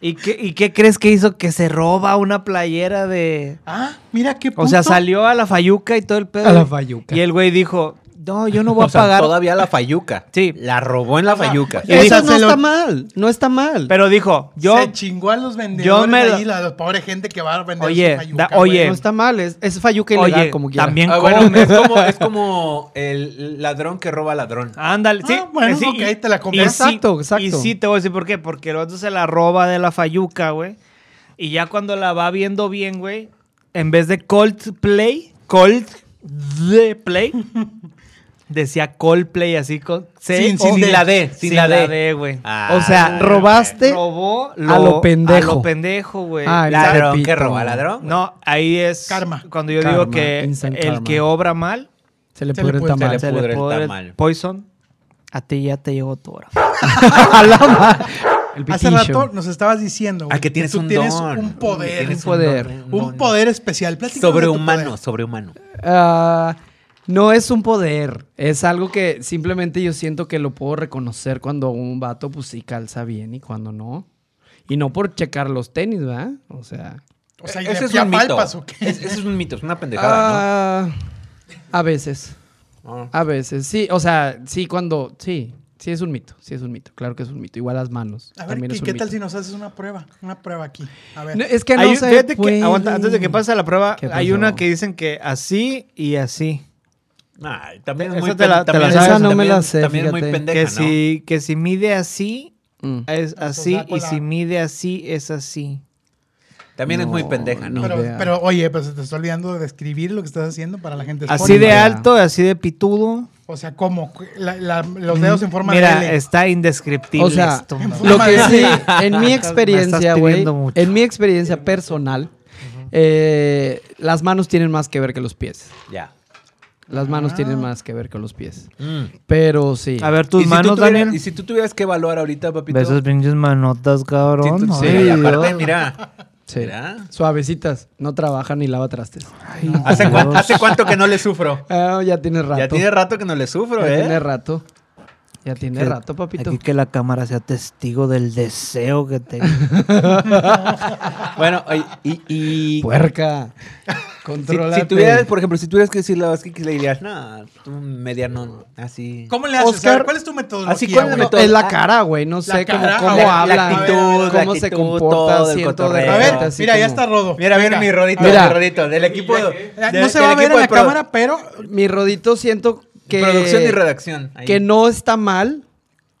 [SPEAKER 6] ¿Y qué, ¿Y qué crees que hizo? Que se roba una playera de...
[SPEAKER 4] Ah, mira qué
[SPEAKER 6] O sea,
[SPEAKER 4] punto.
[SPEAKER 6] salió a la fayuca y todo el pedo.
[SPEAKER 3] A la fayuca.
[SPEAKER 6] Y el güey dijo, no, yo no voy a
[SPEAKER 5] O sea,
[SPEAKER 6] pagar.
[SPEAKER 5] todavía la fayuca.
[SPEAKER 6] Sí.
[SPEAKER 5] La robó en la fayuca.
[SPEAKER 6] Y dijo,
[SPEAKER 3] Eso no
[SPEAKER 4] se lo-
[SPEAKER 3] está mal. No está mal.
[SPEAKER 6] Pero dijo, yo...
[SPEAKER 4] se chingó a los vendedores
[SPEAKER 6] me-
[SPEAKER 4] ahí, la, la pobre gente que va a vender
[SPEAKER 6] Oye,
[SPEAKER 4] su fayuca,
[SPEAKER 6] da- oye,
[SPEAKER 4] güey.
[SPEAKER 3] no está mal. Es, es falluca ilegal,
[SPEAKER 6] Oye,
[SPEAKER 3] como quiera.
[SPEAKER 6] también
[SPEAKER 5] Ah,
[SPEAKER 6] cómo
[SPEAKER 5] bueno, es como, es como el ladrón que roba ladrón.
[SPEAKER 6] Ándale, sí.
[SPEAKER 4] Ah, bueno,
[SPEAKER 6] sí,
[SPEAKER 4] ok, te la compro.
[SPEAKER 6] y sí-
[SPEAKER 3] Exacto, exacto.
[SPEAKER 6] Y sí, te voy a decir por qué. Porque el otro se la roba de la fayuca, güey. Y ya cuando la va viendo bien, güey, en vez de Coldplay, Coldplay, decía Coldplay así con C
[SPEAKER 4] Sin-
[SPEAKER 6] O-
[SPEAKER 4] sin D.
[SPEAKER 6] Sin,
[SPEAKER 5] Sin la D.
[SPEAKER 6] güey.
[SPEAKER 5] Ah,
[SPEAKER 3] o sea, robaste.
[SPEAKER 6] Robó
[SPEAKER 3] lo pendejo.
[SPEAKER 6] A lo pendejo, güey.
[SPEAKER 3] Ah,
[SPEAKER 5] Ladrón
[SPEAKER 3] Repito.
[SPEAKER 5] que roba ladrón. güey.
[SPEAKER 6] no, ahí es
[SPEAKER 4] Karma.
[SPEAKER 6] cuando yo digo
[SPEAKER 3] Karma,
[SPEAKER 6] que
[SPEAKER 3] instant
[SPEAKER 6] el
[SPEAKER 3] karma.
[SPEAKER 6] que obra mal
[SPEAKER 3] Se le
[SPEAKER 4] Se le
[SPEAKER 3] pudre el
[SPEAKER 4] puede- se
[SPEAKER 3] tamal.
[SPEAKER 5] le- pudre el
[SPEAKER 6] pudre
[SPEAKER 5] tamal.
[SPEAKER 6] Poison, a ti ya te llegó tu hora.
[SPEAKER 3] A la ma- El
[SPEAKER 4] Hace
[SPEAKER 3] pitillo.
[SPEAKER 4] rato nos estabas diciendo, güey,
[SPEAKER 5] Ah, que tienes
[SPEAKER 4] tú
[SPEAKER 5] un
[SPEAKER 4] tienes
[SPEAKER 5] don.
[SPEAKER 4] un poder,
[SPEAKER 5] Tienes
[SPEAKER 3] un poder.
[SPEAKER 5] don,
[SPEAKER 4] un
[SPEAKER 5] don.
[SPEAKER 4] poder especial. Platícanos de tu
[SPEAKER 5] Sobrehumano,
[SPEAKER 4] poder.
[SPEAKER 5] sobrehumano.
[SPEAKER 3] Ah, no es un poder. Es algo que simplemente yo siento que lo puedo reconocer cuando un vato, pues sí calza bien y cuando no. Y no por checar los tenis, ¿verdad? O sea.
[SPEAKER 4] O sea,
[SPEAKER 5] Ese
[SPEAKER 4] ya,
[SPEAKER 5] es
[SPEAKER 4] ya
[SPEAKER 5] un mito.
[SPEAKER 4] palpas, ¿o qué?
[SPEAKER 5] Es- ese es un mito, es una pendejada,
[SPEAKER 3] Ah, A veces.
[SPEAKER 5] ¿no? Ah.
[SPEAKER 3] A veces. Sí, o sea, sí, cuando. Sí, sí es un mito. Sí es un mito. Claro que es un mito. Igual las manos.
[SPEAKER 4] A ver,
[SPEAKER 3] también
[SPEAKER 4] ¿y
[SPEAKER 3] es un
[SPEAKER 4] qué tal
[SPEAKER 3] mito.
[SPEAKER 4] si nos haces una prueba? Una prueba aquí. A ver.
[SPEAKER 3] No, eh, es que no pues, mm.
[SPEAKER 6] Hay un-
[SPEAKER 3] se
[SPEAKER 6] fíjate que,
[SPEAKER 3] puede.
[SPEAKER 6] aguanta, antes de que pase a la prueba,
[SPEAKER 3] ¿Qué
[SPEAKER 6] hay
[SPEAKER 3] pasó?
[SPEAKER 6] una que dicen que así y así.
[SPEAKER 5] Ay, también es
[SPEAKER 6] Esa
[SPEAKER 5] muy
[SPEAKER 6] te la-
[SPEAKER 5] pen-
[SPEAKER 6] te la
[SPEAKER 5] también-
[SPEAKER 3] sabes. Esa no me
[SPEAKER 5] también-
[SPEAKER 3] la sé,
[SPEAKER 5] También es muy
[SPEAKER 3] fíjate.
[SPEAKER 5] pendeja,
[SPEAKER 6] que
[SPEAKER 5] ¿no?
[SPEAKER 6] si que si mide así
[SPEAKER 3] Mm.
[SPEAKER 6] es así
[SPEAKER 4] saco
[SPEAKER 6] y
[SPEAKER 4] la-
[SPEAKER 6] si mide así es así.
[SPEAKER 5] También es muy
[SPEAKER 3] No,
[SPEAKER 5] pendeja,
[SPEAKER 3] no.
[SPEAKER 5] ¿no?
[SPEAKER 4] pero,
[SPEAKER 3] idea.
[SPEAKER 4] pero, oye, pues te estás olvidando de describir lo que estás haciendo para la gente. de
[SPEAKER 6] Así
[SPEAKER 4] Spotify.
[SPEAKER 6] de
[SPEAKER 3] Mira.
[SPEAKER 6] alto, así de pitudo.
[SPEAKER 4] O sea, ¿cómo? La- la- los dedos en forma
[SPEAKER 6] Mm, Mira,
[SPEAKER 4] de L.
[SPEAKER 6] está indescriptible
[SPEAKER 3] O sea,
[SPEAKER 6] esto.
[SPEAKER 3] Lo que
[SPEAKER 4] Madre.
[SPEAKER 3] sí, en mi
[SPEAKER 6] Me estás
[SPEAKER 3] experiencia, güey,
[SPEAKER 6] pidiendo mucho.
[SPEAKER 3] en mi experiencia personal, eh, las manos tienen más que ver que los pies.
[SPEAKER 5] Ya.
[SPEAKER 3] Las manos tienen más que ver que los pies.
[SPEAKER 5] Mm.
[SPEAKER 3] Pero sí.
[SPEAKER 6] A ver
[SPEAKER 5] ¿Y
[SPEAKER 6] tus
[SPEAKER 5] si tú
[SPEAKER 6] manos,
[SPEAKER 5] tuvieras-
[SPEAKER 6] Daniel.
[SPEAKER 5] Y si tú tuvieras que evaluar ahorita, papito.
[SPEAKER 6] Ve esas pinches manotas,
[SPEAKER 5] si
[SPEAKER 6] cabrón.
[SPEAKER 5] tú- sí,
[SPEAKER 6] Ay,
[SPEAKER 5] y aparte,
[SPEAKER 6] Dios.
[SPEAKER 5] mira.
[SPEAKER 3] sí.
[SPEAKER 5] mira.
[SPEAKER 3] Suavecitas, no trabajan ni lava trastes.
[SPEAKER 6] Ay,
[SPEAKER 5] ¿Hace, cuan-
[SPEAKER 6] Dios.
[SPEAKER 5] hace cuánto que no le sufro?
[SPEAKER 3] Ah, ya tiene rato.
[SPEAKER 5] Ya tiene rato que no le sufro,
[SPEAKER 3] Ya
[SPEAKER 5] ¿eh?
[SPEAKER 3] tiene rato. Ya tiene
[SPEAKER 6] Que-
[SPEAKER 3] rato, papito.
[SPEAKER 6] Aquí que la cámara sea testigo del deseo que te. Si-
[SPEAKER 5] Bueno, oye, y, y
[SPEAKER 3] Puerca.
[SPEAKER 5] si,
[SPEAKER 3] Controla.
[SPEAKER 5] si tuvieras, por ejemplo, si tuvieras que decirle a Oski que le dirías, no, tú mediano, así.
[SPEAKER 4] ¿Cómo le haces? A
[SPEAKER 3] Oscar-
[SPEAKER 4] ver, ¿Cuál es tu metodología?
[SPEAKER 5] Así, ¿cuál es la Ah,
[SPEAKER 4] güey?
[SPEAKER 5] todo-
[SPEAKER 3] es la cara, güey. No sé cómo,
[SPEAKER 4] cara,
[SPEAKER 3] cómo
[SPEAKER 4] la- la
[SPEAKER 3] habla,
[SPEAKER 5] actitud, la
[SPEAKER 3] cómo se
[SPEAKER 5] actitud,
[SPEAKER 3] comporta.
[SPEAKER 5] todo el
[SPEAKER 3] siento de
[SPEAKER 5] cotorreo.
[SPEAKER 4] A ver,
[SPEAKER 3] repente así
[SPEAKER 4] mira, ya
[SPEAKER 3] como-
[SPEAKER 4] está Rodo.
[SPEAKER 5] Mira, mira, mi rodito,
[SPEAKER 3] Mira.
[SPEAKER 5] mi rodito, del equipo.
[SPEAKER 4] Ah,
[SPEAKER 5] de-
[SPEAKER 4] no se
[SPEAKER 5] del
[SPEAKER 4] va a ver en
[SPEAKER 5] equipo de
[SPEAKER 4] la
[SPEAKER 5] produ-
[SPEAKER 4] cámara, pero
[SPEAKER 3] Mi rodito siento que.
[SPEAKER 5] Producción y redacción. ahí.
[SPEAKER 3] que no está mal,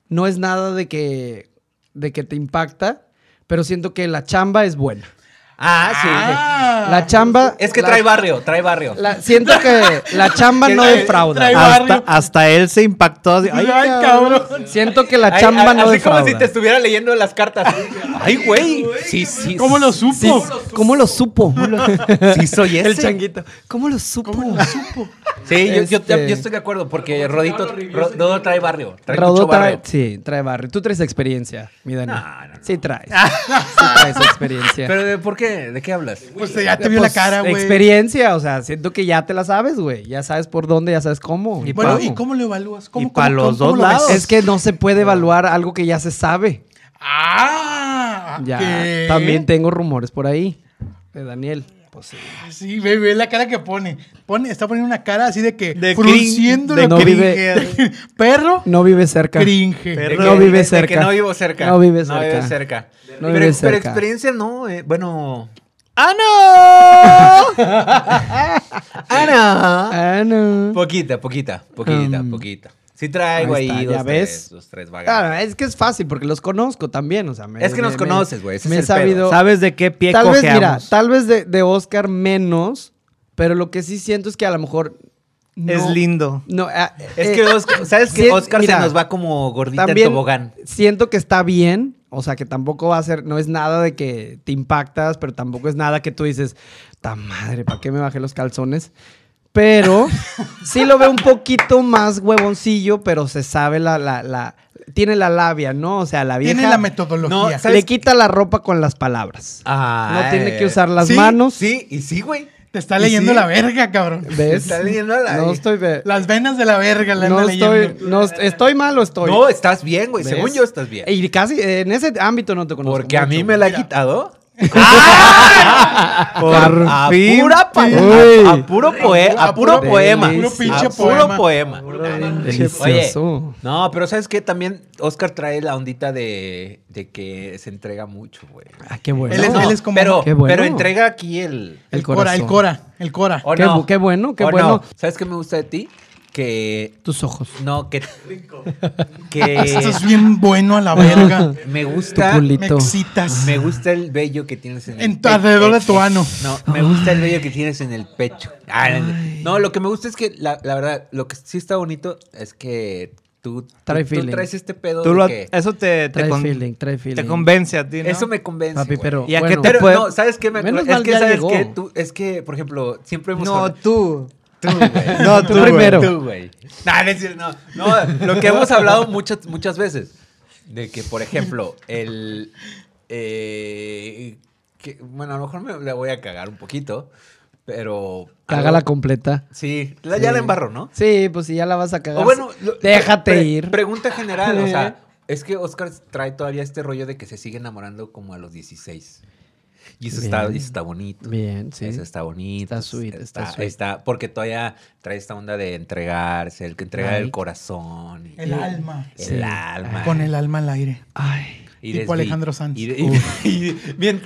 [SPEAKER 3] no es nada de que, de que te impacta, pero siento que la chamba es buena.
[SPEAKER 5] Ah, sí.
[SPEAKER 3] la chamba...
[SPEAKER 5] Es que
[SPEAKER 3] la-
[SPEAKER 5] trae barrio, trae barrio.
[SPEAKER 3] la- siento que la chamba no defrauda.
[SPEAKER 4] trae-
[SPEAKER 6] hasta,
[SPEAKER 4] barrio.
[SPEAKER 6] hasta él se impactó. así,
[SPEAKER 4] Ay,
[SPEAKER 6] Ay,
[SPEAKER 4] cabrón.
[SPEAKER 3] Siento que la
[SPEAKER 5] Ay,
[SPEAKER 3] chamba
[SPEAKER 5] a-
[SPEAKER 3] no
[SPEAKER 5] así como
[SPEAKER 3] defrauda.
[SPEAKER 5] si te estuviera leyendo las cartas. Ay, güey. Sí, sí.
[SPEAKER 4] ¿Cómo lo supo?
[SPEAKER 3] Sí, ¿Cómo lo supo?
[SPEAKER 5] Sí, soy ese.
[SPEAKER 3] El changuito. ¿Cómo lo supo?
[SPEAKER 4] ¿Cómo lo supo?
[SPEAKER 5] Sí, yo, yo-
[SPEAKER 3] Este-
[SPEAKER 5] yo estoy de acuerdo porque Rodito, Ro- Rodo trae barrio. Trae
[SPEAKER 3] Rodo
[SPEAKER 5] mucho
[SPEAKER 3] trae,
[SPEAKER 5] barrio.
[SPEAKER 3] sí, trae barrio. Tú traes experiencia, mi Dani.
[SPEAKER 5] No, no, no.
[SPEAKER 3] Sí traes. sí traes experiencia.
[SPEAKER 5] Pero ¿de por qué? ¿De qué hablas?
[SPEAKER 4] Pues ya te vio la
[SPEAKER 3] Pues,
[SPEAKER 4] cara, güey.
[SPEAKER 3] Experiencia, o sea, siento que ya te la sabes, güey. Ya sabes por dónde, ya sabes cómo.
[SPEAKER 6] Y
[SPEAKER 4] Bueno,
[SPEAKER 6] pa-
[SPEAKER 4] ¿y cómo lo evalúas? ¿Cómo,
[SPEAKER 6] Y pa'
[SPEAKER 4] cómo-
[SPEAKER 6] los
[SPEAKER 4] cómo
[SPEAKER 6] dos
[SPEAKER 4] lo ves?
[SPEAKER 6] lados.
[SPEAKER 3] Es que no se puede evaluar algo que ya se sabe.
[SPEAKER 4] Ah,
[SPEAKER 3] Ya.
[SPEAKER 4] ¿qué?
[SPEAKER 3] También tengo rumores por ahí. De Daniel.
[SPEAKER 4] Sí, ve, ve la cara que pone. pone. Está poniendo una cara así de que.
[SPEAKER 6] De
[SPEAKER 4] frunciendo
[SPEAKER 3] crin-
[SPEAKER 4] lo
[SPEAKER 3] de
[SPEAKER 4] que
[SPEAKER 3] cringe.
[SPEAKER 4] dije. Perro,
[SPEAKER 3] No vive cerca.
[SPEAKER 4] cringe.
[SPEAKER 5] De
[SPEAKER 3] Perro.
[SPEAKER 5] que-
[SPEAKER 3] No vive
[SPEAKER 5] de que
[SPEAKER 3] cerca.
[SPEAKER 5] no vivo cerca.
[SPEAKER 3] No vive cerca.
[SPEAKER 5] cerca.
[SPEAKER 3] No
[SPEAKER 5] pero,
[SPEAKER 3] vive
[SPEAKER 5] pero
[SPEAKER 3] cerca.
[SPEAKER 5] experiencia no. eh, bueno.
[SPEAKER 6] ¡Ah, no!
[SPEAKER 5] Ana.
[SPEAKER 3] Ah, no.
[SPEAKER 5] Poquita, poquita, poquita,
[SPEAKER 3] Um,
[SPEAKER 5] poquita. Sí traigo
[SPEAKER 3] ahí
[SPEAKER 5] ahí,
[SPEAKER 3] está,
[SPEAKER 5] dos,
[SPEAKER 3] ya
[SPEAKER 5] tres,
[SPEAKER 3] ves.
[SPEAKER 5] dos, tres
[SPEAKER 3] Ah,
[SPEAKER 5] vagas.
[SPEAKER 3] es que es fácil porque los conozco también. O sea, me-
[SPEAKER 5] Es que nos
[SPEAKER 3] me-
[SPEAKER 5] conoces, güey, ese
[SPEAKER 3] Me he
[SPEAKER 5] es el pedo.
[SPEAKER 3] sabido.
[SPEAKER 6] ¿Sabes de qué pie
[SPEAKER 3] Tal vez, mira,
[SPEAKER 6] cojeamos?
[SPEAKER 3] tal vez de, de Oscar menos, pero lo que sí siento es que a lo mejor
[SPEAKER 6] Es lindo.
[SPEAKER 3] No, ah,
[SPEAKER 5] Es
[SPEAKER 3] eh,
[SPEAKER 5] que Oscar, ¿sabes que
[SPEAKER 3] sí,
[SPEAKER 5] Oscar
[SPEAKER 3] mira,
[SPEAKER 5] se nos va como gordita en
[SPEAKER 3] también
[SPEAKER 5] tobogán.
[SPEAKER 3] siento que está bien. O sea, que tampoco va a ser, no es nada de que te impactas, pero tampoco es nada que tú dices, ta madre, ¿para qué me bajé los calzones? Pero sí lo veo un poquito más huevoncillo, pero se sabe la, la, la- tiene la labia, ¿no? O sea, la vieja
[SPEAKER 4] Tiene la metodología.
[SPEAKER 5] No, ¿sabes? Ah, eh.
[SPEAKER 3] le quita la ropa con las palabras. no tiene que usar las
[SPEAKER 4] sí,
[SPEAKER 3] manos.
[SPEAKER 5] Sí, y sí, güey.
[SPEAKER 4] Te está leyendo
[SPEAKER 5] Sí.
[SPEAKER 4] la verga, cabrón.
[SPEAKER 3] ¿Ves?
[SPEAKER 5] Está leyendo la-
[SPEAKER 3] No estoy... ve-
[SPEAKER 4] Las venas de la verga la
[SPEAKER 3] no
[SPEAKER 4] anda
[SPEAKER 3] estoy,
[SPEAKER 4] leyendo.
[SPEAKER 3] no est- estoy mal o estoy.
[SPEAKER 5] No, estás bien, güey.
[SPEAKER 3] ¿Ves?
[SPEAKER 5] Según yo, estás bien.
[SPEAKER 3] Y casi eh, en ese ámbito no te conozco.
[SPEAKER 5] Porque a
[SPEAKER 3] mucho,
[SPEAKER 5] mí
[SPEAKER 3] güey.
[SPEAKER 5] me la he quitado.
[SPEAKER 6] Por
[SPEAKER 5] a,
[SPEAKER 6] fin.
[SPEAKER 5] pura pa-
[SPEAKER 3] Uy.
[SPEAKER 5] a, a puro poe- a puro
[SPEAKER 3] puro-
[SPEAKER 5] poema.
[SPEAKER 3] puro
[SPEAKER 4] pinche
[SPEAKER 5] a puro
[SPEAKER 4] poema.
[SPEAKER 5] poema. Oye,
[SPEAKER 3] Delicioso.
[SPEAKER 5] no, pero ¿sabes qué? También Oscar trae la ondita de, de que se entrega mucho, güey.
[SPEAKER 3] Ah, qué bueno.
[SPEAKER 4] Él es-
[SPEAKER 5] No,
[SPEAKER 4] él es como-
[SPEAKER 5] pero,
[SPEAKER 3] Qué bueno.
[SPEAKER 5] pero entrega aquí el...
[SPEAKER 3] el
[SPEAKER 4] El Cora, el
[SPEAKER 3] corazón.
[SPEAKER 4] Cora, el Cora.
[SPEAKER 5] ¿o
[SPEAKER 3] Qué
[SPEAKER 5] no?
[SPEAKER 3] bu- qué bueno, qué
[SPEAKER 5] ¿O no?
[SPEAKER 3] bueno.
[SPEAKER 5] ¿Sabes qué me gusta de ti? Que...
[SPEAKER 3] Tus ojos.
[SPEAKER 5] No, que... que
[SPEAKER 4] Esto es Ah, bien bueno a la verga.
[SPEAKER 5] me gusta...
[SPEAKER 3] Tu culito.
[SPEAKER 4] Me excitas.
[SPEAKER 5] Me gusta el vello que tienes en el
[SPEAKER 4] En tu- alrededor de tu ano.
[SPEAKER 5] No, me gusta el vello que tienes en el pecho. Ah, no, lo que me gusta es que, la, la verdad, lo que sí está bonito es que tú,
[SPEAKER 3] Trae
[SPEAKER 5] tú- tú
[SPEAKER 3] feeling.
[SPEAKER 5] traes este pedo
[SPEAKER 6] Tú
[SPEAKER 5] de
[SPEAKER 6] lo-
[SPEAKER 5] que-
[SPEAKER 6] eso te, te,
[SPEAKER 3] Trae
[SPEAKER 6] con-
[SPEAKER 3] feeling, trae feeling.
[SPEAKER 6] te convence a ti, ¿no?
[SPEAKER 5] Eso me convence.
[SPEAKER 3] Papi,
[SPEAKER 5] güey.
[SPEAKER 3] pero.
[SPEAKER 6] ¿Y a qué
[SPEAKER 3] bueno,
[SPEAKER 6] te-
[SPEAKER 5] Pero,
[SPEAKER 6] Pues-
[SPEAKER 5] no, ¿sabes qué? Me
[SPEAKER 3] Menos
[SPEAKER 5] acuerdo?
[SPEAKER 3] mal
[SPEAKER 5] Es que,
[SPEAKER 3] ya
[SPEAKER 5] ¿sabes
[SPEAKER 3] llegó.
[SPEAKER 5] qué? Tú- es que, por ejemplo, siempre hemos...
[SPEAKER 6] No,
[SPEAKER 5] hablado-
[SPEAKER 6] tú.
[SPEAKER 5] Tú, güey.
[SPEAKER 6] No, tú,
[SPEAKER 5] Tú, güey.
[SPEAKER 3] primero.
[SPEAKER 5] Tú, güey. No, no es cierto, no. No, lo que hemos hablado muchas, muchas veces. De que, por ejemplo, el. eh, que- bueno, a lo mejor me la voy a cagar un poquito, pero.
[SPEAKER 3] Cágala
[SPEAKER 5] algo-
[SPEAKER 3] completa.
[SPEAKER 5] Sí, la- ya la
[SPEAKER 3] Sí.
[SPEAKER 5] embarro, ¿no?
[SPEAKER 3] Sí, pues si ya la vas a cagar.
[SPEAKER 5] O bueno, lo-
[SPEAKER 3] déjate
[SPEAKER 5] pre-
[SPEAKER 3] ir.
[SPEAKER 5] Pregunta general, o sea, es que Oscar trae todavía este rollo de que se sigue enamorando como a los 16. Y eso, está,
[SPEAKER 3] Bien.
[SPEAKER 5] eso está bonito.
[SPEAKER 3] Bien, sí.
[SPEAKER 5] Eso está bonito.
[SPEAKER 3] Está sweet, está sweet.
[SPEAKER 5] porque todavía trae esta onda de entregarse, el que entrega el
[SPEAKER 3] Like.
[SPEAKER 5] corazón. y-
[SPEAKER 4] El alma.
[SPEAKER 5] el
[SPEAKER 3] Sí.
[SPEAKER 5] alma.
[SPEAKER 4] Con el alma al aire.
[SPEAKER 3] Ay.
[SPEAKER 5] desvi-
[SPEAKER 4] tipo Alejandro Sanz.
[SPEAKER 5] y de- y- y mien-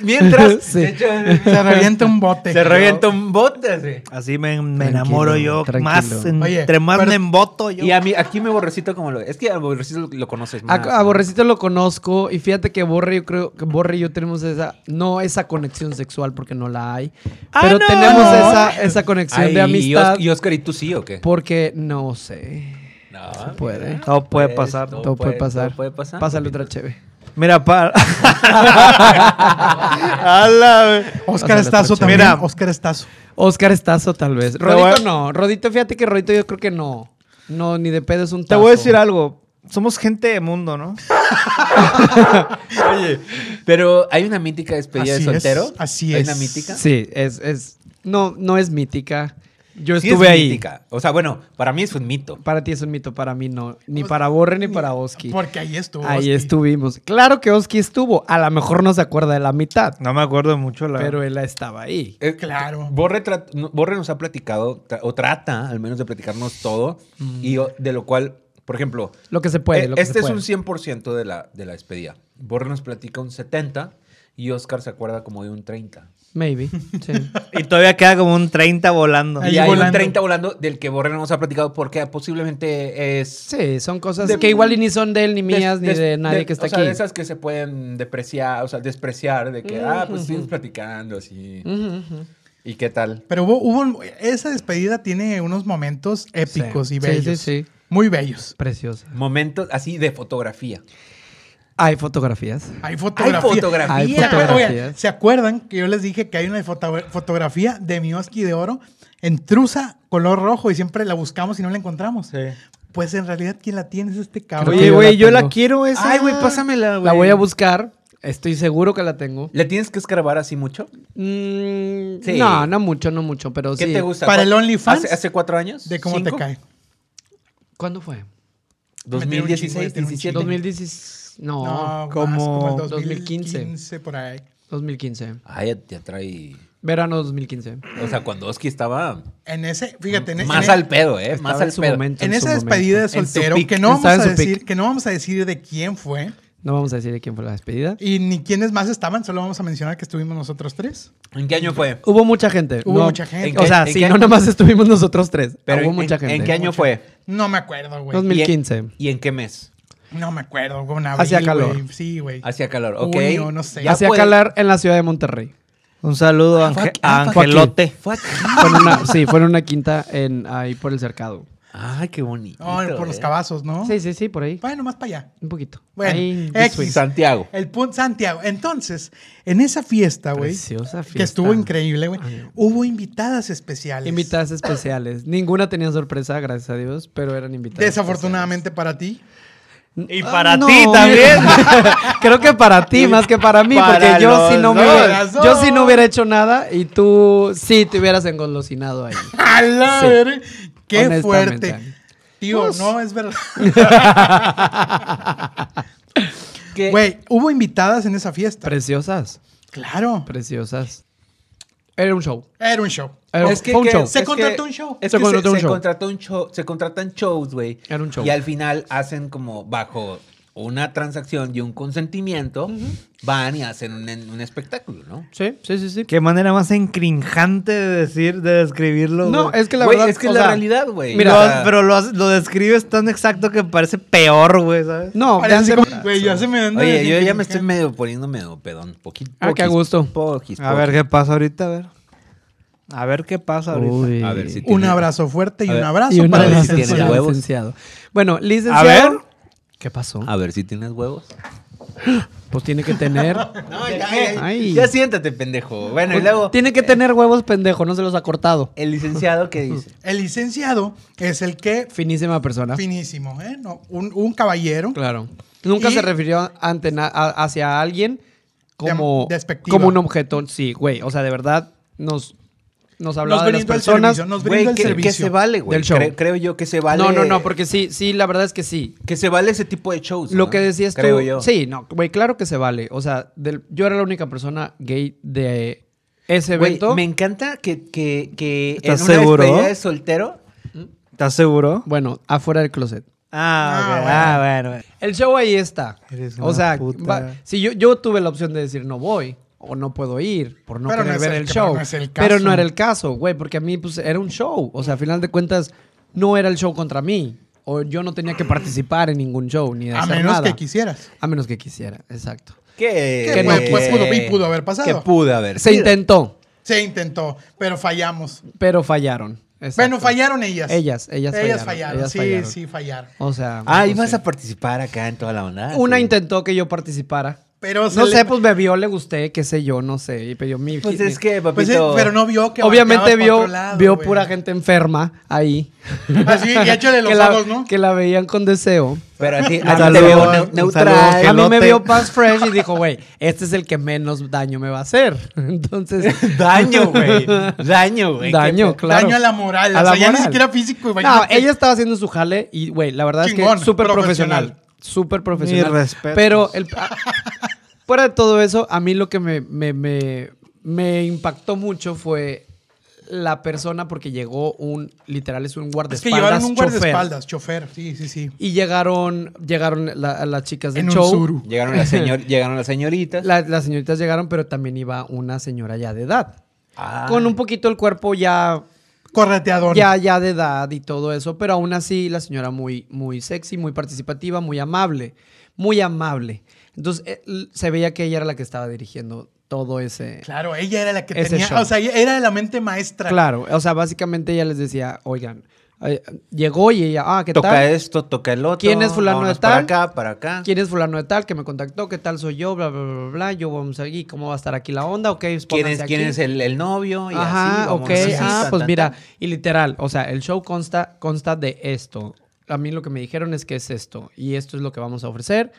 [SPEAKER 5] mientras
[SPEAKER 3] Sí.
[SPEAKER 5] de hecho,
[SPEAKER 4] Se revienta un bote.
[SPEAKER 5] se revienta un bote. así.
[SPEAKER 6] Así me, me
[SPEAKER 3] Tranquilo,
[SPEAKER 6] enamoro yo
[SPEAKER 3] tranquilo.
[SPEAKER 6] más. en-
[SPEAKER 4] Oye,
[SPEAKER 6] entre más
[SPEAKER 4] pero-
[SPEAKER 6] me emboto yo.
[SPEAKER 5] Y a mí, aquí me borrecito como lo. Es que a borrecito lo, lo conoces
[SPEAKER 3] A,
[SPEAKER 5] más.
[SPEAKER 3] a
[SPEAKER 5] ¿no?
[SPEAKER 3] Borrecito lo conozco y fíjate que Borre yo creo que Borre y yo tenemos esa no esa conexión sexual porque no la hay,
[SPEAKER 6] ¡Ah,
[SPEAKER 3] pero
[SPEAKER 6] no!
[SPEAKER 3] tenemos esa esa conexión
[SPEAKER 5] Ay,
[SPEAKER 3] de amistad
[SPEAKER 5] Y Os- y Oscar, ¿y tú sí o qué?
[SPEAKER 3] porque no sé.
[SPEAKER 5] No,
[SPEAKER 3] puede.
[SPEAKER 5] mira,
[SPEAKER 6] Todo puede
[SPEAKER 5] pues,
[SPEAKER 6] pasar.
[SPEAKER 3] Todo puede pasar.
[SPEAKER 5] Todo puede pasar.
[SPEAKER 3] Pásale otra cheve.
[SPEAKER 6] Mira, para. Ala, güey.
[SPEAKER 4] Oscar
[SPEAKER 3] Pásale
[SPEAKER 4] Estazo
[SPEAKER 3] otra
[SPEAKER 4] también.
[SPEAKER 6] chela.
[SPEAKER 4] Oscar Estazo.
[SPEAKER 3] Oscar Estazo, tal vez.
[SPEAKER 6] voy
[SPEAKER 3] Rodito
[SPEAKER 6] a-
[SPEAKER 3] no. Rodito, fíjate que Rodito yo creo que no. No, ni de pedo es un
[SPEAKER 6] Te
[SPEAKER 3] tazo.
[SPEAKER 6] voy a decir algo. Somos gente de mundo, ¿no?
[SPEAKER 5] Oye, pero hay una mítica despedida
[SPEAKER 4] Así
[SPEAKER 5] de soltero.
[SPEAKER 4] es, así
[SPEAKER 5] ¿Hay
[SPEAKER 4] es.
[SPEAKER 5] una mítica?
[SPEAKER 3] Sí, es, es... No, no es mítica. Yo
[SPEAKER 5] Sí
[SPEAKER 3] estuve
[SPEAKER 5] es
[SPEAKER 3] ahí.
[SPEAKER 5] mítica. O sea, bueno, para mí es un mito.
[SPEAKER 3] Para ti es un mito, para mí no. Ni
[SPEAKER 5] Pues,
[SPEAKER 3] para Borre ni para Oski.
[SPEAKER 4] Porque ahí estuvo.
[SPEAKER 3] Ahí
[SPEAKER 4] Oski.
[SPEAKER 3] estuvimos. Claro que Oski estuvo. A lo mejor no se acuerda de la mitad,
[SPEAKER 6] No me acuerdo mucho, la
[SPEAKER 3] pero él estaba ahí.
[SPEAKER 5] Eh,
[SPEAKER 4] Claro.
[SPEAKER 5] Borre, trat- no- Borre nos ha platicado, tra- o trata al menos de platicarnos todo, y o- de lo cual, por ejemplo,
[SPEAKER 3] Mm. Lo que se puede,
[SPEAKER 5] eh,
[SPEAKER 3] lo que
[SPEAKER 5] este
[SPEAKER 3] se puede.
[SPEAKER 5] es un 100% de la, de la despedida. Borre nos platica un 70% y Oscar se acuerda como de un 30%.
[SPEAKER 3] Maybe. Sí.
[SPEAKER 6] Y todavía queda como un 30 volando.
[SPEAKER 4] Ahí
[SPEAKER 5] y hay un
[SPEAKER 4] volando.
[SPEAKER 5] 30 volando del que Borre no nos ha platicado porque posiblemente es...
[SPEAKER 3] Sí, son cosas
[SPEAKER 5] De-
[SPEAKER 3] que igual y ni son de él, ni
[SPEAKER 5] des-
[SPEAKER 3] mías, ni
[SPEAKER 5] des-
[SPEAKER 3] de nadie
[SPEAKER 5] de-
[SPEAKER 3] que está
[SPEAKER 5] o sea,
[SPEAKER 3] aquí.
[SPEAKER 5] de esas que se pueden depreciar, o sea, despreciar de que, ah, pues estuvimos platicando así.
[SPEAKER 3] Ujú, ujú.
[SPEAKER 5] ¿Y qué tal?
[SPEAKER 4] Pero hubo, hubo- esa despedida tiene unos momentos épicos
[SPEAKER 3] Sí.
[SPEAKER 4] y
[SPEAKER 3] Sí,
[SPEAKER 4] bellos.
[SPEAKER 3] sí, sí.
[SPEAKER 4] Muy bellos.
[SPEAKER 3] Preciosa.
[SPEAKER 5] Momentos así de fotografía.
[SPEAKER 3] Hay fotografías.
[SPEAKER 4] Hay fotografía.
[SPEAKER 5] Hay fotografía.
[SPEAKER 3] Hay
[SPEAKER 4] ¿Se acuerdan,
[SPEAKER 3] fotografías.
[SPEAKER 4] oigan, ¿se acuerdan que yo les dije que hay una foto- fotografía de mi Oski de oro en trusa color rojo y siempre la buscamos y no la encontramos? Pues en realidad quien la tiene es este cabrón.
[SPEAKER 6] Oye,
[SPEAKER 3] Creo que yo
[SPEAKER 6] güey,
[SPEAKER 3] la
[SPEAKER 6] yo la
[SPEAKER 3] tengo.
[SPEAKER 6] quiero esa.
[SPEAKER 5] Ay, güey, pásamela, güey.
[SPEAKER 3] Pues, ah, La voy a buscar. Estoy seguro que la tengo.
[SPEAKER 5] ¿Le tienes que escarbar así mucho?
[SPEAKER 3] Mm,
[SPEAKER 5] Sí.
[SPEAKER 3] No, no mucho, no mucho, pero
[SPEAKER 5] ¿Qué
[SPEAKER 3] Pues sí.
[SPEAKER 5] te gusta?
[SPEAKER 4] Para el
[SPEAKER 5] ¿Cuál-
[SPEAKER 4] OnlyFans?
[SPEAKER 5] ¿Hace, hace cuatro años?
[SPEAKER 4] de cómo
[SPEAKER 5] ¿Cinco?
[SPEAKER 4] te cae.
[SPEAKER 3] ¿Cuándo fue?
[SPEAKER 4] Me
[SPEAKER 5] 2016,
[SPEAKER 4] tiene un chingo,
[SPEAKER 5] 17.
[SPEAKER 3] 2016. No,
[SPEAKER 4] No,
[SPEAKER 6] como-
[SPEAKER 4] más, como el
[SPEAKER 3] 2015.
[SPEAKER 4] 2015 por ahí.
[SPEAKER 3] 2015.
[SPEAKER 5] Ay, ya te atrae.
[SPEAKER 3] Verano 2015.
[SPEAKER 5] O sea, cuando Oski estaba
[SPEAKER 4] En ese, fíjate,
[SPEAKER 3] Mm,
[SPEAKER 4] en,
[SPEAKER 5] más
[SPEAKER 4] en-
[SPEAKER 5] al pedo, ¿eh?
[SPEAKER 3] Estaba
[SPEAKER 5] Más al
[SPEAKER 3] en su
[SPEAKER 5] pedo.
[SPEAKER 3] momento.
[SPEAKER 4] en
[SPEAKER 3] en
[SPEAKER 4] esa
[SPEAKER 3] su
[SPEAKER 4] despedida de
[SPEAKER 5] momento. En su
[SPEAKER 4] soltero
[SPEAKER 5] pic.
[SPEAKER 4] que no vamos
[SPEAKER 3] Estaba en
[SPEAKER 4] a
[SPEAKER 3] su
[SPEAKER 4] decir,
[SPEAKER 3] pic.
[SPEAKER 4] que no vamos a decir de quién fue
[SPEAKER 3] No vamos a decir de quién fue la despedida.
[SPEAKER 4] y ni quiénes más estaban, solo vamos a mencionar que estuvimos nosotros tres.
[SPEAKER 5] ¿En qué año fue?
[SPEAKER 4] Eh,
[SPEAKER 3] Hubo mucha gente.
[SPEAKER 4] Hubo
[SPEAKER 3] no-
[SPEAKER 4] mucha gente.
[SPEAKER 5] ¿En
[SPEAKER 3] O sea,
[SPEAKER 5] ¿En
[SPEAKER 3] sí,
[SPEAKER 5] qué
[SPEAKER 3] no
[SPEAKER 5] año?
[SPEAKER 3] nada más estuvimos nosotros tres.
[SPEAKER 5] Pero
[SPEAKER 3] hubo
[SPEAKER 5] en-
[SPEAKER 3] mucha
[SPEAKER 5] en-
[SPEAKER 3] gente.
[SPEAKER 5] ¿En qué año fue?
[SPEAKER 4] No me acuerdo, güey.
[SPEAKER 3] 2015.
[SPEAKER 5] ¿Y en qué mes?
[SPEAKER 4] No me acuerdo, güey. en
[SPEAKER 3] Hacía
[SPEAKER 4] abril,
[SPEAKER 3] calor.
[SPEAKER 4] güey. Sí, güey.
[SPEAKER 5] Hacia calor, ok.
[SPEAKER 4] Junio, no sé.
[SPEAKER 5] Ya
[SPEAKER 3] Hacía
[SPEAKER 5] puede-
[SPEAKER 3] calar en la ciudad de Monterrey.
[SPEAKER 7] Un saludo a Ange-
[SPEAKER 5] ah,
[SPEAKER 3] ah,
[SPEAKER 7] a Angelote.
[SPEAKER 3] Fue en una, sí, fue en una quinta en, ahí por el cercado.
[SPEAKER 5] Ay, qué bonito.
[SPEAKER 4] No, por los
[SPEAKER 5] eh.
[SPEAKER 4] cabazos, ¿no?
[SPEAKER 3] Sí, sí, sí, por ahí.
[SPEAKER 4] Bueno, más para allá.
[SPEAKER 3] Un poquito.
[SPEAKER 4] Bueno,
[SPEAKER 3] ahí,
[SPEAKER 4] X.
[SPEAKER 3] Swiss.
[SPEAKER 5] Santiago.
[SPEAKER 4] El punto Santiago. Entonces, en esa fiesta, güey,
[SPEAKER 3] Preciosa fiesta.
[SPEAKER 4] que estuvo increíble, güey,
[SPEAKER 3] Ay.
[SPEAKER 4] hubo invitadas especiales.
[SPEAKER 3] Invitadas especiales. Ninguna tenía sorpresa, gracias a Dios, pero eran invitadas.
[SPEAKER 4] Desafortunadamente para ti.
[SPEAKER 7] Y
[SPEAKER 3] especiales.
[SPEAKER 7] para
[SPEAKER 3] Ah, no,
[SPEAKER 7] ti también.
[SPEAKER 3] Creo que para ti más que para mí,
[SPEAKER 7] Para
[SPEAKER 3] porque yo
[SPEAKER 7] los
[SPEAKER 3] sí no me
[SPEAKER 7] dos.
[SPEAKER 3] hubiera,
[SPEAKER 4] Las dos.
[SPEAKER 3] yo sí no hubiera hecho nada y tú sí te hubieras engolosinado ahí.
[SPEAKER 4] ¡A la
[SPEAKER 3] Sí.
[SPEAKER 4] verga! ¡Qué
[SPEAKER 3] Honestamente. Pues,
[SPEAKER 4] fuerte! Tío, no, es verdad. Güey, hubo invitadas en esa fiesta.
[SPEAKER 3] Preciosas,
[SPEAKER 4] Claro.
[SPEAKER 3] preciosas. Era un show.
[SPEAKER 4] Era un show.
[SPEAKER 3] Era
[SPEAKER 5] Es que,
[SPEAKER 3] fue un
[SPEAKER 5] que-
[SPEAKER 3] show.
[SPEAKER 4] Se
[SPEAKER 5] es
[SPEAKER 4] contrató
[SPEAKER 5] que-
[SPEAKER 4] un show.
[SPEAKER 5] Es
[SPEAKER 3] Se
[SPEAKER 5] que se,
[SPEAKER 3] contrató un
[SPEAKER 5] se
[SPEAKER 3] show.
[SPEAKER 5] contrató un show. Se contratan shows, güey.
[SPEAKER 3] Era un show.
[SPEAKER 5] Y al final hacen como bajo una transacción y un consentimiento, van y hacen un, un espectáculo, ¿no?
[SPEAKER 3] Sí, sí, sí, sí.
[SPEAKER 6] Qué manera más encrinjante de decir, de describirlo.
[SPEAKER 3] No,
[SPEAKER 6] güey.
[SPEAKER 3] es que la
[SPEAKER 5] Güey,
[SPEAKER 3] verdad
[SPEAKER 5] es que
[SPEAKER 3] o
[SPEAKER 5] es la
[SPEAKER 3] sea,
[SPEAKER 5] realidad, güey.
[SPEAKER 3] mira,
[SPEAKER 5] O
[SPEAKER 6] Lo-
[SPEAKER 5] sea,
[SPEAKER 6] pero lo, has- lo describes tan exacto que parece peor, güey, ¿sabes?
[SPEAKER 3] No,
[SPEAKER 4] Parece
[SPEAKER 3] vean-
[SPEAKER 4] como- Güey, ya se me anda
[SPEAKER 5] Oye, yo
[SPEAKER 4] desinfectando.
[SPEAKER 5] ya me estoy medio poniendo medio pedón. Poquito.
[SPEAKER 3] Ah, qué a gusto.
[SPEAKER 6] A ver qué pasa ahorita, a ver. A ver qué pasa ahorita.
[SPEAKER 3] Uy.
[SPEAKER 5] A ver si
[SPEAKER 4] Un
[SPEAKER 5] tiene-
[SPEAKER 4] abrazo fuerte y
[SPEAKER 5] A
[SPEAKER 4] un
[SPEAKER 5] ver,
[SPEAKER 4] abrazo
[SPEAKER 3] Y un
[SPEAKER 4] para
[SPEAKER 3] abrazo
[SPEAKER 4] el
[SPEAKER 5] si tiene
[SPEAKER 3] para
[SPEAKER 4] licenciado.
[SPEAKER 3] el
[SPEAKER 5] huevos.
[SPEAKER 3] licenciado. Bueno,
[SPEAKER 6] A
[SPEAKER 3] licenciado.
[SPEAKER 6] ver.
[SPEAKER 3] ¿Qué pasó?
[SPEAKER 7] Ah.
[SPEAKER 5] A ver si tienes huevos.
[SPEAKER 3] Pues tiene que tener.
[SPEAKER 5] No, ya,
[SPEAKER 3] ya. Ay.
[SPEAKER 5] Ya siéntate, pendejo. Bueno, y
[SPEAKER 3] Pues,
[SPEAKER 5] luego
[SPEAKER 3] tiene que tener huevos, pendejo. No se los ha cortado.
[SPEAKER 5] el licenciado que dice.
[SPEAKER 4] El licenciado es el que...
[SPEAKER 3] Finísima persona.
[SPEAKER 4] Finísimo, ¿eh? No, un, un caballero.
[SPEAKER 3] Ah. Claro. Nunca
[SPEAKER 4] Y-
[SPEAKER 3] se refirió ante na- a- hacia alguien como,
[SPEAKER 4] De- despectiva.
[SPEAKER 3] como un objeto. Sí, güey. O sea, de verdad, nos, nos hablaba
[SPEAKER 4] Nos
[SPEAKER 3] de las
[SPEAKER 4] brindó el
[SPEAKER 3] personas.
[SPEAKER 4] servicio. Nos
[SPEAKER 5] Güey,
[SPEAKER 4] brindó el
[SPEAKER 5] que, que se
[SPEAKER 4] servicio.
[SPEAKER 5] vale, güey.
[SPEAKER 3] Del show.
[SPEAKER 5] Cre- creo yo que se vale.
[SPEAKER 3] No, no, no, porque sí, sí, la verdad es que sí.
[SPEAKER 5] Que se vale ese tipo de shows.
[SPEAKER 3] Lo
[SPEAKER 5] ¿no?
[SPEAKER 3] que decías
[SPEAKER 5] creo
[SPEAKER 3] tú.
[SPEAKER 5] yo.
[SPEAKER 3] Sí, no, güey, claro que se vale. O sea, del- yo era la única persona gay de ese
[SPEAKER 5] Güey,
[SPEAKER 3] evento.
[SPEAKER 5] me encanta que, que, que en
[SPEAKER 6] ¿Estás
[SPEAKER 5] una
[SPEAKER 6] seguro?
[SPEAKER 5] despedida de soltero.
[SPEAKER 6] ¿Estás seguro?
[SPEAKER 3] Bueno, afuera del closet.
[SPEAKER 6] Ah, ok. Ah, bueno.
[SPEAKER 3] El show ahí está.
[SPEAKER 6] Eres
[SPEAKER 3] o
[SPEAKER 6] una
[SPEAKER 3] sea,
[SPEAKER 6] puta.
[SPEAKER 3] va- si yo, yo tuve la opción de decir no voy o no puedo ir por no
[SPEAKER 4] Pero
[SPEAKER 3] querer
[SPEAKER 4] no es
[SPEAKER 3] ver
[SPEAKER 4] el
[SPEAKER 3] el,
[SPEAKER 4] ca-
[SPEAKER 3] show.
[SPEAKER 4] no es el
[SPEAKER 3] pero
[SPEAKER 4] caso.
[SPEAKER 3] no era el caso, güey, porque a mí pues era un show. O sea, a final de cuentas no era el show contra mí. O yo no tenía que participar en ningún show ni
[SPEAKER 4] A
[SPEAKER 3] hacer
[SPEAKER 4] menos
[SPEAKER 3] nada.
[SPEAKER 4] que quisieras.
[SPEAKER 3] a menos que quisiera, exacto.
[SPEAKER 5] Que,
[SPEAKER 4] Que
[SPEAKER 3] no,
[SPEAKER 4] pues, pudo- y pudo haber pasado.
[SPEAKER 5] Que pudo haber.
[SPEAKER 3] Se
[SPEAKER 5] sido.
[SPEAKER 3] intentó,
[SPEAKER 4] Se intentó, pero fallamos.
[SPEAKER 3] pero fallaron. Exacto.
[SPEAKER 4] Bueno, fallaron ellas.
[SPEAKER 3] Ellas, ellas fallaron,
[SPEAKER 4] fallaron.
[SPEAKER 3] ellas
[SPEAKER 4] sí,
[SPEAKER 3] fallaron.
[SPEAKER 4] sí, fallaron.
[SPEAKER 3] O sea,
[SPEAKER 5] Ah,
[SPEAKER 3] no
[SPEAKER 5] ibas
[SPEAKER 3] sé.
[SPEAKER 5] a participar acá en toda la onda.
[SPEAKER 3] una
[SPEAKER 5] Ah, Sí.
[SPEAKER 3] intentó que yo participara.
[SPEAKER 4] Pero se
[SPEAKER 3] no
[SPEAKER 4] le-
[SPEAKER 3] sé, pues me vio, le gusté, qué sé yo, no sé. Y pidió mi.
[SPEAKER 5] Pues
[SPEAKER 3] mi-
[SPEAKER 5] es que, papito.
[SPEAKER 4] Pues, eh, pero no vio que
[SPEAKER 3] Obviamente
[SPEAKER 4] volteabas pa'
[SPEAKER 3] vio,
[SPEAKER 4] otro lado,
[SPEAKER 3] vio
[SPEAKER 4] güey.
[SPEAKER 3] pura gente enferma ahí.
[SPEAKER 4] Así, y échale los
[SPEAKER 3] que la,
[SPEAKER 4] ojos, ¿no?
[SPEAKER 3] que la veían con deseo.
[SPEAKER 5] Pero a ti, a
[SPEAKER 6] Un
[SPEAKER 5] ti Ah, te
[SPEAKER 6] saludo,
[SPEAKER 5] veo
[SPEAKER 6] un
[SPEAKER 5] neu-
[SPEAKER 6] saludo,
[SPEAKER 5] neutral.
[SPEAKER 3] A mí me
[SPEAKER 6] Elote.
[SPEAKER 3] vio Paz Fresh y dijo, güey, este es el que menos daño me va a hacer. Entonces,
[SPEAKER 5] Daño, güey. Daño, güey.
[SPEAKER 3] daño,
[SPEAKER 5] Qué-
[SPEAKER 3] claro.
[SPEAKER 4] Daño a la moral.
[SPEAKER 3] A
[SPEAKER 4] o sea,
[SPEAKER 3] la
[SPEAKER 4] ya ni
[SPEAKER 3] moral.
[SPEAKER 4] siquiera físico.
[SPEAKER 3] No,
[SPEAKER 4] imagínate.
[SPEAKER 3] ella estaba haciendo su jale y, güey, la verdad es
[SPEAKER 4] Chingón,
[SPEAKER 3] que súper profesional.
[SPEAKER 4] profesional.
[SPEAKER 3] Súper profesional.
[SPEAKER 6] Mis respetos.
[SPEAKER 3] Pero el, a- fuera de todo eso, a mí lo que me, me, me, me impactó mucho fue la persona porque llegó un, literal, es un
[SPEAKER 4] Es
[SPEAKER 3] guardaespaldas.
[SPEAKER 4] que llevaron un
[SPEAKER 3] chofer.
[SPEAKER 4] guardaespaldas, chofer. Sí, sí, sí.
[SPEAKER 3] Y llegaron, llegaron la- las chicas del
[SPEAKER 4] En un
[SPEAKER 3] Pues, show.
[SPEAKER 4] suru.
[SPEAKER 5] Llegaron las, señor, llegaron las señoritas.
[SPEAKER 3] La- las señoritas llegaron, pero también iba una señora ya de edad.
[SPEAKER 5] Ah.
[SPEAKER 3] Con un poquito el cuerpo ya,
[SPEAKER 4] Correteador.
[SPEAKER 3] ya, ya de edad y todo eso, pero aún así la señora muy, muy sexy, muy participativa, muy amable, muy amable. Entonces eh, l- se veía que ella era la que estaba dirigiendo todo ese...
[SPEAKER 4] Claro, ella era la que
[SPEAKER 3] Ese
[SPEAKER 4] tenía.
[SPEAKER 3] show.
[SPEAKER 4] O sea, ella era la mente maestra.
[SPEAKER 3] Claro, o sea, básicamente ella les decía, oigan, eh, llegó y ella, ah, ¿qué
[SPEAKER 5] toca
[SPEAKER 3] tal?
[SPEAKER 5] esto, toca el otro.
[SPEAKER 3] ¿Quién es fulano de
[SPEAKER 5] vámonos
[SPEAKER 3] tal?
[SPEAKER 5] Para acá, para acá.
[SPEAKER 3] ¿Quién es fulano de tal que me contactó? ¿Qué tal soy yo? Bla, bla, bla, bla, bla. Yo vamos aquí. ¿Cómo va a estar aquí la onda? Ok,
[SPEAKER 5] ¿Quién
[SPEAKER 3] pónganse
[SPEAKER 5] es, quién
[SPEAKER 3] aquí.
[SPEAKER 5] es el, el novio? Y
[SPEAKER 3] Ajá,
[SPEAKER 5] así,
[SPEAKER 3] ok.
[SPEAKER 5] vámonos así,
[SPEAKER 3] ah,
[SPEAKER 5] tan,
[SPEAKER 3] pues
[SPEAKER 5] tan,
[SPEAKER 3] mira,
[SPEAKER 5] tan.
[SPEAKER 3] y literal, o sea, el show consta, consta de esto. A mí lo que me dijeron es que es esto, y esto es lo que vamos a ofrecer.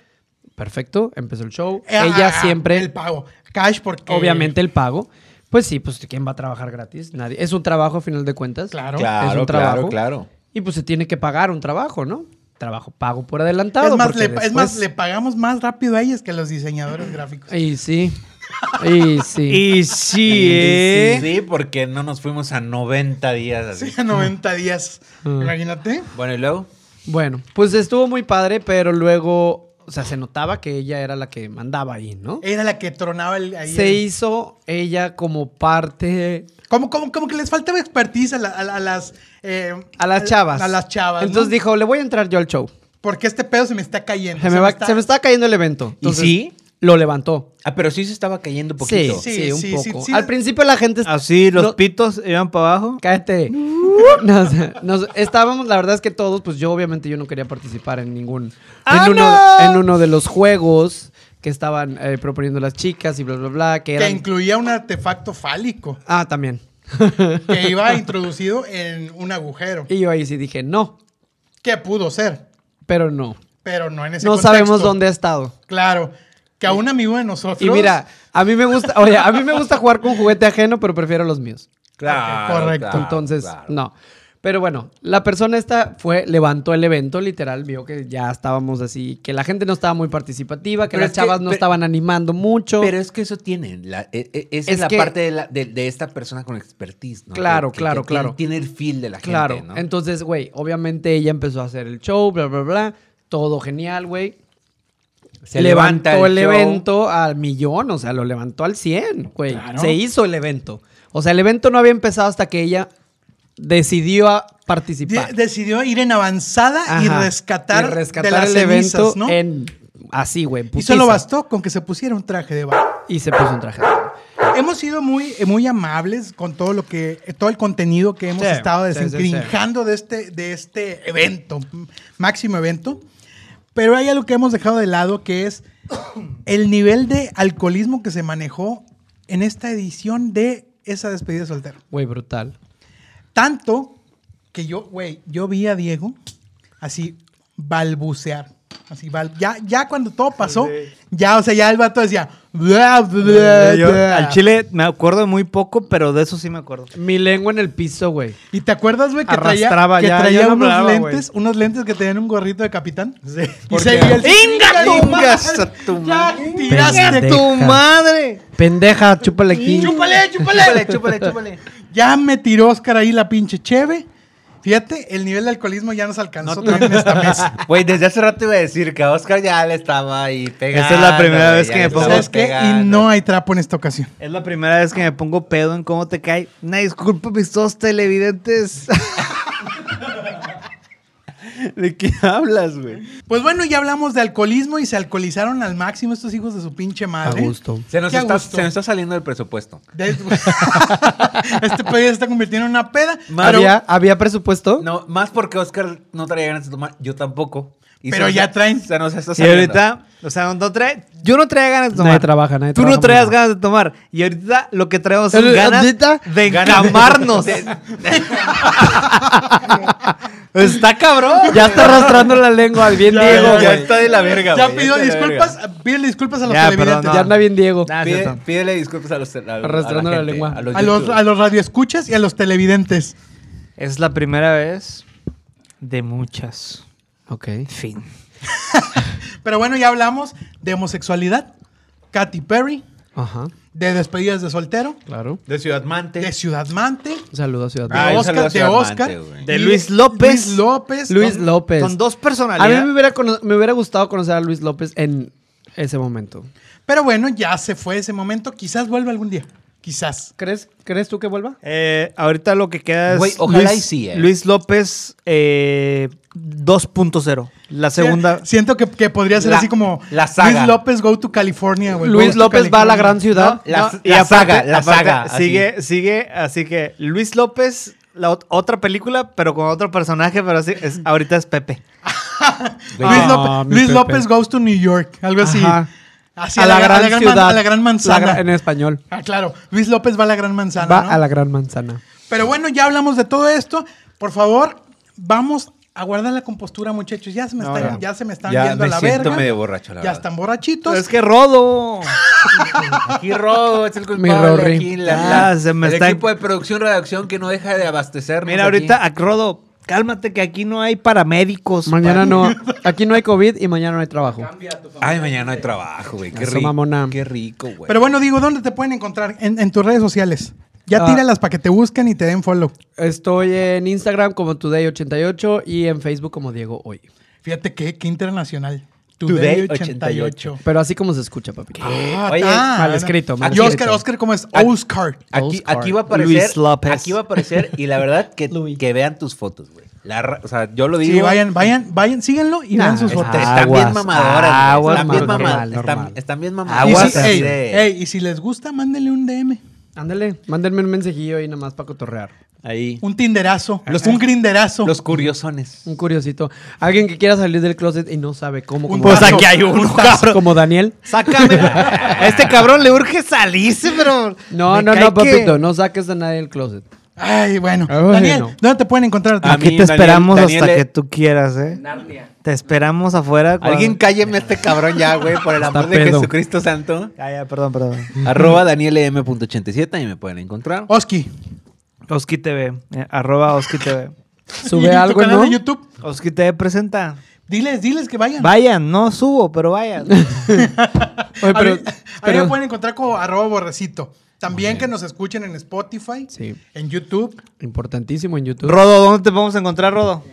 [SPEAKER 3] Perfecto, empezó el show.
[SPEAKER 4] Eh,
[SPEAKER 3] Ella
[SPEAKER 4] ah,
[SPEAKER 3] siempre,
[SPEAKER 4] El pago. Cash porque.
[SPEAKER 3] obviamente el pago. Pues sí, pues ¿quién va a trabajar gratis? Nadie. Es un trabajo a final de cuentas.
[SPEAKER 4] Claro.
[SPEAKER 3] Es un
[SPEAKER 5] Claro,
[SPEAKER 3] trabajo.
[SPEAKER 5] claro, claro.
[SPEAKER 3] Y pues se tiene que pagar un trabajo, ¿no? Trabajo pago por adelantado.
[SPEAKER 4] Es más,
[SPEAKER 3] porque
[SPEAKER 4] le, es más, le
[SPEAKER 3] después-
[SPEAKER 4] pagamos más rápido a ellas que a los diseñadores gráficos.
[SPEAKER 3] Y sí. Y sí.
[SPEAKER 6] Y sí, ¿eh?
[SPEAKER 5] Sí, sí, porque no nos fuimos a 90 días así.
[SPEAKER 4] Sí, 90 días.
[SPEAKER 3] Mm.
[SPEAKER 4] Imagínate.
[SPEAKER 5] Bueno, y luego.
[SPEAKER 3] Bueno, pues estuvo muy padre, pero luego, o sea, se notaba que ella era la que mandaba ahí, ¿no?
[SPEAKER 4] Era la que tronaba el, ahí.
[SPEAKER 3] Se
[SPEAKER 4] el-
[SPEAKER 3] hizo ella como parte
[SPEAKER 4] Como, como, como que les faltaba expertise a, la- a la- a las. eh,
[SPEAKER 3] a las chavas.
[SPEAKER 4] A las chavas.
[SPEAKER 3] Entonces
[SPEAKER 4] ¿no?
[SPEAKER 3] dijo, le voy a entrar yo al show.
[SPEAKER 4] Porque este pedo se me está cayendo.
[SPEAKER 3] Se me, va-
[SPEAKER 4] está-
[SPEAKER 3] se me está cayendo el evento. Entonces,
[SPEAKER 5] ¿Y sí?
[SPEAKER 3] lo levantó.
[SPEAKER 5] Ah, pero sí se estaba cayendo poquito.
[SPEAKER 3] Sí,
[SPEAKER 4] Sí,
[SPEAKER 3] sí, un
[SPEAKER 4] sí, sí,
[SPEAKER 3] poco.
[SPEAKER 4] sí. Ah,
[SPEAKER 3] Al principio la gente...
[SPEAKER 6] Así los
[SPEAKER 3] No.
[SPEAKER 6] pitos iban para abajo.
[SPEAKER 3] Cállate. Nos- nos- estábamos, la verdad es que todos, pues yo obviamente yo no quería participar en ningún...
[SPEAKER 8] ¡Ah,
[SPEAKER 3] en, uno,
[SPEAKER 8] no!
[SPEAKER 3] en uno de los juegos que estaban eh, proponiendo las chicas y bla, bla, bla, que
[SPEAKER 4] Que
[SPEAKER 3] eran...
[SPEAKER 4] incluía un artefacto fálico
[SPEAKER 3] Ah, también.
[SPEAKER 4] que iba introducido en un agujero.
[SPEAKER 3] Y yo ahí sí dije, no,
[SPEAKER 4] Que pudo ser,
[SPEAKER 3] pero no.
[SPEAKER 4] pero no en ese
[SPEAKER 3] No
[SPEAKER 4] contexto.
[SPEAKER 3] sabemos dónde ha estado.
[SPEAKER 4] Claro, que a un amigo de nosotros.
[SPEAKER 3] Y mira, a mí me gusta, oye, a mí me gusta jugar con juguete ajeno, pero prefiero los míos.
[SPEAKER 5] Claro.
[SPEAKER 4] Ok, correcto.
[SPEAKER 5] claro,
[SPEAKER 3] Entonces,
[SPEAKER 5] claro.
[SPEAKER 3] no. Pero bueno, la persona esta fue, levantó el evento, literal, vio que ya estábamos así, que la gente no estaba muy participativa, que
[SPEAKER 5] Pero
[SPEAKER 3] las
[SPEAKER 5] es que-
[SPEAKER 3] chavas no
[SPEAKER 5] pero-
[SPEAKER 3] estaban animando mucho.
[SPEAKER 5] Pero es que eso tiene. la- e- e- esa es,
[SPEAKER 3] Es
[SPEAKER 5] la
[SPEAKER 3] que-
[SPEAKER 5] parte de, la- de- de esta persona con expertise, ¿no?
[SPEAKER 3] Claro, claro,
[SPEAKER 5] tiene-
[SPEAKER 3] claro.
[SPEAKER 5] Tiene, el feel de la
[SPEAKER 3] claro.
[SPEAKER 5] gente, ¿no?
[SPEAKER 3] Entonces, güey, obviamente ella empezó a hacer el show, bla, bla, bla. Todo genial, güey.
[SPEAKER 5] Se
[SPEAKER 3] levantó el,
[SPEAKER 5] show.
[SPEAKER 3] evento al millón, o sea, lo levantó al 100, güey.
[SPEAKER 4] Claro.
[SPEAKER 3] Se hizo el evento. O sea, el evento no había empezado hasta que ella decidió a
[SPEAKER 4] de-
[SPEAKER 3] participar.
[SPEAKER 4] decidió ir en avanzada y
[SPEAKER 3] Ajá.
[SPEAKER 4] rescatar,
[SPEAKER 3] Y rescatar
[SPEAKER 4] de las
[SPEAKER 3] el
[SPEAKER 4] cenizas,
[SPEAKER 3] evento
[SPEAKER 4] ¿no?
[SPEAKER 3] en así, güey.
[SPEAKER 4] Y
[SPEAKER 3] putiza.
[SPEAKER 4] solo bastó con que se pusiera un traje de baño.
[SPEAKER 3] Y se puso un traje.
[SPEAKER 4] Hemos sido muy, eh, muy amables con todo lo que, todo el contenido que hemos
[SPEAKER 3] Sí,
[SPEAKER 4] estado
[SPEAKER 3] sí, sí, sí.
[SPEAKER 4] desencrinjando de este, de este evento, m- máximo evento. Pero hay algo que hemos dejado de lado que es el nivel de alcoholismo que se manejó en esta edición de esa despedida de soltero.
[SPEAKER 3] Güey, brutal.
[SPEAKER 4] Tanto que yo, güey, yo vi a Diego así balbucear. Así, bal- ya, ya cuando todo pasó, ya, o sea, ya el vato decía. "Bla, bla,
[SPEAKER 6] Yo,
[SPEAKER 4] bla".
[SPEAKER 6] al chile me acuerdo muy poco, pero de eso sí me acuerdo.
[SPEAKER 3] Mi lengua en el piso, güey.
[SPEAKER 4] ¿Y te acuerdas, güey, que traía,
[SPEAKER 6] Arrastraba
[SPEAKER 4] que
[SPEAKER 6] ya,
[SPEAKER 4] traía
[SPEAKER 6] ya no
[SPEAKER 4] unos
[SPEAKER 6] hablaba, güey.
[SPEAKER 4] lentes, unos lentes que tenían un gorrito de capitán? Sí. Y
[SPEAKER 6] ¿Por
[SPEAKER 4] se
[SPEAKER 6] qué?
[SPEAKER 4] veía el
[SPEAKER 6] ¡Inga tu madre!
[SPEAKER 4] ¡Ingas a tu madre! ¡Ya tiraste
[SPEAKER 3] Pendeja.
[SPEAKER 4] tu-
[SPEAKER 6] ¡Tu madre!
[SPEAKER 3] Pendeja, chúpale aquí.
[SPEAKER 4] ¡Chúpale, chúpale! chúpale, chúpale. Ya me tiró Oscar ahí la pinche cheve. Fíjate, el nivel de alcoholismo ya nos alcanzó también en esta mesa.
[SPEAKER 5] Güey, desde hace rato iba a decir que a Oscar ya le estaba ahí pegando.
[SPEAKER 6] Esta es la primera
[SPEAKER 5] güey,
[SPEAKER 6] vez
[SPEAKER 5] ya
[SPEAKER 6] que
[SPEAKER 5] le
[SPEAKER 6] me pongo-
[SPEAKER 5] estaba
[SPEAKER 4] Pues, ¿Sabes qué? Y
[SPEAKER 5] pegando.
[SPEAKER 4] no hay trapo en esta ocasión.
[SPEAKER 6] Es la primera vez que me pongo pedo en cómo te cae. Una disculpa, mis dos televidentes. ¿De qué hablas, güey?
[SPEAKER 4] Pues bueno, ya hablamos de alcoholismo y se alcoholizaron al máximo estos hijos de su pinche madre.
[SPEAKER 5] Se nos,
[SPEAKER 4] Qué a
[SPEAKER 5] está,
[SPEAKER 4] gusto.
[SPEAKER 5] se nos está saliendo el presupuesto.
[SPEAKER 4] De- este pedo ya se está convirtiendo en una peda. pero-
[SPEAKER 3] ¿Había, ¿Había presupuesto?
[SPEAKER 5] No, más porque Oscar no traía ganas de tomar. Yo tampoco. Y
[SPEAKER 4] Pero
[SPEAKER 5] se nos-
[SPEAKER 4] ya traen.
[SPEAKER 5] Se nos está
[SPEAKER 6] Y
[SPEAKER 5] saliendo.
[SPEAKER 6] ahorita, o sea, no trae, yo no traía ganas de tomar.
[SPEAKER 3] Nadie trabaja, nadie
[SPEAKER 6] Tú
[SPEAKER 3] trabaja
[SPEAKER 6] no traías
[SPEAKER 3] mañana.
[SPEAKER 6] ganas de tomar. Y ahorita lo que traemos son
[SPEAKER 3] Eh,
[SPEAKER 6] ganas
[SPEAKER 3] ahorita,
[SPEAKER 6] de encamarnos. Pues Está cabrón.
[SPEAKER 3] Ya está arrastrando la lengua al bien Diego,
[SPEAKER 5] Ya,
[SPEAKER 3] güey.
[SPEAKER 5] está de la verga,
[SPEAKER 4] Ya
[SPEAKER 5] güey,
[SPEAKER 4] pidió
[SPEAKER 5] está de la
[SPEAKER 4] disculpas,
[SPEAKER 5] verga.
[SPEAKER 4] pídele disculpas a los
[SPEAKER 6] Ya,
[SPEAKER 4] televidentes,
[SPEAKER 6] perdón,
[SPEAKER 3] Ya anda bien Diego.
[SPEAKER 6] Nah,
[SPEAKER 5] Pide-
[SPEAKER 6] cierto.
[SPEAKER 5] pídele disculpas a los. a- a
[SPEAKER 3] Arrastrando la
[SPEAKER 5] gente,
[SPEAKER 3] lengua.
[SPEAKER 5] Ah, A los,
[SPEAKER 4] a los, a los radioescuchas y a los televidentes.
[SPEAKER 6] Es la primera vez de muchas.
[SPEAKER 3] Ok.
[SPEAKER 6] Fin.
[SPEAKER 4] Pero bueno, ya hablamos de homosexualidad, Katy Perry,
[SPEAKER 3] Ajá,
[SPEAKER 4] de despedidas de soltero,
[SPEAKER 3] claro.
[SPEAKER 5] de Ciudad Mante.
[SPEAKER 4] de Ciudad Mante,
[SPEAKER 3] Un saludo a Ciudad
[SPEAKER 5] Ah,
[SPEAKER 4] de
[SPEAKER 5] un
[SPEAKER 4] Oscar,
[SPEAKER 5] saludo
[SPEAKER 4] de
[SPEAKER 5] a Ciudad Mante,
[SPEAKER 4] Oscar,
[SPEAKER 5] güey.
[SPEAKER 6] De
[SPEAKER 4] y-
[SPEAKER 6] Luis López.
[SPEAKER 4] Luis López.
[SPEAKER 3] Luis
[SPEAKER 4] Don-
[SPEAKER 3] López.
[SPEAKER 6] Son dos
[SPEAKER 3] A mí me
[SPEAKER 6] personalidades.
[SPEAKER 3] hubiera, cono- me hubiera gustado conocer a Luis López en ese momento.
[SPEAKER 4] Pero bueno, ya se fue ese momento, quizás vuelva algún día, quizás.
[SPEAKER 3] ¿Crees, ¿crees tú que vuelva?
[SPEAKER 6] Eh, ahorita lo que queda es
[SPEAKER 5] Güey, ojalá
[SPEAKER 6] Luis,
[SPEAKER 5] y sí, eh.
[SPEAKER 6] Luis López eh, 2.0. La segunda.
[SPEAKER 4] Siento que, que podría ser
[SPEAKER 5] La-
[SPEAKER 4] así como
[SPEAKER 5] la saga.
[SPEAKER 4] Luis López go to California, güey.
[SPEAKER 3] Luis
[SPEAKER 4] Go to
[SPEAKER 3] López va a la
[SPEAKER 4] California.
[SPEAKER 3] gran ciudad.
[SPEAKER 5] No, La- la saga, la saga, así.
[SPEAKER 6] Sigue, sigue, así que Luis López, la ot- otra película, pero con otro personaje, pero así, es, ahorita es Pepe.
[SPEAKER 4] Luis,
[SPEAKER 3] Ah,
[SPEAKER 4] López,
[SPEAKER 3] mi
[SPEAKER 4] Luis
[SPEAKER 3] Pepe.
[SPEAKER 4] López goes to New York, algo así.
[SPEAKER 3] Ajá.
[SPEAKER 4] Así a, la, gran, a la gran man- a la gran manzana.
[SPEAKER 3] La gra- en español.
[SPEAKER 4] Ah, claro. Luis López va a la gran manzana.
[SPEAKER 3] va
[SPEAKER 4] ¿no?
[SPEAKER 3] a la gran manzana.
[SPEAKER 4] Pero bueno, ya hablamos de todo esto. Por favor, vamos a guardar la compostura, muchachos. Ya se me están, ya se me están
[SPEAKER 5] Ya
[SPEAKER 4] yendo
[SPEAKER 5] me
[SPEAKER 4] a la
[SPEAKER 5] siento
[SPEAKER 4] verga.
[SPEAKER 5] medio borracho, la
[SPEAKER 4] ya
[SPEAKER 5] verdad.
[SPEAKER 4] están borrachitos.
[SPEAKER 6] es que Rodo.
[SPEAKER 5] Aquí Rodo es el
[SPEAKER 3] Mi
[SPEAKER 5] culpable.
[SPEAKER 3] Rory.
[SPEAKER 5] aquí la-
[SPEAKER 6] Ah, se me
[SPEAKER 5] el
[SPEAKER 6] está-
[SPEAKER 5] equipo de producción redacción que no deja de abastecer.
[SPEAKER 6] Mira, ahorita a Rodo, cálmate que aquí no hay paramédicos.
[SPEAKER 3] Mañana no. Aquí no hay COVID y mañana no hay trabajo.
[SPEAKER 5] Ay, mañana hay trabajo, güey. Qué
[SPEAKER 3] Eso,
[SPEAKER 5] rico.
[SPEAKER 3] mamona.
[SPEAKER 5] Qué rico, güey.
[SPEAKER 4] Pero bueno, digo, ¿dónde te pueden encontrar? En, en tus redes sociales. Ya
[SPEAKER 3] Ah.
[SPEAKER 4] tíralas para que te busquen y te den follow.
[SPEAKER 3] Estoy en Instagram como Today88 y en Facebook como Diego Hoy.
[SPEAKER 4] Fíjate qué, qué internacional.
[SPEAKER 5] Today
[SPEAKER 4] Today
[SPEAKER 5] 88.
[SPEAKER 4] 88.
[SPEAKER 3] Pero así como se escucha, papi.
[SPEAKER 4] Ah,
[SPEAKER 5] Oye,
[SPEAKER 4] ta.
[SPEAKER 3] mal escrito, mal
[SPEAKER 4] Aquí Oscar,
[SPEAKER 3] escrito.
[SPEAKER 4] Oscar, ¿cómo es?
[SPEAKER 5] Aquí-
[SPEAKER 4] Oscar.
[SPEAKER 5] Aquí,
[SPEAKER 3] Oscar.
[SPEAKER 5] aquí va a aparecer.
[SPEAKER 6] Luis López.
[SPEAKER 5] Aquí va a aparecer. Y la verdad, que, que vean tus fotos, güey. La ra- o sea, yo lo
[SPEAKER 4] Sí,
[SPEAKER 5] digo.
[SPEAKER 4] vayan, vayan, vayan, síganlo y vean sus
[SPEAKER 5] Está-
[SPEAKER 4] fotos.
[SPEAKER 5] Están bien
[SPEAKER 3] Aguas,
[SPEAKER 5] mamadoras. güey,
[SPEAKER 3] aguas,
[SPEAKER 5] están bien
[SPEAKER 3] normal,
[SPEAKER 5] mamadas. Están,
[SPEAKER 3] normal.
[SPEAKER 5] están bien mamadas.
[SPEAKER 4] Y si-
[SPEAKER 3] Aguas,
[SPEAKER 4] ey,
[SPEAKER 5] de-
[SPEAKER 4] ey, y si les gusta, mándenle un DM.
[SPEAKER 3] Ándale, mándenme un mensajillo ahí nada más para cotorrear.
[SPEAKER 5] Ahí.
[SPEAKER 4] Un tinderazo.
[SPEAKER 5] Los-
[SPEAKER 4] un grinderazo.
[SPEAKER 5] Los curiosones.
[SPEAKER 3] Un curiosito. Alguien que quiera salir del closet y no sabe cómo.
[SPEAKER 4] Un
[SPEAKER 3] como-
[SPEAKER 4] Pues
[SPEAKER 7] aquí hay uno,
[SPEAKER 3] Un tazo,
[SPEAKER 7] cabrón.
[SPEAKER 3] Como Daniel.
[SPEAKER 7] Sácame. A este cabrón le urge salirse, pero.
[SPEAKER 3] No,
[SPEAKER 7] me
[SPEAKER 3] no,
[SPEAKER 7] cae
[SPEAKER 3] no, papito.
[SPEAKER 7] que-
[SPEAKER 3] No saques a nadie del closet.
[SPEAKER 4] Ay, bueno.
[SPEAKER 3] Ay, Ah, bueno.
[SPEAKER 4] Daniel, ¿dónde te pueden encontrar?
[SPEAKER 5] A
[SPEAKER 6] Aquí
[SPEAKER 5] mí,
[SPEAKER 6] te
[SPEAKER 5] Daniel-
[SPEAKER 6] esperamos
[SPEAKER 5] Daniel
[SPEAKER 6] hasta
[SPEAKER 5] le-
[SPEAKER 6] que tú quieras, ¿eh? Te esperamos afuera. cuando-
[SPEAKER 5] Alguien cálleme a este cabrón ya, güey, por el
[SPEAKER 3] Está
[SPEAKER 5] amor de
[SPEAKER 3] pedo.
[SPEAKER 5] Jesucristo Santo.
[SPEAKER 6] Ah, ya, perdón, perdón.
[SPEAKER 5] Arroba danielem.87 ahí me pueden encontrar.
[SPEAKER 4] Oski.
[SPEAKER 6] Oski TV, eh, arroba Oski TV.
[SPEAKER 4] ¿Y
[SPEAKER 3] Sube
[SPEAKER 4] tu
[SPEAKER 3] algo,
[SPEAKER 4] canal
[SPEAKER 3] ¿no?
[SPEAKER 4] de YouTube.
[SPEAKER 6] Oski TV presenta.
[SPEAKER 4] Diles, diles que vayan.
[SPEAKER 6] Vayan, no subo, pero vayan.
[SPEAKER 3] Oye,
[SPEAKER 4] a,
[SPEAKER 3] pero-
[SPEAKER 4] mí, a mí
[SPEAKER 3] pero-
[SPEAKER 4] me pueden encontrar como arroba borrecito. También que nos escuchen en Spotify,
[SPEAKER 3] Sí.
[SPEAKER 4] en YouTube.
[SPEAKER 3] Importantísimo en YouTube.
[SPEAKER 6] Rodo, ¿dónde te podemos encontrar, Rodo?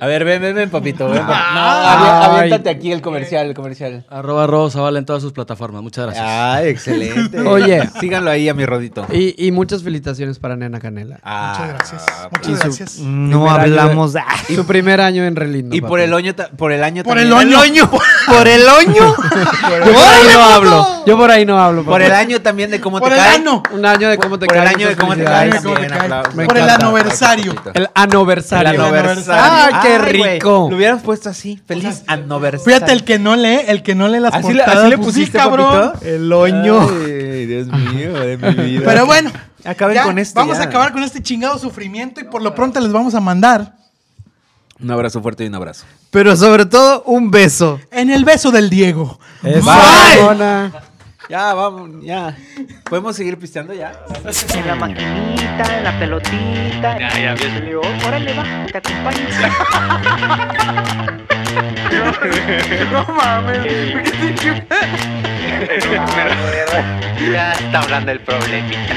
[SPEAKER 5] A ver, ven, ven, ven, papito. Ven, papito. No,
[SPEAKER 3] Ay.
[SPEAKER 5] avi- aviéntate aquí el comercial, el comercial.
[SPEAKER 9] Arroba Rosa Vale en todas sus plataformas. Muchas gracias.
[SPEAKER 5] Ah, excelente.
[SPEAKER 3] Oye.
[SPEAKER 5] Síganlo ahí a mi rodito.
[SPEAKER 3] Y, y muchas felicitaciones para Nena Canela.
[SPEAKER 5] Ah,
[SPEAKER 4] Muchas gracias.
[SPEAKER 3] y
[SPEAKER 4] Muchas
[SPEAKER 3] su-
[SPEAKER 4] gracias.
[SPEAKER 6] No
[SPEAKER 3] Primer año
[SPEAKER 6] hablamos de...
[SPEAKER 3] Su primer año en Relindo.
[SPEAKER 5] Y por el oño, ta- por el año
[SPEAKER 4] Por
[SPEAKER 5] también.
[SPEAKER 4] el oño.
[SPEAKER 6] ¿Por el oño?
[SPEAKER 3] Yo por ahí no hablo. Yo por ahí no hablo.
[SPEAKER 5] Por el
[SPEAKER 3] papá.
[SPEAKER 5] año también de cómo
[SPEAKER 4] Por
[SPEAKER 5] te
[SPEAKER 4] el
[SPEAKER 5] cae.
[SPEAKER 4] ano.
[SPEAKER 3] Un año de cómo te
[SPEAKER 5] Por el
[SPEAKER 3] caes,
[SPEAKER 5] año de
[SPEAKER 3] muchas
[SPEAKER 5] cómo te
[SPEAKER 4] Por el
[SPEAKER 5] cae.
[SPEAKER 3] felicidades.
[SPEAKER 4] año de cómo te
[SPEAKER 5] también,
[SPEAKER 4] cae.
[SPEAKER 5] aplausos.
[SPEAKER 3] Me
[SPEAKER 5] Por el
[SPEAKER 3] encanta.
[SPEAKER 4] aniversario.
[SPEAKER 5] papito.
[SPEAKER 3] El aniversario.
[SPEAKER 4] El aniversario.
[SPEAKER 3] Ah, qué
[SPEAKER 5] Ay, güey,
[SPEAKER 3] rico.
[SPEAKER 5] Lo hubiéramos puesto así. Feliz aniversario.
[SPEAKER 4] Fíjate, el que no lee, el que no lee las
[SPEAKER 5] Así ¿Ah, le,
[SPEAKER 4] portadas.
[SPEAKER 5] así le
[SPEAKER 4] pues sí,
[SPEAKER 5] pusiste, papito. El oño. Ay, Dios mío, de mi vida.
[SPEAKER 4] Pero bueno,
[SPEAKER 5] Acaben
[SPEAKER 4] ya
[SPEAKER 5] con esto.
[SPEAKER 4] vamos
[SPEAKER 5] ya.
[SPEAKER 4] a acabar con este chingado sufrimiento y por lo pronto les vamos a mandar
[SPEAKER 5] Un abrazo fuerte y un abrazo.
[SPEAKER 6] Pero sobre todo, un beso.
[SPEAKER 4] en el beso del Diego.
[SPEAKER 3] Eso,
[SPEAKER 5] Bye.
[SPEAKER 3] mamona.
[SPEAKER 5] Ya, vamos, ya. ¿Podemos seguir pisteando ya?
[SPEAKER 2] En la maquinita, en la pelotita. Ya, ya, Órale, va, te acompaño. no, mames. Este ya está hablando el problemita.